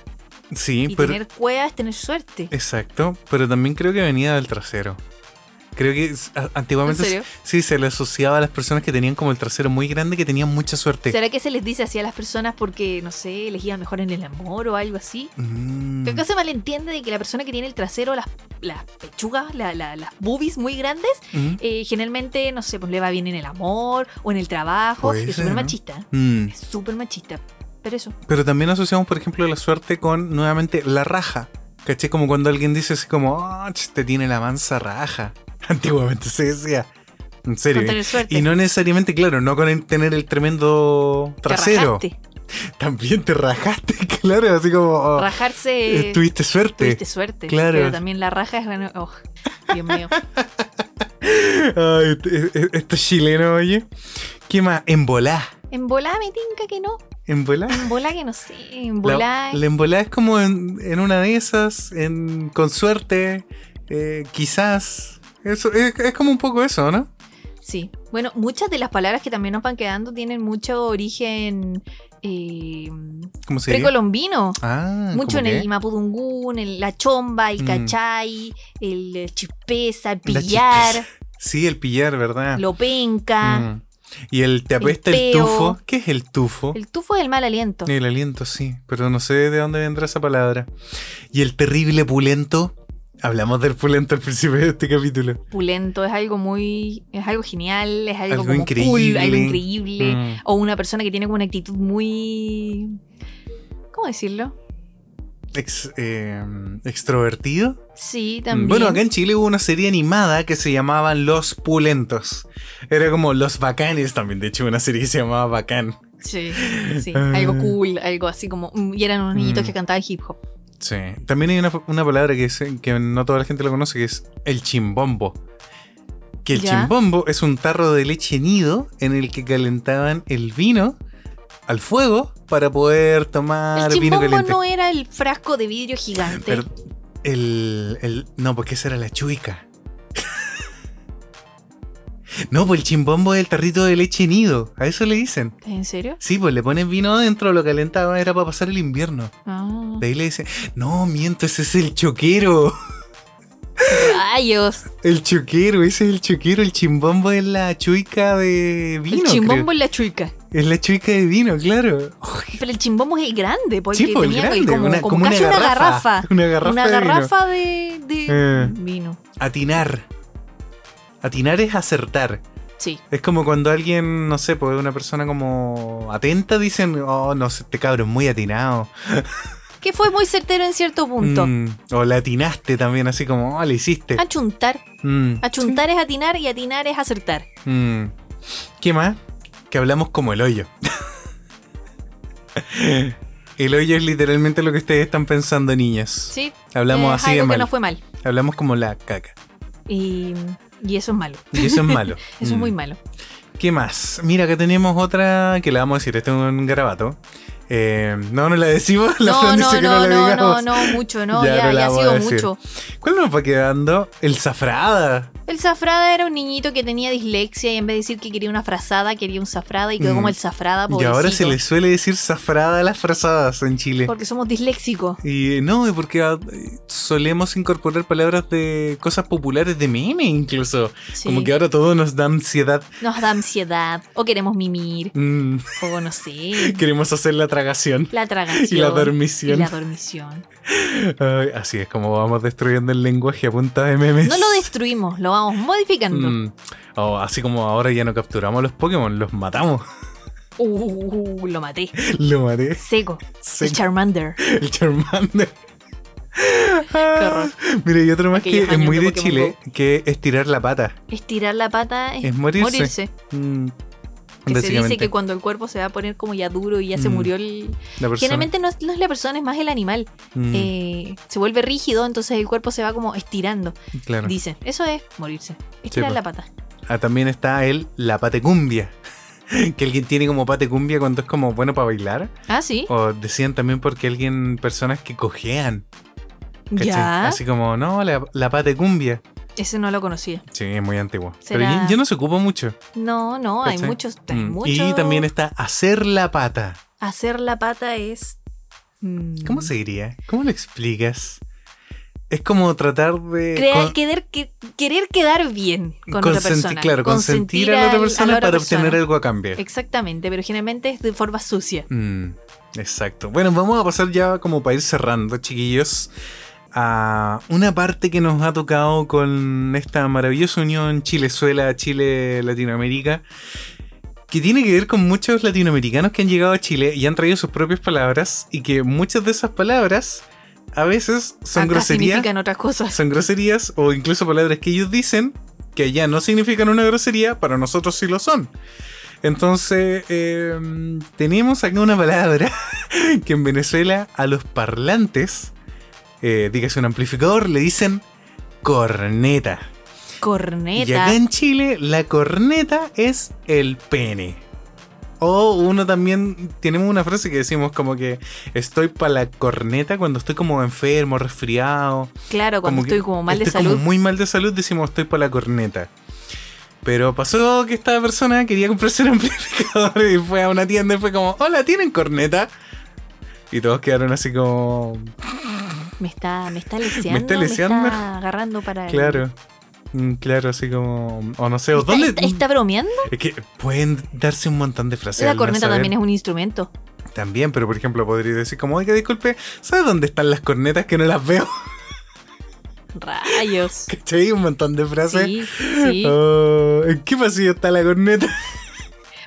[SPEAKER 2] Sí,
[SPEAKER 3] y
[SPEAKER 2] pero.
[SPEAKER 3] tener cueva es tener suerte.
[SPEAKER 2] Exacto. Pero también creo que venía del trasero. Creo que s- a-
[SPEAKER 3] ¿En
[SPEAKER 2] antiguamente
[SPEAKER 3] serio?
[SPEAKER 2] sí se le asociaba a las personas que tenían como el trasero muy grande que tenían mucha suerte.
[SPEAKER 3] ¿Será que se les dice así a las personas porque no sé, les iba mejor en el amor o algo así?
[SPEAKER 2] Mm.
[SPEAKER 3] Que acá se malentiende de que la persona que tiene el trasero, las, las pechugas, la- la- las boobies muy grandes,
[SPEAKER 2] Mm.
[SPEAKER 3] eh, generalmente, no sé, pues le va bien en el amor o en el trabajo.
[SPEAKER 2] Puede
[SPEAKER 3] Es
[SPEAKER 2] ser,
[SPEAKER 3] súper
[SPEAKER 2] ¿no?
[SPEAKER 3] machista. ¿eh?
[SPEAKER 2] Mm.
[SPEAKER 3] Es súper machista. Pero eso.
[SPEAKER 2] Pero también asociamos, por ejemplo, la suerte con nuevamente la raja. ¿Caché? Como cuando alguien dice así como, "Ah, ch, te tiene la mansa raja. [laughs] Antiguamente se decía. En
[SPEAKER 3] Con
[SPEAKER 2] serio. ¿eh?
[SPEAKER 3] tener suerte.
[SPEAKER 2] Y no necesariamente, claro, no con el- tener el tremendo
[SPEAKER 3] Te
[SPEAKER 2] trasero.
[SPEAKER 3] rajaste.
[SPEAKER 2] También te rajaste, [laughs] claro, así como. oh,
[SPEAKER 3] Rajarse.
[SPEAKER 2] eh, tuviste suerte. [laughs]
[SPEAKER 3] Tuviste suerte.
[SPEAKER 2] Claro.
[SPEAKER 3] Pero también la raja es. bueno, oh, Dios mío.
[SPEAKER 2] Ay, este- este- este chileno, oye. ¿Qué más? Embolá.
[SPEAKER 3] En volá me tinca que no.
[SPEAKER 2] Embolá.
[SPEAKER 3] En volá que no sé. En volá.
[SPEAKER 2] La, la embolada es como en, en una de esas, en, con suerte, eh, quizás. Eso, es, es como un poco eso, ¿no?
[SPEAKER 3] Sí. Bueno, muchas de las palabras que también nos van quedando tienen mucho origen eh,
[SPEAKER 2] Como se diría?
[SPEAKER 3] precolombino.
[SPEAKER 2] Ah,
[SPEAKER 3] Mucho
[SPEAKER 2] ¿como
[SPEAKER 3] en
[SPEAKER 2] qué?
[SPEAKER 3] el Mapudungún, en la chomba, el
[SPEAKER 2] Mm.
[SPEAKER 3] cachay, el chispeza, el
[SPEAKER 2] La
[SPEAKER 3] pillar,
[SPEAKER 2] Sí, el pillar, ¿verdad?
[SPEAKER 3] lo penca.
[SPEAKER 2] Mm. Y el te
[SPEAKER 3] El
[SPEAKER 2] apesta el,
[SPEAKER 3] peo.
[SPEAKER 2] tufo. ¿Qué es el tufo? El...
[SPEAKER 3] El tufo del mal aliento.
[SPEAKER 2] aliento, sí, pero no sé de dónde vendrá esa palabra. Y el terrible pulento. Hablamos del pulento al principio de este capítulo.
[SPEAKER 3] Pulento es algo muy. Es algo genial, es algo,
[SPEAKER 2] Algo
[SPEAKER 3] como cool,
[SPEAKER 2] increíble.
[SPEAKER 3] algo increíble.
[SPEAKER 2] Mm.
[SPEAKER 3] O una persona que tiene como una actitud muy. ¿Cómo decirlo?
[SPEAKER 2] Ex- eh, extrovertido.
[SPEAKER 3] Sí, también.
[SPEAKER 2] Mm, Bueno, acá en Chile hubo una serie animada que se llamaban Los Pulentos. Era como Los Bacanes también, de hecho, una serie que se llamaba Bacán.
[SPEAKER 3] Sí, sí.
[SPEAKER 2] Ah.
[SPEAKER 3] Algo cool, algo así como. mm, Y eran unos niñitos
[SPEAKER 2] Mm.
[SPEAKER 3] que cantaban hip hop.
[SPEAKER 2] Sí. También hay una, una palabra que, es- que no toda la gente lo conoce, que es el chimbombo. Que el
[SPEAKER 3] Ya.
[SPEAKER 2] chimbombo es un tarro de leche nido en el que calentaban el vino al fuego para poder tomar
[SPEAKER 3] el
[SPEAKER 2] vino
[SPEAKER 3] chimbombo
[SPEAKER 2] Ah, caliente.
[SPEAKER 3] no era el frasco de vidrio gigante.
[SPEAKER 2] Pero el, el- No, porque esa era la chuica. [laughs] no, pues el chimbombo es el tarrito de leche nido. A eso le dicen.
[SPEAKER 3] ¿En serio?
[SPEAKER 2] Sí, pues le ponen vino adentro, lo calentaban, era para pasar el invierno.
[SPEAKER 3] Ah.
[SPEAKER 2] De ahí le dicen, no, miento, ese es el choquero.
[SPEAKER 3] Rayos.
[SPEAKER 2] El choquero, ese es el choquero, el chimbombo es la chuica de vino.
[SPEAKER 3] el chimbombo
[SPEAKER 2] creo.
[SPEAKER 3] en la chuica.
[SPEAKER 2] Es la chuica de vino, claro.
[SPEAKER 3] Pero el chimbombo es el grande, porque
[SPEAKER 2] Sí, pues,
[SPEAKER 3] tenía
[SPEAKER 2] grande,
[SPEAKER 3] como,
[SPEAKER 2] una-
[SPEAKER 3] como
[SPEAKER 2] como una
[SPEAKER 3] casi una
[SPEAKER 2] garrafa,
[SPEAKER 3] garrafa.
[SPEAKER 2] una garrafa
[SPEAKER 3] Una
[SPEAKER 2] de vino.
[SPEAKER 3] garrafa de, de
[SPEAKER 2] Eh.
[SPEAKER 3] vino.
[SPEAKER 2] Atinar. Atinar es acertar.
[SPEAKER 3] Sí.
[SPEAKER 2] Es como cuando alguien, no sé, pues una persona como atenta, dicen, oh, no sé, este cabrón es muy atinado.
[SPEAKER 3] Que fue muy certero en cierto punto. Ah,
[SPEAKER 2] Mm, o la atinaste también, así como, oh, le hiciste.
[SPEAKER 3] Achuntar.
[SPEAKER 2] Mm,
[SPEAKER 3] Achuntar es atinar y atinar es acertar.
[SPEAKER 2] mm. ¿Qué más? Que hablamos como el hoyo. el hoyo es literalmente lo que ustedes están pensando, niñas.
[SPEAKER 3] Sí.
[SPEAKER 2] Hablamos
[SPEAKER 3] Eh,
[SPEAKER 2] así de
[SPEAKER 3] algo
[SPEAKER 2] mal.
[SPEAKER 3] que no fue mal.
[SPEAKER 2] Hablamos como la caca.
[SPEAKER 3] Y, y eso es malo.
[SPEAKER 2] Y eso es malo.
[SPEAKER 3] [laughs] Eso es
[SPEAKER 2] Mm.
[SPEAKER 3] muy malo.
[SPEAKER 2] ¿Qué más? Mira, acá tenemos otra que la vamos a decir. Este es un garabato. Eh, no, no la decimos. [laughs] La
[SPEAKER 3] No,
[SPEAKER 2] Fran
[SPEAKER 3] no,
[SPEAKER 2] dice que no
[SPEAKER 3] no,
[SPEAKER 2] la
[SPEAKER 3] no, no,
[SPEAKER 2] digamos.
[SPEAKER 3] no, mucho, no,
[SPEAKER 2] Ya,
[SPEAKER 3] ya,
[SPEAKER 2] no
[SPEAKER 3] ya,
[SPEAKER 2] la
[SPEAKER 3] ha
[SPEAKER 2] vamos
[SPEAKER 3] sido
[SPEAKER 2] a decir.
[SPEAKER 3] mucho.
[SPEAKER 2] ¿Cuál nos va quedando? El zafrada.
[SPEAKER 3] El zafrada era un niñito que tenía dislexia y en vez de decir que quería una frazada, quería un zafrada y quedó
[SPEAKER 2] Mm.
[SPEAKER 3] como el zafrada,
[SPEAKER 2] Y
[SPEAKER 3] Ah, pobrecito.
[SPEAKER 2] ahora se le suele decir zafrada a las frazadas en Chile. [laughs]
[SPEAKER 3] Porque somos disléxicos.
[SPEAKER 2] Y no, y porque ah, solemos incorporar palabras de cosas populares de meme incluso.
[SPEAKER 3] Sí.
[SPEAKER 2] Como que ahora todo nos da ansiedad.
[SPEAKER 3] Nos da ansiedad, o queremos mimir,
[SPEAKER 2] Mm, [laughs]
[SPEAKER 3] o no sé,
[SPEAKER 2] queremos hacer la tragación.
[SPEAKER 3] la tragación.
[SPEAKER 2] Y la
[SPEAKER 3] y
[SPEAKER 2] dormición.
[SPEAKER 3] la dormición.
[SPEAKER 2] Ay, así es como vamos destruyendo el lenguaje a punta de memes.
[SPEAKER 3] No lo destruimos, lo vamos modificando.
[SPEAKER 2] Mm. Oh, así como ahora ya no capturamos los Pokémon, los matamos. [laughs]
[SPEAKER 3] Uh, lo maté.
[SPEAKER 2] Lo maté.
[SPEAKER 3] Seco.
[SPEAKER 2] Se-
[SPEAKER 3] El Charmander.
[SPEAKER 2] el
[SPEAKER 3] [laughs]
[SPEAKER 2] Charmander. Ah,
[SPEAKER 3] horror.
[SPEAKER 2] Mira, y otro más
[SPEAKER 3] Aquellos
[SPEAKER 2] que es
[SPEAKER 3] años
[SPEAKER 2] muy
[SPEAKER 3] de
[SPEAKER 2] de
[SPEAKER 3] Pokémon
[SPEAKER 2] Chile, que es tirar la pata.
[SPEAKER 3] Estirar la pata es,
[SPEAKER 2] Es morirse.
[SPEAKER 3] morirse.
[SPEAKER 2] Mm.
[SPEAKER 3] Que se dice
[SPEAKER 2] Básicamente,
[SPEAKER 3] que cuando el cuerpo se va a poner como ya duro y ya se
[SPEAKER 2] Mm.
[SPEAKER 3] murió el...
[SPEAKER 2] la persona.
[SPEAKER 3] Generalmente no es, no es la persona, es más el animal.
[SPEAKER 2] Mm,
[SPEAKER 3] Eh, se vuelve rígido, entonces el cuerpo se va como estirando.
[SPEAKER 2] claro.
[SPEAKER 3] Dicen, eso es morirse. Estirar
[SPEAKER 2] pues.
[SPEAKER 3] la pata.
[SPEAKER 2] Ah, también está el la patecumbia. [laughs] Que alguien tiene como patecumbia cuando es como bueno para bailar.
[SPEAKER 3] Ah, sí.
[SPEAKER 2] O decían también porque alguien, personas que cojean. ¿cachai?
[SPEAKER 3] Ya.
[SPEAKER 2] Así como, no, la, la patecumbia.
[SPEAKER 3] Ese no lo conocía.
[SPEAKER 2] Sí, es muy antiguo. Pero
[SPEAKER 3] ¿Será?
[SPEAKER 2] ya, ya no se ocupa mucho.
[SPEAKER 3] No, no, hay
[SPEAKER 2] ¿Cachai?
[SPEAKER 3] muchos. Hay
[SPEAKER 2] Mm.
[SPEAKER 3] muchos.
[SPEAKER 2] Y también está hacer la pata.
[SPEAKER 3] Hacer la pata es. mm,
[SPEAKER 2] ¿Cómo se diría? ¿Cómo lo explicas? Es como tratar de
[SPEAKER 3] crear-
[SPEAKER 2] con-
[SPEAKER 3] querer, que- querer quedar bien con otra
[SPEAKER 2] consenti-
[SPEAKER 3] persona.
[SPEAKER 2] claro, consentir a la
[SPEAKER 3] al-
[SPEAKER 2] otra persona
[SPEAKER 3] la otra
[SPEAKER 2] para
[SPEAKER 3] persona.
[SPEAKER 2] obtener algo a cambio.
[SPEAKER 3] Exactamente, pero generalmente es de forma sucia.
[SPEAKER 2] Mm, exacto. Bueno, vamos a pasar ya como para ir cerrando, chiquillos, a una parte que nos ha tocado con esta maravillosa unión Chilezuela, Chile-Latinoamérica, que tiene que ver con muchos latinoamericanos que han llegado a Chile y han traído sus propias palabras y que muchas de esas palabras a veces son
[SPEAKER 3] Acá
[SPEAKER 2] groserías.
[SPEAKER 3] significan otras cosas.
[SPEAKER 2] Son groserías o incluso palabras que ellos dicen que allá no significan una grosería, para nosotros sí lo son. Entonces, eh, tenemos acá una palabra [laughs] que en Venezuela a los parlantes, eh, dígase un amplificador, le dicen corneta. Y
[SPEAKER 3] Corneta.
[SPEAKER 2] acá en Chile la corneta es el pene. O uno también, tenemos una frase que decimos como que estoy para la corneta cuando estoy como enfermo, resfriado.
[SPEAKER 3] Claro, cuando
[SPEAKER 2] que
[SPEAKER 3] estoy como mal de
[SPEAKER 2] estoy
[SPEAKER 3] salud.
[SPEAKER 2] Como muy mal de salud, decimos estoy para la corneta. Pero pasó que esta persona quería comprarse un amplificador y fue a una tienda y fue como, hola, ¿tienen corneta? Y todos quedaron así como,
[SPEAKER 3] Me está,
[SPEAKER 2] [laughs]
[SPEAKER 3] me está leseando.
[SPEAKER 2] está leseando.
[SPEAKER 3] está agarrando para. el-
[SPEAKER 2] claro. Mm, Claro, así como, o no sé, o
[SPEAKER 3] ¿Está,
[SPEAKER 2] ¿dónde?
[SPEAKER 3] está- está bromeando?
[SPEAKER 2] Es que pueden darse un montón de frases.
[SPEAKER 3] la corneta también es un instrumento.
[SPEAKER 2] es... También, pero por ejemplo podría decir como, oiga, disculpe, ¿sabes dónde están las cornetas que no las veo? [laughs]
[SPEAKER 3] Rayos.
[SPEAKER 2] ¿Cachai? Un montón de frases.
[SPEAKER 3] Sí, sí.
[SPEAKER 2] Oh, ¿En qué pasillo está la corneta?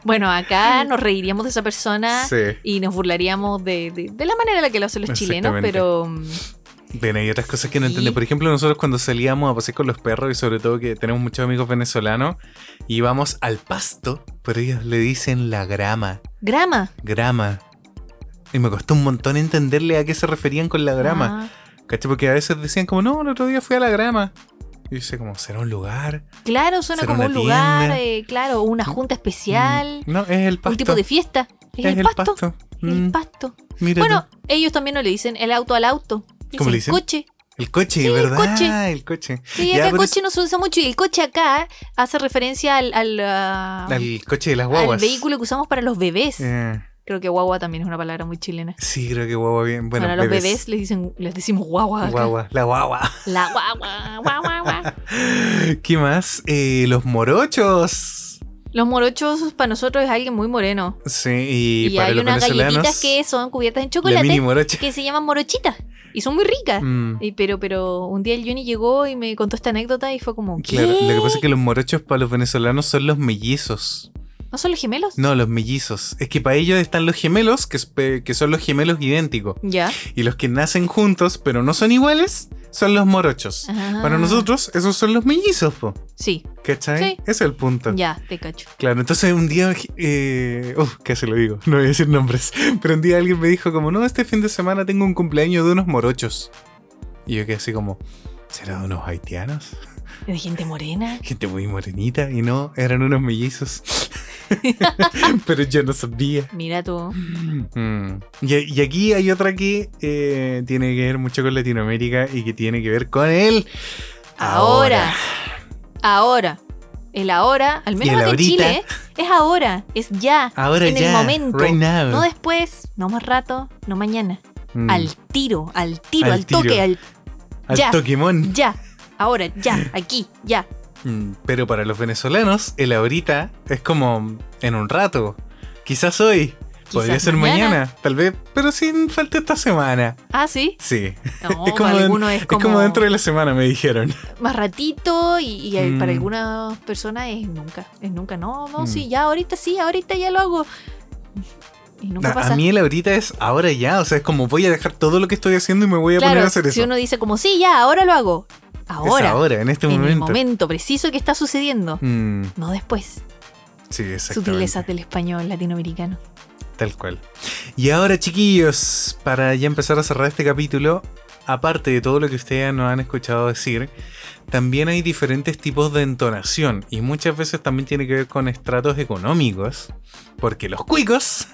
[SPEAKER 3] Bueno, acá nos reiríamos de esa persona
[SPEAKER 2] Sí.
[SPEAKER 3] y nos burlaríamos de, de- de la manera en la que lo hacen los chilenos,
[SPEAKER 2] Exactamente.
[SPEAKER 3] pero mm,
[SPEAKER 2] Bueno, hay otras cosas que no
[SPEAKER 3] Sí.
[SPEAKER 2] entiendo. Por ejemplo, nosotros cuando salíamos a pasear con los perros y sobre todo que tenemos muchos amigos venezolanos, íbamos al pasto, pero ellos le dicen la grama,
[SPEAKER 3] grama.
[SPEAKER 2] grama. Y me costó un montón entenderle a qué se referían con la
[SPEAKER 3] Ah.
[SPEAKER 2] grama. ¿Cachai? Porque a veces decían como, no, el otro día fui a la grama. Y yo decía como, ¿será un lugar?
[SPEAKER 3] Ah, claro, suena
[SPEAKER 2] Será
[SPEAKER 3] como un
[SPEAKER 2] una
[SPEAKER 3] lugar,
[SPEAKER 2] tienda.
[SPEAKER 3] eh, claro, una junta especial,
[SPEAKER 2] Mm, No, es el pasto.
[SPEAKER 3] un tipo de fiesta. Es, el, pasto, El
[SPEAKER 2] Mm,
[SPEAKER 3] pasto.
[SPEAKER 2] mira
[SPEAKER 3] Bueno,
[SPEAKER 2] tú.
[SPEAKER 3] ellos también no le dicen el auto al auto. Dicen,
[SPEAKER 2] ¿Cómo le dicen?
[SPEAKER 3] coche.
[SPEAKER 2] el coche,
[SPEAKER 3] sí, el
[SPEAKER 2] ¿verdad?
[SPEAKER 3] coche.
[SPEAKER 2] El coche.
[SPEAKER 3] Sí,
[SPEAKER 2] Ya,
[SPEAKER 3] acá el
[SPEAKER 2] pero
[SPEAKER 3] coche no se usa mucho y el coche acá hace referencia al, al, ah,
[SPEAKER 2] Al coche de las
[SPEAKER 3] al
[SPEAKER 2] guaguas.
[SPEAKER 3] vehículo que usamos para los bebés.
[SPEAKER 2] Eh,
[SPEAKER 3] Creo que guagua también es una palabra muy chilena.
[SPEAKER 2] sí, creo que guagua bien. Bueno,
[SPEAKER 3] para los bebés, les dicen, les decimos guagua. acá. Ah,
[SPEAKER 2] Guagua, la guagua. [laughs]
[SPEAKER 3] La guagua, guagua, guagua.
[SPEAKER 2] ¿Qué más? Eh, los morochos.
[SPEAKER 3] Los morochos para nosotros es alguien muy moreno.
[SPEAKER 2] Sí, y,
[SPEAKER 3] Y,
[SPEAKER 2] para
[SPEAKER 3] hay
[SPEAKER 2] los
[SPEAKER 3] unas galletitas
[SPEAKER 2] venezolanos,
[SPEAKER 3] que son cubiertas en
[SPEAKER 2] la mini
[SPEAKER 3] chocolate
[SPEAKER 2] morocha.
[SPEAKER 3] [laughs] que se llaman morochitas y son muy ricas.
[SPEAKER 2] Mm,
[SPEAKER 3] Y pero, pero un día el Juni llegó y me contó esta anécdota y fue como, ¿qué?
[SPEAKER 2] Claro, lo que pasa es que los morochos para los venezolanos son los mellizos.
[SPEAKER 3] ¿No son los gemelos?
[SPEAKER 2] No, los mellizos. Es que para ellos están los gemelos, que, es pe- que son los gemelos idénticos.
[SPEAKER 3] Ya.
[SPEAKER 2] Y los que nacen juntos, pero no son iguales, son los morochos. Para
[SPEAKER 3] Ah,
[SPEAKER 2] nosotros, esos son los mellizos, po.
[SPEAKER 3] Sí,
[SPEAKER 2] ¿Cachai?
[SPEAKER 3] Sí.
[SPEAKER 2] Ese es el punto.
[SPEAKER 3] ya, te cacho.
[SPEAKER 2] Claro, entonces un día, eh, uh, casi lo digo, no voy a decir nombres, [laughs] pero un día alguien me dijo como, no, este fin de semana tengo un cumpleaños de unos morochos. Y yo quedé así como, ¿será de unos haitianos? [laughs]
[SPEAKER 3] De gente morena.
[SPEAKER 2] Gente muy morenita y no, eran unos mellizos. [laughs] pero yo no sabía.
[SPEAKER 3] Mira tú.
[SPEAKER 2] Mm. Y, y aquí hay otra que eh, tiene que ver mucho con Latinoamérica y que tiene que ver con él.
[SPEAKER 3] Ahora. Ahora. El ahora, al menos
[SPEAKER 2] el
[SPEAKER 3] acá en
[SPEAKER 2] ahorita.
[SPEAKER 3] Chile, ¿eh? es ahora, es ya,
[SPEAKER 2] Ahora
[SPEAKER 3] en
[SPEAKER 2] ya.
[SPEAKER 3] el momento.
[SPEAKER 2] Right now.
[SPEAKER 3] No después, no más rato, no mañana.
[SPEAKER 2] Ah. Mm.
[SPEAKER 3] Al tiro, al tiro,
[SPEAKER 2] Al
[SPEAKER 3] al, toque,
[SPEAKER 2] tiro.
[SPEAKER 3] al
[SPEAKER 2] Al
[SPEAKER 3] ya.
[SPEAKER 2] Pokémon.
[SPEAKER 3] ya. Ahora, ya, aquí, ya.
[SPEAKER 2] Mm, Pero para los venezolanos, el ahorita es como en un rato. Quizás hoy. [laughs] Podría
[SPEAKER 3] Quizás
[SPEAKER 2] ser mañana. tal vez, pero sin falta esta semana.
[SPEAKER 3] Ah, sí.
[SPEAKER 2] Sí,
[SPEAKER 3] No,
[SPEAKER 2] [laughs] Es como
[SPEAKER 3] para
[SPEAKER 2] en-
[SPEAKER 3] algunos es como,
[SPEAKER 2] es como dentro de la semana, me dijeron.
[SPEAKER 3] más ratito y, y hay- para
[SPEAKER 2] Mm.
[SPEAKER 3] algunas personas es nunca. Es nunca. No, no,
[SPEAKER 2] Mm.
[SPEAKER 3] sí, ya ahorita sí, ahorita ya lo hago. Y nunca
[SPEAKER 2] Na-
[SPEAKER 3] pasa.
[SPEAKER 2] a mí el ahorita es ahora ya, o sea, es como voy a dejar todo lo que estoy haciendo y me voy a
[SPEAKER 3] claro,
[SPEAKER 2] poner a hacer
[SPEAKER 3] si
[SPEAKER 2] eso.
[SPEAKER 3] uno dice como, sí, ya, ahora lo hago.
[SPEAKER 2] Es
[SPEAKER 3] Ahora.
[SPEAKER 2] ahora, en este
[SPEAKER 3] en el
[SPEAKER 2] momento.
[SPEAKER 3] momento preciso que está sucediendo.
[SPEAKER 2] Mm,
[SPEAKER 3] No después.
[SPEAKER 2] sí, exactamente.
[SPEAKER 3] Sutilezas del español latinoamericano.
[SPEAKER 2] Tal cual. Y ahora, chiquillos, para ya empezar a cerrar este capítulo, aparte de todo lo que ustedes nos han escuchado decir, también hay diferentes tipos de entonación y muchas veces también tiene que ver con estratos económicos, porque los cuicos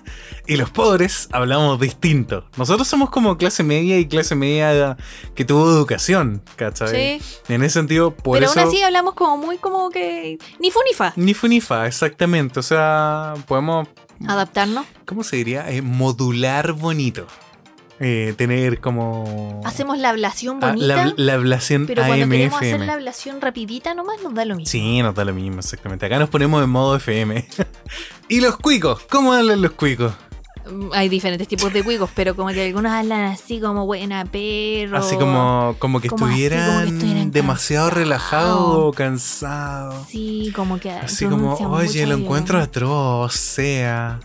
[SPEAKER 2] y los pobres hablamos distinto. Nosotros somos como clase media y clase media que tuvo educación, ¿cachai?
[SPEAKER 3] Sí.
[SPEAKER 2] En ese sentido, por
[SPEAKER 3] Pero
[SPEAKER 2] eso...
[SPEAKER 3] aún así hablamos como muy como que. Ni fu ni fa.
[SPEAKER 2] Ni fu ni fa, exactamente. O sea, podemos
[SPEAKER 3] Adaptarnos.
[SPEAKER 2] ¿Cómo se diría? Eh, modular bonito. Eh, tener como.
[SPEAKER 3] Hacemos la ablación
[SPEAKER 2] Ah,
[SPEAKER 3] bonita.
[SPEAKER 2] la, la ablación
[SPEAKER 3] pero cuando queremos hacer
[SPEAKER 2] AMFM.
[SPEAKER 3] la ablación rapidita nomás nos da lo mismo.
[SPEAKER 2] Sí, nos da lo mismo, exactamente. Acá nos ponemos en modo FM. [laughs] ¿Y los cuicos? ¿Cómo hablan los cuicos?
[SPEAKER 3] Mm, Hay diferentes tipos de cuicos, pero como que algunos hablan así como buena perro.
[SPEAKER 2] así como, como que
[SPEAKER 3] como así, como que
[SPEAKER 2] estuvieran
[SPEAKER 3] estuvieran
[SPEAKER 2] demasiado
[SPEAKER 3] cansados.
[SPEAKER 2] relajados o cansados.
[SPEAKER 3] Sí, como que.
[SPEAKER 2] Así como,
[SPEAKER 3] pronuncian
[SPEAKER 2] oye, lo
[SPEAKER 3] mucha violencia".
[SPEAKER 2] encuentro atroz, o sea.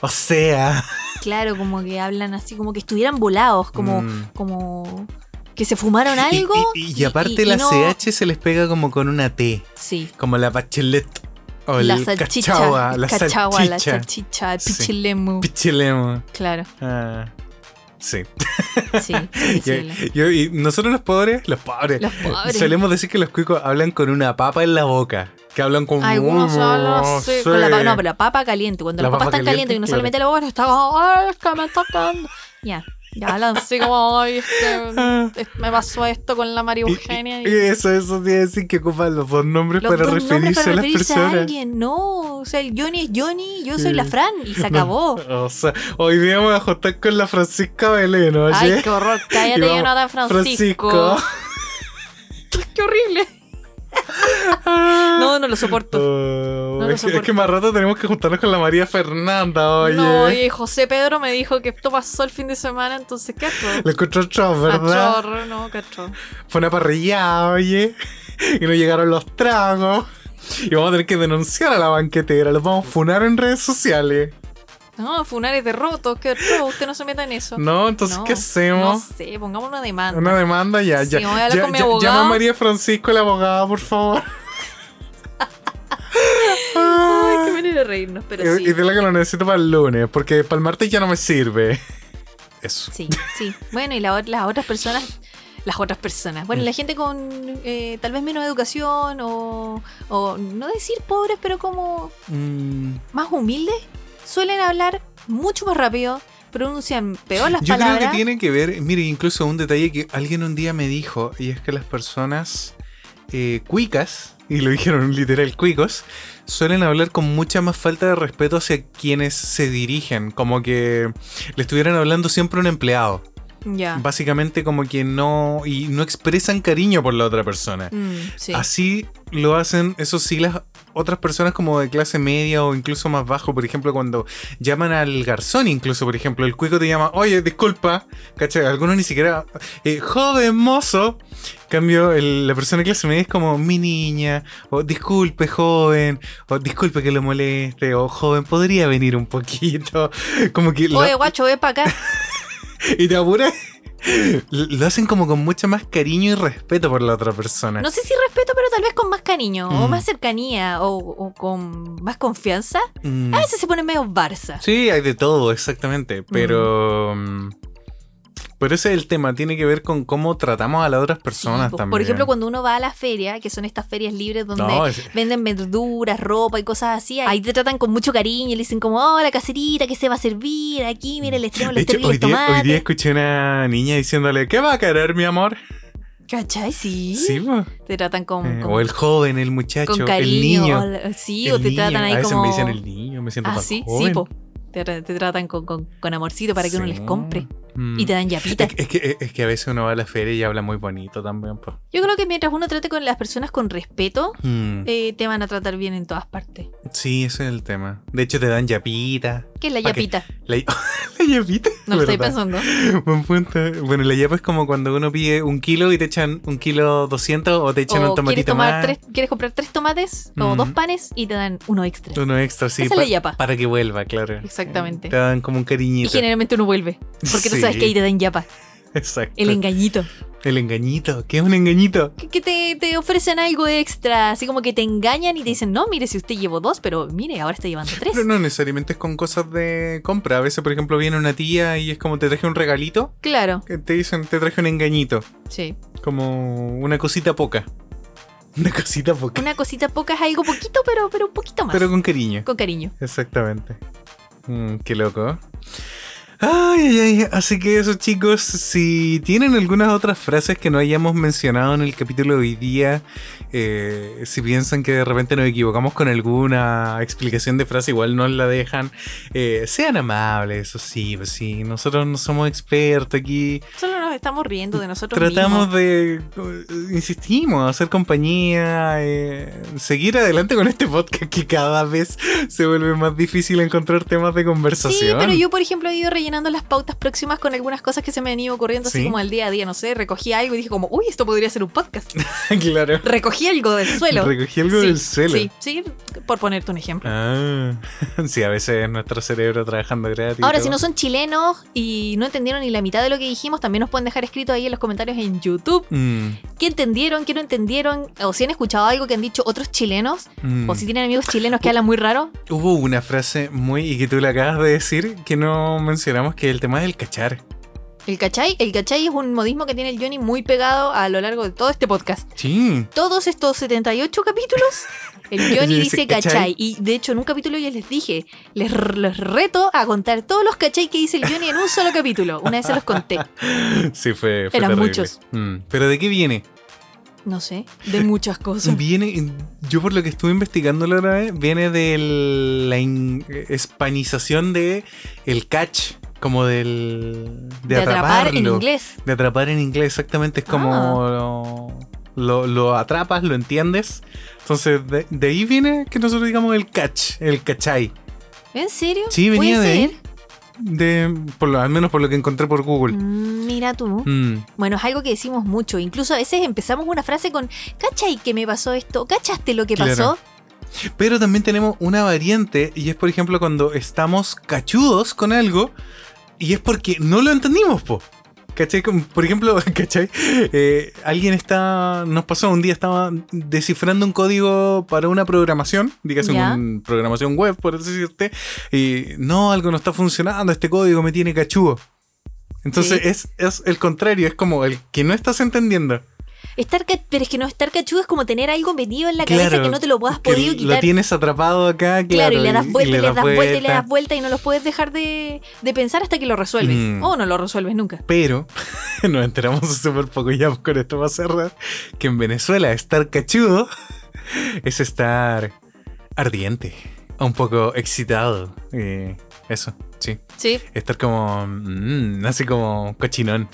[SPEAKER 2] O sea.
[SPEAKER 3] Claro, como que hablan así, como que estuvieran volados, como.
[SPEAKER 2] Mm.
[SPEAKER 3] como que se fumaron algo.
[SPEAKER 2] Y, y- y aparte
[SPEAKER 3] y- y
[SPEAKER 2] la
[SPEAKER 3] no-
[SPEAKER 2] CH se les pega como con una T.
[SPEAKER 3] Sí.
[SPEAKER 2] Como la bachelet. O
[SPEAKER 3] La
[SPEAKER 2] el
[SPEAKER 3] salchicha.
[SPEAKER 2] cachagua, la
[SPEAKER 3] cachagua, la
[SPEAKER 2] salchicha.
[SPEAKER 3] salchicha, el
[SPEAKER 2] Sí.
[SPEAKER 3] pichilemu.
[SPEAKER 2] Pichilemo.
[SPEAKER 3] Claro,
[SPEAKER 2] Ah, sí.
[SPEAKER 3] sí. sí, sí,
[SPEAKER 2] Yo-
[SPEAKER 3] la-
[SPEAKER 2] yo- [laughs] y nosotros los pobres, los pobres,
[SPEAKER 3] Los pobres.
[SPEAKER 2] solemos decir que los cuicos hablan con una papa en la boca. Que hablan con...
[SPEAKER 3] Algunos hablan sí,
[SPEAKER 2] Sí.
[SPEAKER 3] con la papa. No, pero la papa caliente. Cuando la,
[SPEAKER 2] La
[SPEAKER 3] papa,
[SPEAKER 2] papa
[SPEAKER 3] está caliente
[SPEAKER 2] caliente,
[SPEAKER 3] y uno
[SPEAKER 2] claro.
[SPEAKER 3] solamente la boca está como, ¡ay, es que me está quedando! Ya, ya hablan así como, ¡ay, es que
[SPEAKER 2] Ah,
[SPEAKER 3] es- me pasó esto con la María
[SPEAKER 2] y- y-
[SPEAKER 3] Eugenia!
[SPEAKER 2] y
[SPEAKER 3] Y,
[SPEAKER 2] eso, eso tiene que decir que ocupan los dos nombres
[SPEAKER 3] los
[SPEAKER 2] para
[SPEAKER 3] dos nombres
[SPEAKER 2] referirse
[SPEAKER 3] para
[SPEAKER 2] a las
[SPEAKER 3] referirse a
[SPEAKER 2] personas.
[SPEAKER 3] alguien, no. O sea, el Johnny es Johnny, yo soy
[SPEAKER 2] Sí.
[SPEAKER 3] la Fran y se acabó.
[SPEAKER 2] O sea, hoy día vamos a juntar con la Francisca Belén, ¿oye?
[SPEAKER 3] Ay, qué horror. Cállate,
[SPEAKER 2] Y vamos,
[SPEAKER 3] Jonathan Francisco. [laughs] qué horrible. No, no lo soporto.
[SPEAKER 2] Oh,
[SPEAKER 3] No lo
[SPEAKER 2] es, que, es que
[SPEAKER 3] soporto.
[SPEAKER 2] más rato tenemos que juntarnos con la María Fernanda, oye.
[SPEAKER 3] No, oye, José Pedro me dijo que esto pasó el fin de semana, entonces, ¿qué atroz?
[SPEAKER 2] Lo encontró atroz, ¿verdad?
[SPEAKER 3] Cachorro, no, cachorro.
[SPEAKER 2] Fue una parrillada, oye. [laughs] Y no llegaron los tragos. Y vamos a tener que denunciar a la banquetera. Los vamos a funar en redes sociales.
[SPEAKER 3] No, funares de rotos, qué atroz, usted no se meta en eso.
[SPEAKER 2] No, entonces,
[SPEAKER 3] No,
[SPEAKER 2] ¿qué
[SPEAKER 3] No
[SPEAKER 2] hacemos?
[SPEAKER 3] sé, pongamos una demanda.
[SPEAKER 2] Una demanda ya,
[SPEAKER 3] Sí,
[SPEAKER 2] ya.
[SPEAKER 3] voy a hablar
[SPEAKER 2] ya-
[SPEAKER 3] con mi
[SPEAKER 2] ya-
[SPEAKER 3] abogado.
[SPEAKER 2] llama a María Francisco, la abogada, por favor.
[SPEAKER 3] [laughs] Ay, qué manera de reírnos,
[SPEAKER 2] [laughs]
[SPEAKER 3] pero
[SPEAKER 2] Y- Y
[SPEAKER 3] sí.
[SPEAKER 2] dile que lo necesito para el lunes, porque para el martes ya no me sirve. Eso.
[SPEAKER 3] Sí, sí. Bueno, y la ot- las otras personas. Las otras personas. Bueno, la gente con eh, tal vez menos educación o, o no decir pobres, pero como
[SPEAKER 2] Mm.
[SPEAKER 3] más humildes suelen hablar mucho más rápido, pronuncian peor las
[SPEAKER 2] Yo
[SPEAKER 3] palabras.
[SPEAKER 2] creo que tiene que ver, mire, incluso un detalle que alguien un día me dijo, y es que las personas eh, cuicas, y lo dijeron [laughs] literal cuicos, suelen hablar con mucha más falta de respeto hacia quienes se dirigen, como que le estuvieran hablando siempre a un empleado.
[SPEAKER 3] Ya.
[SPEAKER 2] Básicamente como que no, y no expresan cariño por la otra persona.
[SPEAKER 3] Mm, sí.
[SPEAKER 2] Así lo hacen esos siglas otras personas como de clase media o incluso más bajo, por ejemplo, cuando llaman al garzón, incluso, por ejemplo, el cuico te llama, oye, disculpa, ¿cachai? Algunos ni siquiera, eh, joven mozo. Cambio, el- la persona de clase media es como mi niña, o disculpe, joven, o disculpe que lo moleste, o joven, podría venir un poquito. [laughs] Como que la-
[SPEAKER 3] Oye, guacho,
[SPEAKER 2] [laughs]
[SPEAKER 3] ve para acá.
[SPEAKER 2] y te apuras. Lo hacen como con mucho más cariño y respeto por la otra persona.
[SPEAKER 3] No sé si respeto, pero tal vez con más cariño, o
[SPEAKER 2] Mm.
[SPEAKER 3] más cercanía, o, o con más confianza.
[SPEAKER 2] Mm.
[SPEAKER 3] A veces se pone medio Barça.
[SPEAKER 2] Sí, pues, hay de todo, exactamente. Pero. mm, Pero ese es el tema, tiene que ver con cómo tratamos a las otras personas
[SPEAKER 3] Sí, po-
[SPEAKER 2] también.
[SPEAKER 3] Por ejemplo, cuando uno va a la feria, que son estas ferias libres donde
[SPEAKER 2] No, es-
[SPEAKER 3] venden verduras, ropa y cosas así, ahí te tratan con mucho cariño y le dicen como, oh, la caserita, que se va a servir aquí, mira, les tenemos
[SPEAKER 2] de
[SPEAKER 3] los
[SPEAKER 2] hecho,
[SPEAKER 3] terribles
[SPEAKER 2] hoy día, hoy
[SPEAKER 3] tomates.
[SPEAKER 2] día escuché una niña diciéndole, ¿qué va a querer, mi amor?
[SPEAKER 3] ¿Cachai? Sí.
[SPEAKER 2] Sí, po.
[SPEAKER 3] Te tratan con,
[SPEAKER 2] Eh,
[SPEAKER 3] con-
[SPEAKER 2] o el joven, el muchacho,
[SPEAKER 3] con
[SPEAKER 2] el
[SPEAKER 3] cariño.
[SPEAKER 2] niño.
[SPEAKER 3] o la- sí,
[SPEAKER 2] el
[SPEAKER 3] o te
[SPEAKER 2] niño.
[SPEAKER 3] tratan ahí
[SPEAKER 2] a veces
[SPEAKER 3] como...
[SPEAKER 2] me dicen el niño, me siento
[SPEAKER 3] ah,
[SPEAKER 2] más
[SPEAKER 3] sí,
[SPEAKER 2] joven.
[SPEAKER 3] sí, po. Te, tra- te tratan con, con- con amorcito para que uno
[SPEAKER 2] Sí.
[SPEAKER 3] les compre.
[SPEAKER 2] Mm.
[SPEAKER 3] Y te dan yapitas.
[SPEAKER 2] Es, que- es que, es que a veces uno va a la feria y habla muy bonito también. po.
[SPEAKER 3] Yo creo que mientras uno trate con las personas con respeto,
[SPEAKER 2] Mm.
[SPEAKER 3] eh, te van a tratar bien en todas partes.
[SPEAKER 2] Sí, ese es el tema. De hecho, te dan yapita.
[SPEAKER 3] ¿Qué es la
[SPEAKER 2] Pa' que- [laughs]
[SPEAKER 3] yapita?
[SPEAKER 2] La, la yapita.
[SPEAKER 3] No lo estoy
[SPEAKER 2] ¿verdad?
[SPEAKER 3] pensando.
[SPEAKER 2] Buen punto. Bueno, la yapa es como cuando uno pide un kilo y te echan un kilo doscientos o te echan
[SPEAKER 3] O
[SPEAKER 2] un
[SPEAKER 3] quieres,
[SPEAKER 2] tomatito
[SPEAKER 3] tomar
[SPEAKER 2] más.
[SPEAKER 3] tres- quieres comprar tres tomates o
[SPEAKER 2] Mm.
[SPEAKER 3] dos panes y te dan uno extra.
[SPEAKER 2] Uno extra, sí.
[SPEAKER 3] Esa es
[SPEAKER 2] pa-
[SPEAKER 3] la yapa.
[SPEAKER 2] Para que vuelva, claro.
[SPEAKER 3] Exactamente.
[SPEAKER 2] Te dan como un
[SPEAKER 3] Y
[SPEAKER 2] cariñito.
[SPEAKER 3] generalmente uno vuelve. Porque tú
[SPEAKER 2] Sí,
[SPEAKER 3] sabes que ahí te dan yapa.
[SPEAKER 2] [laughs] Exacto.
[SPEAKER 3] El
[SPEAKER 2] El,
[SPEAKER 3] engañito.
[SPEAKER 2] engañito. ¿Qué es un engañito?
[SPEAKER 3] Que, que te, te ofrecen algo extra. Así como que te engañan y te dicen, no, mire, si usted llevó dos, pero mire, ahora
[SPEAKER 2] [laughs]
[SPEAKER 3] está llevando tres.
[SPEAKER 2] Pero no necesariamente es con cosas de compra. A veces, por ejemplo, viene una tía y es como te traje un regalito.
[SPEAKER 3] Claro,
[SPEAKER 2] que Te dicen, te traje un engañito.
[SPEAKER 3] sí.
[SPEAKER 2] Como una cosita poca. [laughs] Una cosita poca.
[SPEAKER 3] Una cosita poca es algo poquito, pero, pero un poquito más.
[SPEAKER 2] Pero con cariño.
[SPEAKER 3] con cariño.
[SPEAKER 2] Exactamente. Mm, qué loco. Ay, ay, ay. Así que eso, chicos. Si tienen algunas otras frases que no hayamos mencionado en el capítulo de hoy día, eh, si piensan que de repente nos equivocamos con alguna explicación de frase, igual nos la dejan. eh, sean amables, eso sí, pues sí. Nosotros no somos expertos aquí.
[SPEAKER 3] Solo nos estamos riendo de nosotros
[SPEAKER 2] Tratamos
[SPEAKER 3] mismos.
[SPEAKER 2] de, eh, insistimos, hacer compañía, eh, seguir adelante con este podcast que cada vez se vuelve más difícil encontrar temas de
[SPEAKER 3] Sí,
[SPEAKER 2] conversación.
[SPEAKER 3] pero yo, por ejemplo, he ido rellenando las pautas próximas con algunas cosas que se me han ido ocurriendo
[SPEAKER 2] Sí.
[SPEAKER 3] así como al día a día, no sé, recogí algo y dije como, uy, esto podría ser
[SPEAKER 2] [laughs]
[SPEAKER 3] un podcast.
[SPEAKER 2] [laughs] claro.
[SPEAKER 3] recogí algo del suelo.
[SPEAKER 2] Recogí algo
[SPEAKER 3] Sí,
[SPEAKER 2] del suelo.
[SPEAKER 3] Sí, sí, por ponerte un ejemplo.
[SPEAKER 2] Ah, [laughs] sí, a veces nuestro cerebro trabajando gratis.
[SPEAKER 3] Ahora,
[SPEAKER 2] ¿no?
[SPEAKER 3] si no son chilenos y no entendieron ni la mitad de lo que dijimos, también nos pueden dejar escrito ahí en los comentarios en YouTube
[SPEAKER 2] Mm,
[SPEAKER 3] qué entendieron, qué no entendieron, o si han escuchado algo que han dicho otros chilenos,
[SPEAKER 2] mm.
[SPEAKER 3] o si tienen amigos chilenos que hablan muy raro.
[SPEAKER 2] Hubo una frase muy, y que tú la acabas de decir, que no mencionamos, que el tema del cachar.
[SPEAKER 3] El cachai, el cachai es un modismo que tiene el Johnny muy pegado a lo largo de todo este podcast.
[SPEAKER 2] Sí. [laughs]
[SPEAKER 3] todos estos 78 capítulos, el Johnny
[SPEAKER 2] Dice,
[SPEAKER 3] dice
[SPEAKER 2] "Cachai".
[SPEAKER 3] cachai. Y de hecho, en un capítulo yo les dije, les, r- los reto a contar todos los cachai que dice el Johnny en un solo capítulo. Una vez se los conté.
[SPEAKER 2] Sí, fue. fue
[SPEAKER 3] Eran
[SPEAKER 2] terrible.
[SPEAKER 3] muchos.
[SPEAKER 2] Mm, Pero ¿de qué viene?
[SPEAKER 3] No sé, de muchas cosas.
[SPEAKER 2] Viene, yo por lo que estuve investigando la otra vez, viene de la in- hispanización de el catch, como del de,
[SPEAKER 3] De atrapar en
[SPEAKER 2] atraparlo,
[SPEAKER 3] inglés.
[SPEAKER 2] de atrapar en inglés, exactamente es como
[SPEAKER 3] Ah.
[SPEAKER 2] lo, lo- lo atrapas, lo entiendes, entonces de, de ahí viene que nosotros digamos el catch, el cachai,
[SPEAKER 3] ¿En serio?
[SPEAKER 2] Sí,
[SPEAKER 3] ¿Puede
[SPEAKER 2] venía de
[SPEAKER 3] ser?
[SPEAKER 2] de por lo al menos por lo que encontré por Google.
[SPEAKER 3] Mm, Mira tú.
[SPEAKER 2] Mm.
[SPEAKER 3] Bueno, es algo que decimos mucho. Incluso a veces empezamos una frase con ¿Cachai que me pasó esto? ¿Cachaste lo que
[SPEAKER 2] Claro.
[SPEAKER 3] pasó?
[SPEAKER 2] Pero también tenemos una variante y es por ejemplo cuando estamos cachudos con algo y es porque no lo entendimos, po. ¿Cachai? Como, Por ejemplo, [laughs] ¿cachai? Eh, alguien está, nos pasó un día, estaba descifrando un código para una programación, dígase
[SPEAKER 3] Ya.
[SPEAKER 2] una programación web, por así decirte, y no, algo no está funcionando, este código me tiene cachudo. Entonces
[SPEAKER 3] Sí.
[SPEAKER 2] es, es el contrario, es como el que no estás entendiendo.
[SPEAKER 3] Estar ca- pero es que no estar cachudo es como tener algo metido en la cabeza que no te lo puedas
[SPEAKER 2] que
[SPEAKER 3] podido
[SPEAKER 2] Lo
[SPEAKER 3] quitar.
[SPEAKER 2] tienes atrapado acá, claro.
[SPEAKER 3] Claro, y le das vuelta, y le das vuelta, y le
[SPEAKER 2] vuelta.
[SPEAKER 3] das vuelta, y no los puedes dejar de, de pensar hasta que lo resuelves.
[SPEAKER 2] Mm.
[SPEAKER 3] O no lo resuelves nunca.
[SPEAKER 2] Pero [laughs] nos enteramos hace súper poco ya con esto va a cerrar que en Venezuela estar cachudo [laughs] es estar ardiente, un poco excitado. eh, eso, sí.
[SPEAKER 3] Sí.
[SPEAKER 2] Estar
[SPEAKER 3] [laughs]
[SPEAKER 2] como, mm, así como cochinón.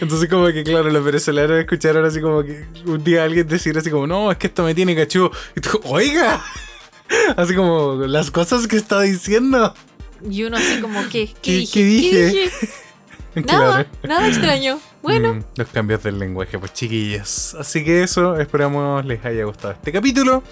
[SPEAKER 2] Entonces como que claro, los venezolanos escucharon así como que un día alguien decir así como, no, es que esto me tiene cachudo. Y tú, oiga, [laughs] así como las cosas que está diciendo.
[SPEAKER 3] Y uno así como,
[SPEAKER 2] [laughs]
[SPEAKER 3] ¿qué? ¿Qué,
[SPEAKER 2] ¿Qué-
[SPEAKER 3] dije?
[SPEAKER 2] qué dije? [laughs]
[SPEAKER 3] Nada, nada extraño. Bueno,
[SPEAKER 2] Mm, los cambios del lenguaje, pues chiquillos. Así que eso, esperamos les haya gustado este capítulo.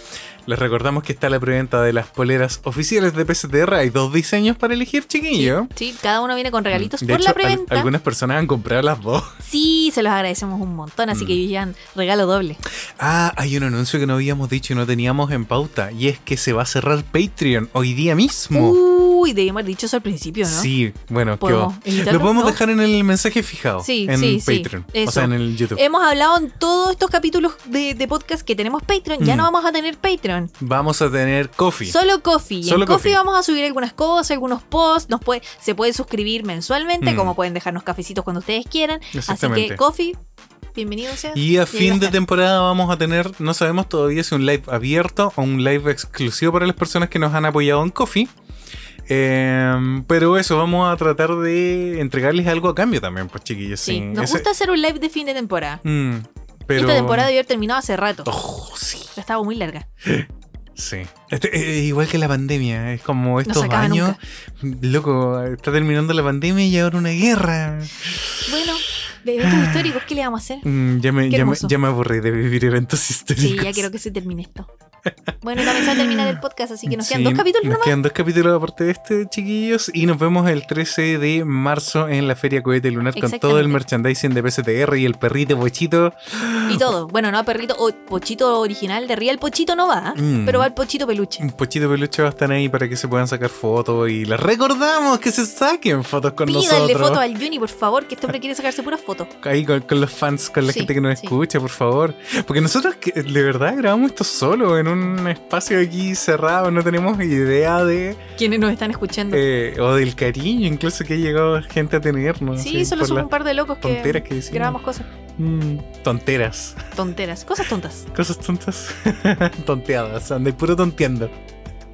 [SPEAKER 2] Les recordamos que está la preventa de las poleras oficiales de PSTR. Hay dos diseños para elegir, chiquillo.
[SPEAKER 3] sí, cada uno viene con regalitos
[SPEAKER 2] Mm. De
[SPEAKER 3] por
[SPEAKER 2] hecho,
[SPEAKER 3] la
[SPEAKER 2] al-
[SPEAKER 3] preventa.
[SPEAKER 2] algunas personas han comprado las dos.
[SPEAKER 3] Sí, se los agradecemos un montón, así
[SPEAKER 2] Mm.
[SPEAKER 3] que Vivian, regalo doble.
[SPEAKER 2] [laughs] Ah, hay un anuncio que no habíamos dicho y no teníamos en pauta. Y es que se va a cerrar Patreon hoy día mismo.
[SPEAKER 3] Uy, debíamos haber dicho eso al principio, Uh, ¿no?
[SPEAKER 2] Sí, bueno, qué
[SPEAKER 3] Podemos
[SPEAKER 2] va.
[SPEAKER 3] editarlo,
[SPEAKER 2] Lo podemos
[SPEAKER 3] ¿no?
[SPEAKER 2] dejar en el mensaje fijado.
[SPEAKER 3] Sí,
[SPEAKER 2] en
[SPEAKER 3] sí, sí,
[SPEAKER 2] Patreon. O
[SPEAKER 3] eso. Eh,
[SPEAKER 2] sea, en el YouTube.
[SPEAKER 3] Hemos hablado en todos estos capítulos de, de podcast que tenemos Patreon. Ya
[SPEAKER 2] Mm.
[SPEAKER 3] no vamos a tener Patreon.
[SPEAKER 2] Vamos a tener coffee.
[SPEAKER 3] Solo Coffee. Y
[SPEAKER 2] Solo
[SPEAKER 3] en Coffee
[SPEAKER 2] Coffee.
[SPEAKER 3] vamos a subir algunas cosas, algunos posts. Nos puede, se pueden suscribir mensualmente,
[SPEAKER 2] Mm.
[SPEAKER 3] como pueden dejarnos cafecitos cuando ustedes quieran. Así
[SPEAKER 2] Exactamente.
[SPEAKER 3] que Coffee, bienvenido sea.
[SPEAKER 2] Y a
[SPEAKER 3] ahí va
[SPEAKER 2] fin de
[SPEAKER 3] estar.
[SPEAKER 2] temporada vamos a tener, no sabemos todavía si un live abierto o un live exclusivo para las personas que nos han apoyado en Coffee. Eh, pero eso, vamos a tratar de entregarles algo a cambio también, pues chiquillos.
[SPEAKER 3] Sí,
[SPEAKER 2] sí.
[SPEAKER 3] nos
[SPEAKER 2] Ese-
[SPEAKER 3] gusta hacer un live de fin de temporada.
[SPEAKER 2] Mm, pero...
[SPEAKER 3] Esta temporada debió haber terminado hace rato.
[SPEAKER 2] Oh, sí,
[SPEAKER 3] Pero estaba muy larga.
[SPEAKER 2] sí. Este, eh, igual que la pandemia, es como
[SPEAKER 3] No
[SPEAKER 2] estos
[SPEAKER 3] se acaba
[SPEAKER 2] años.
[SPEAKER 3] nunca.
[SPEAKER 2] Loco, está terminando la pandemia y ahora una guerra.
[SPEAKER 3] Bueno, de eventos históricos, ¿qué le vamos a hacer?
[SPEAKER 2] Mm, ya, me,
[SPEAKER 3] Qué
[SPEAKER 2] ya, me,
[SPEAKER 3] hermoso.
[SPEAKER 2] ya me aburrí de vivir eventos
[SPEAKER 3] Sí,
[SPEAKER 2] históricos.
[SPEAKER 3] ya quiero que se termine esto. Bueno, también se va a terminar el podcast, así que nos quedan
[SPEAKER 2] Sí,
[SPEAKER 3] dos capítulos
[SPEAKER 2] Nos
[SPEAKER 3] nomás.
[SPEAKER 2] quedan dos capítulos aparte de este, chiquillos. Y nos vemos el 13 de marzo en la Feria Cohete Lunar con todo el
[SPEAKER 3] Exactamente.
[SPEAKER 2] merchandising de PSTR y el perrito bochito.
[SPEAKER 3] Y todo. Bueno, no a perrito o pochito original de Real Pochito no va, ¿eh?
[SPEAKER 2] Mm.
[SPEAKER 3] pero va el pochito peluche.
[SPEAKER 2] Un pochito peluche va a estar ahí para que se puedan sacar fotos. Y les recordamos que se saquen fotos con
[SPEAKER 3] Pídanle
[SPEAKER 2] nosotros.
[SPEAKER 3] fotos al Juni, por favor, que este hombre quiere sacarse puras fotos.
[SPEAKER 2] Ahí con, con los fans, con la
[SPEAKER 3] Sí,
[SPEAKER 2] gente que nos
[SPEAKER 3] sí.
[SPEAKER 2] escucha, por favor. Porque nosotros que- de verdad grabamos esto solo, en un espacio aquí cerrado, no tenemos idea de
[SPEAKER 3] Quienes nos están escuchando.
[SPEAKER 2] eh, o del cariño incluso que ha llegado gente a tenernos.
[SPEAKER 3] sí,
[SPEAKER 2] así,
[SPEAKER 3] solo
[SPEAKER 2] por
[SPEAKER 3] somos
[SPEAKER 2] las-
[SPEAKER 3] un par de locos que
[SPEAKER 2] tonteras que decimos.
[SPEAKER 3] grabamos cosas
[SPEAKER 2] Mm, tonteras. [laughs]
[SPEAKER 3] tonteras, cosas tontas.
[SPEAKER 2] Cosas tontas. [laughs] Tonteadas. Ande puro tonteando.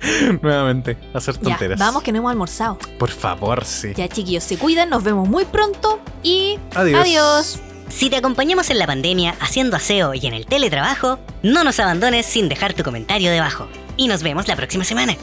[SPEAKER 2] [laughs] Nuevamente, hacer
[SPEAKER 3] Ya,
[SPEAKER 2] tonteras.
[SPEAKER 3] vamos que no hemos almorzado.
[SPEAKER 2] Por favor, sí.
[SPEAKER 3] Ya, chiquillos, se cuidan, nos vemos muy pronto y adiós.
[SPEAKER 1] Si te acompañamos en la pandemia haciendo aseo y en el teletrabajo, no nos abandones sin dejar tu comentario debajo. Y nos vemos la próxima semana.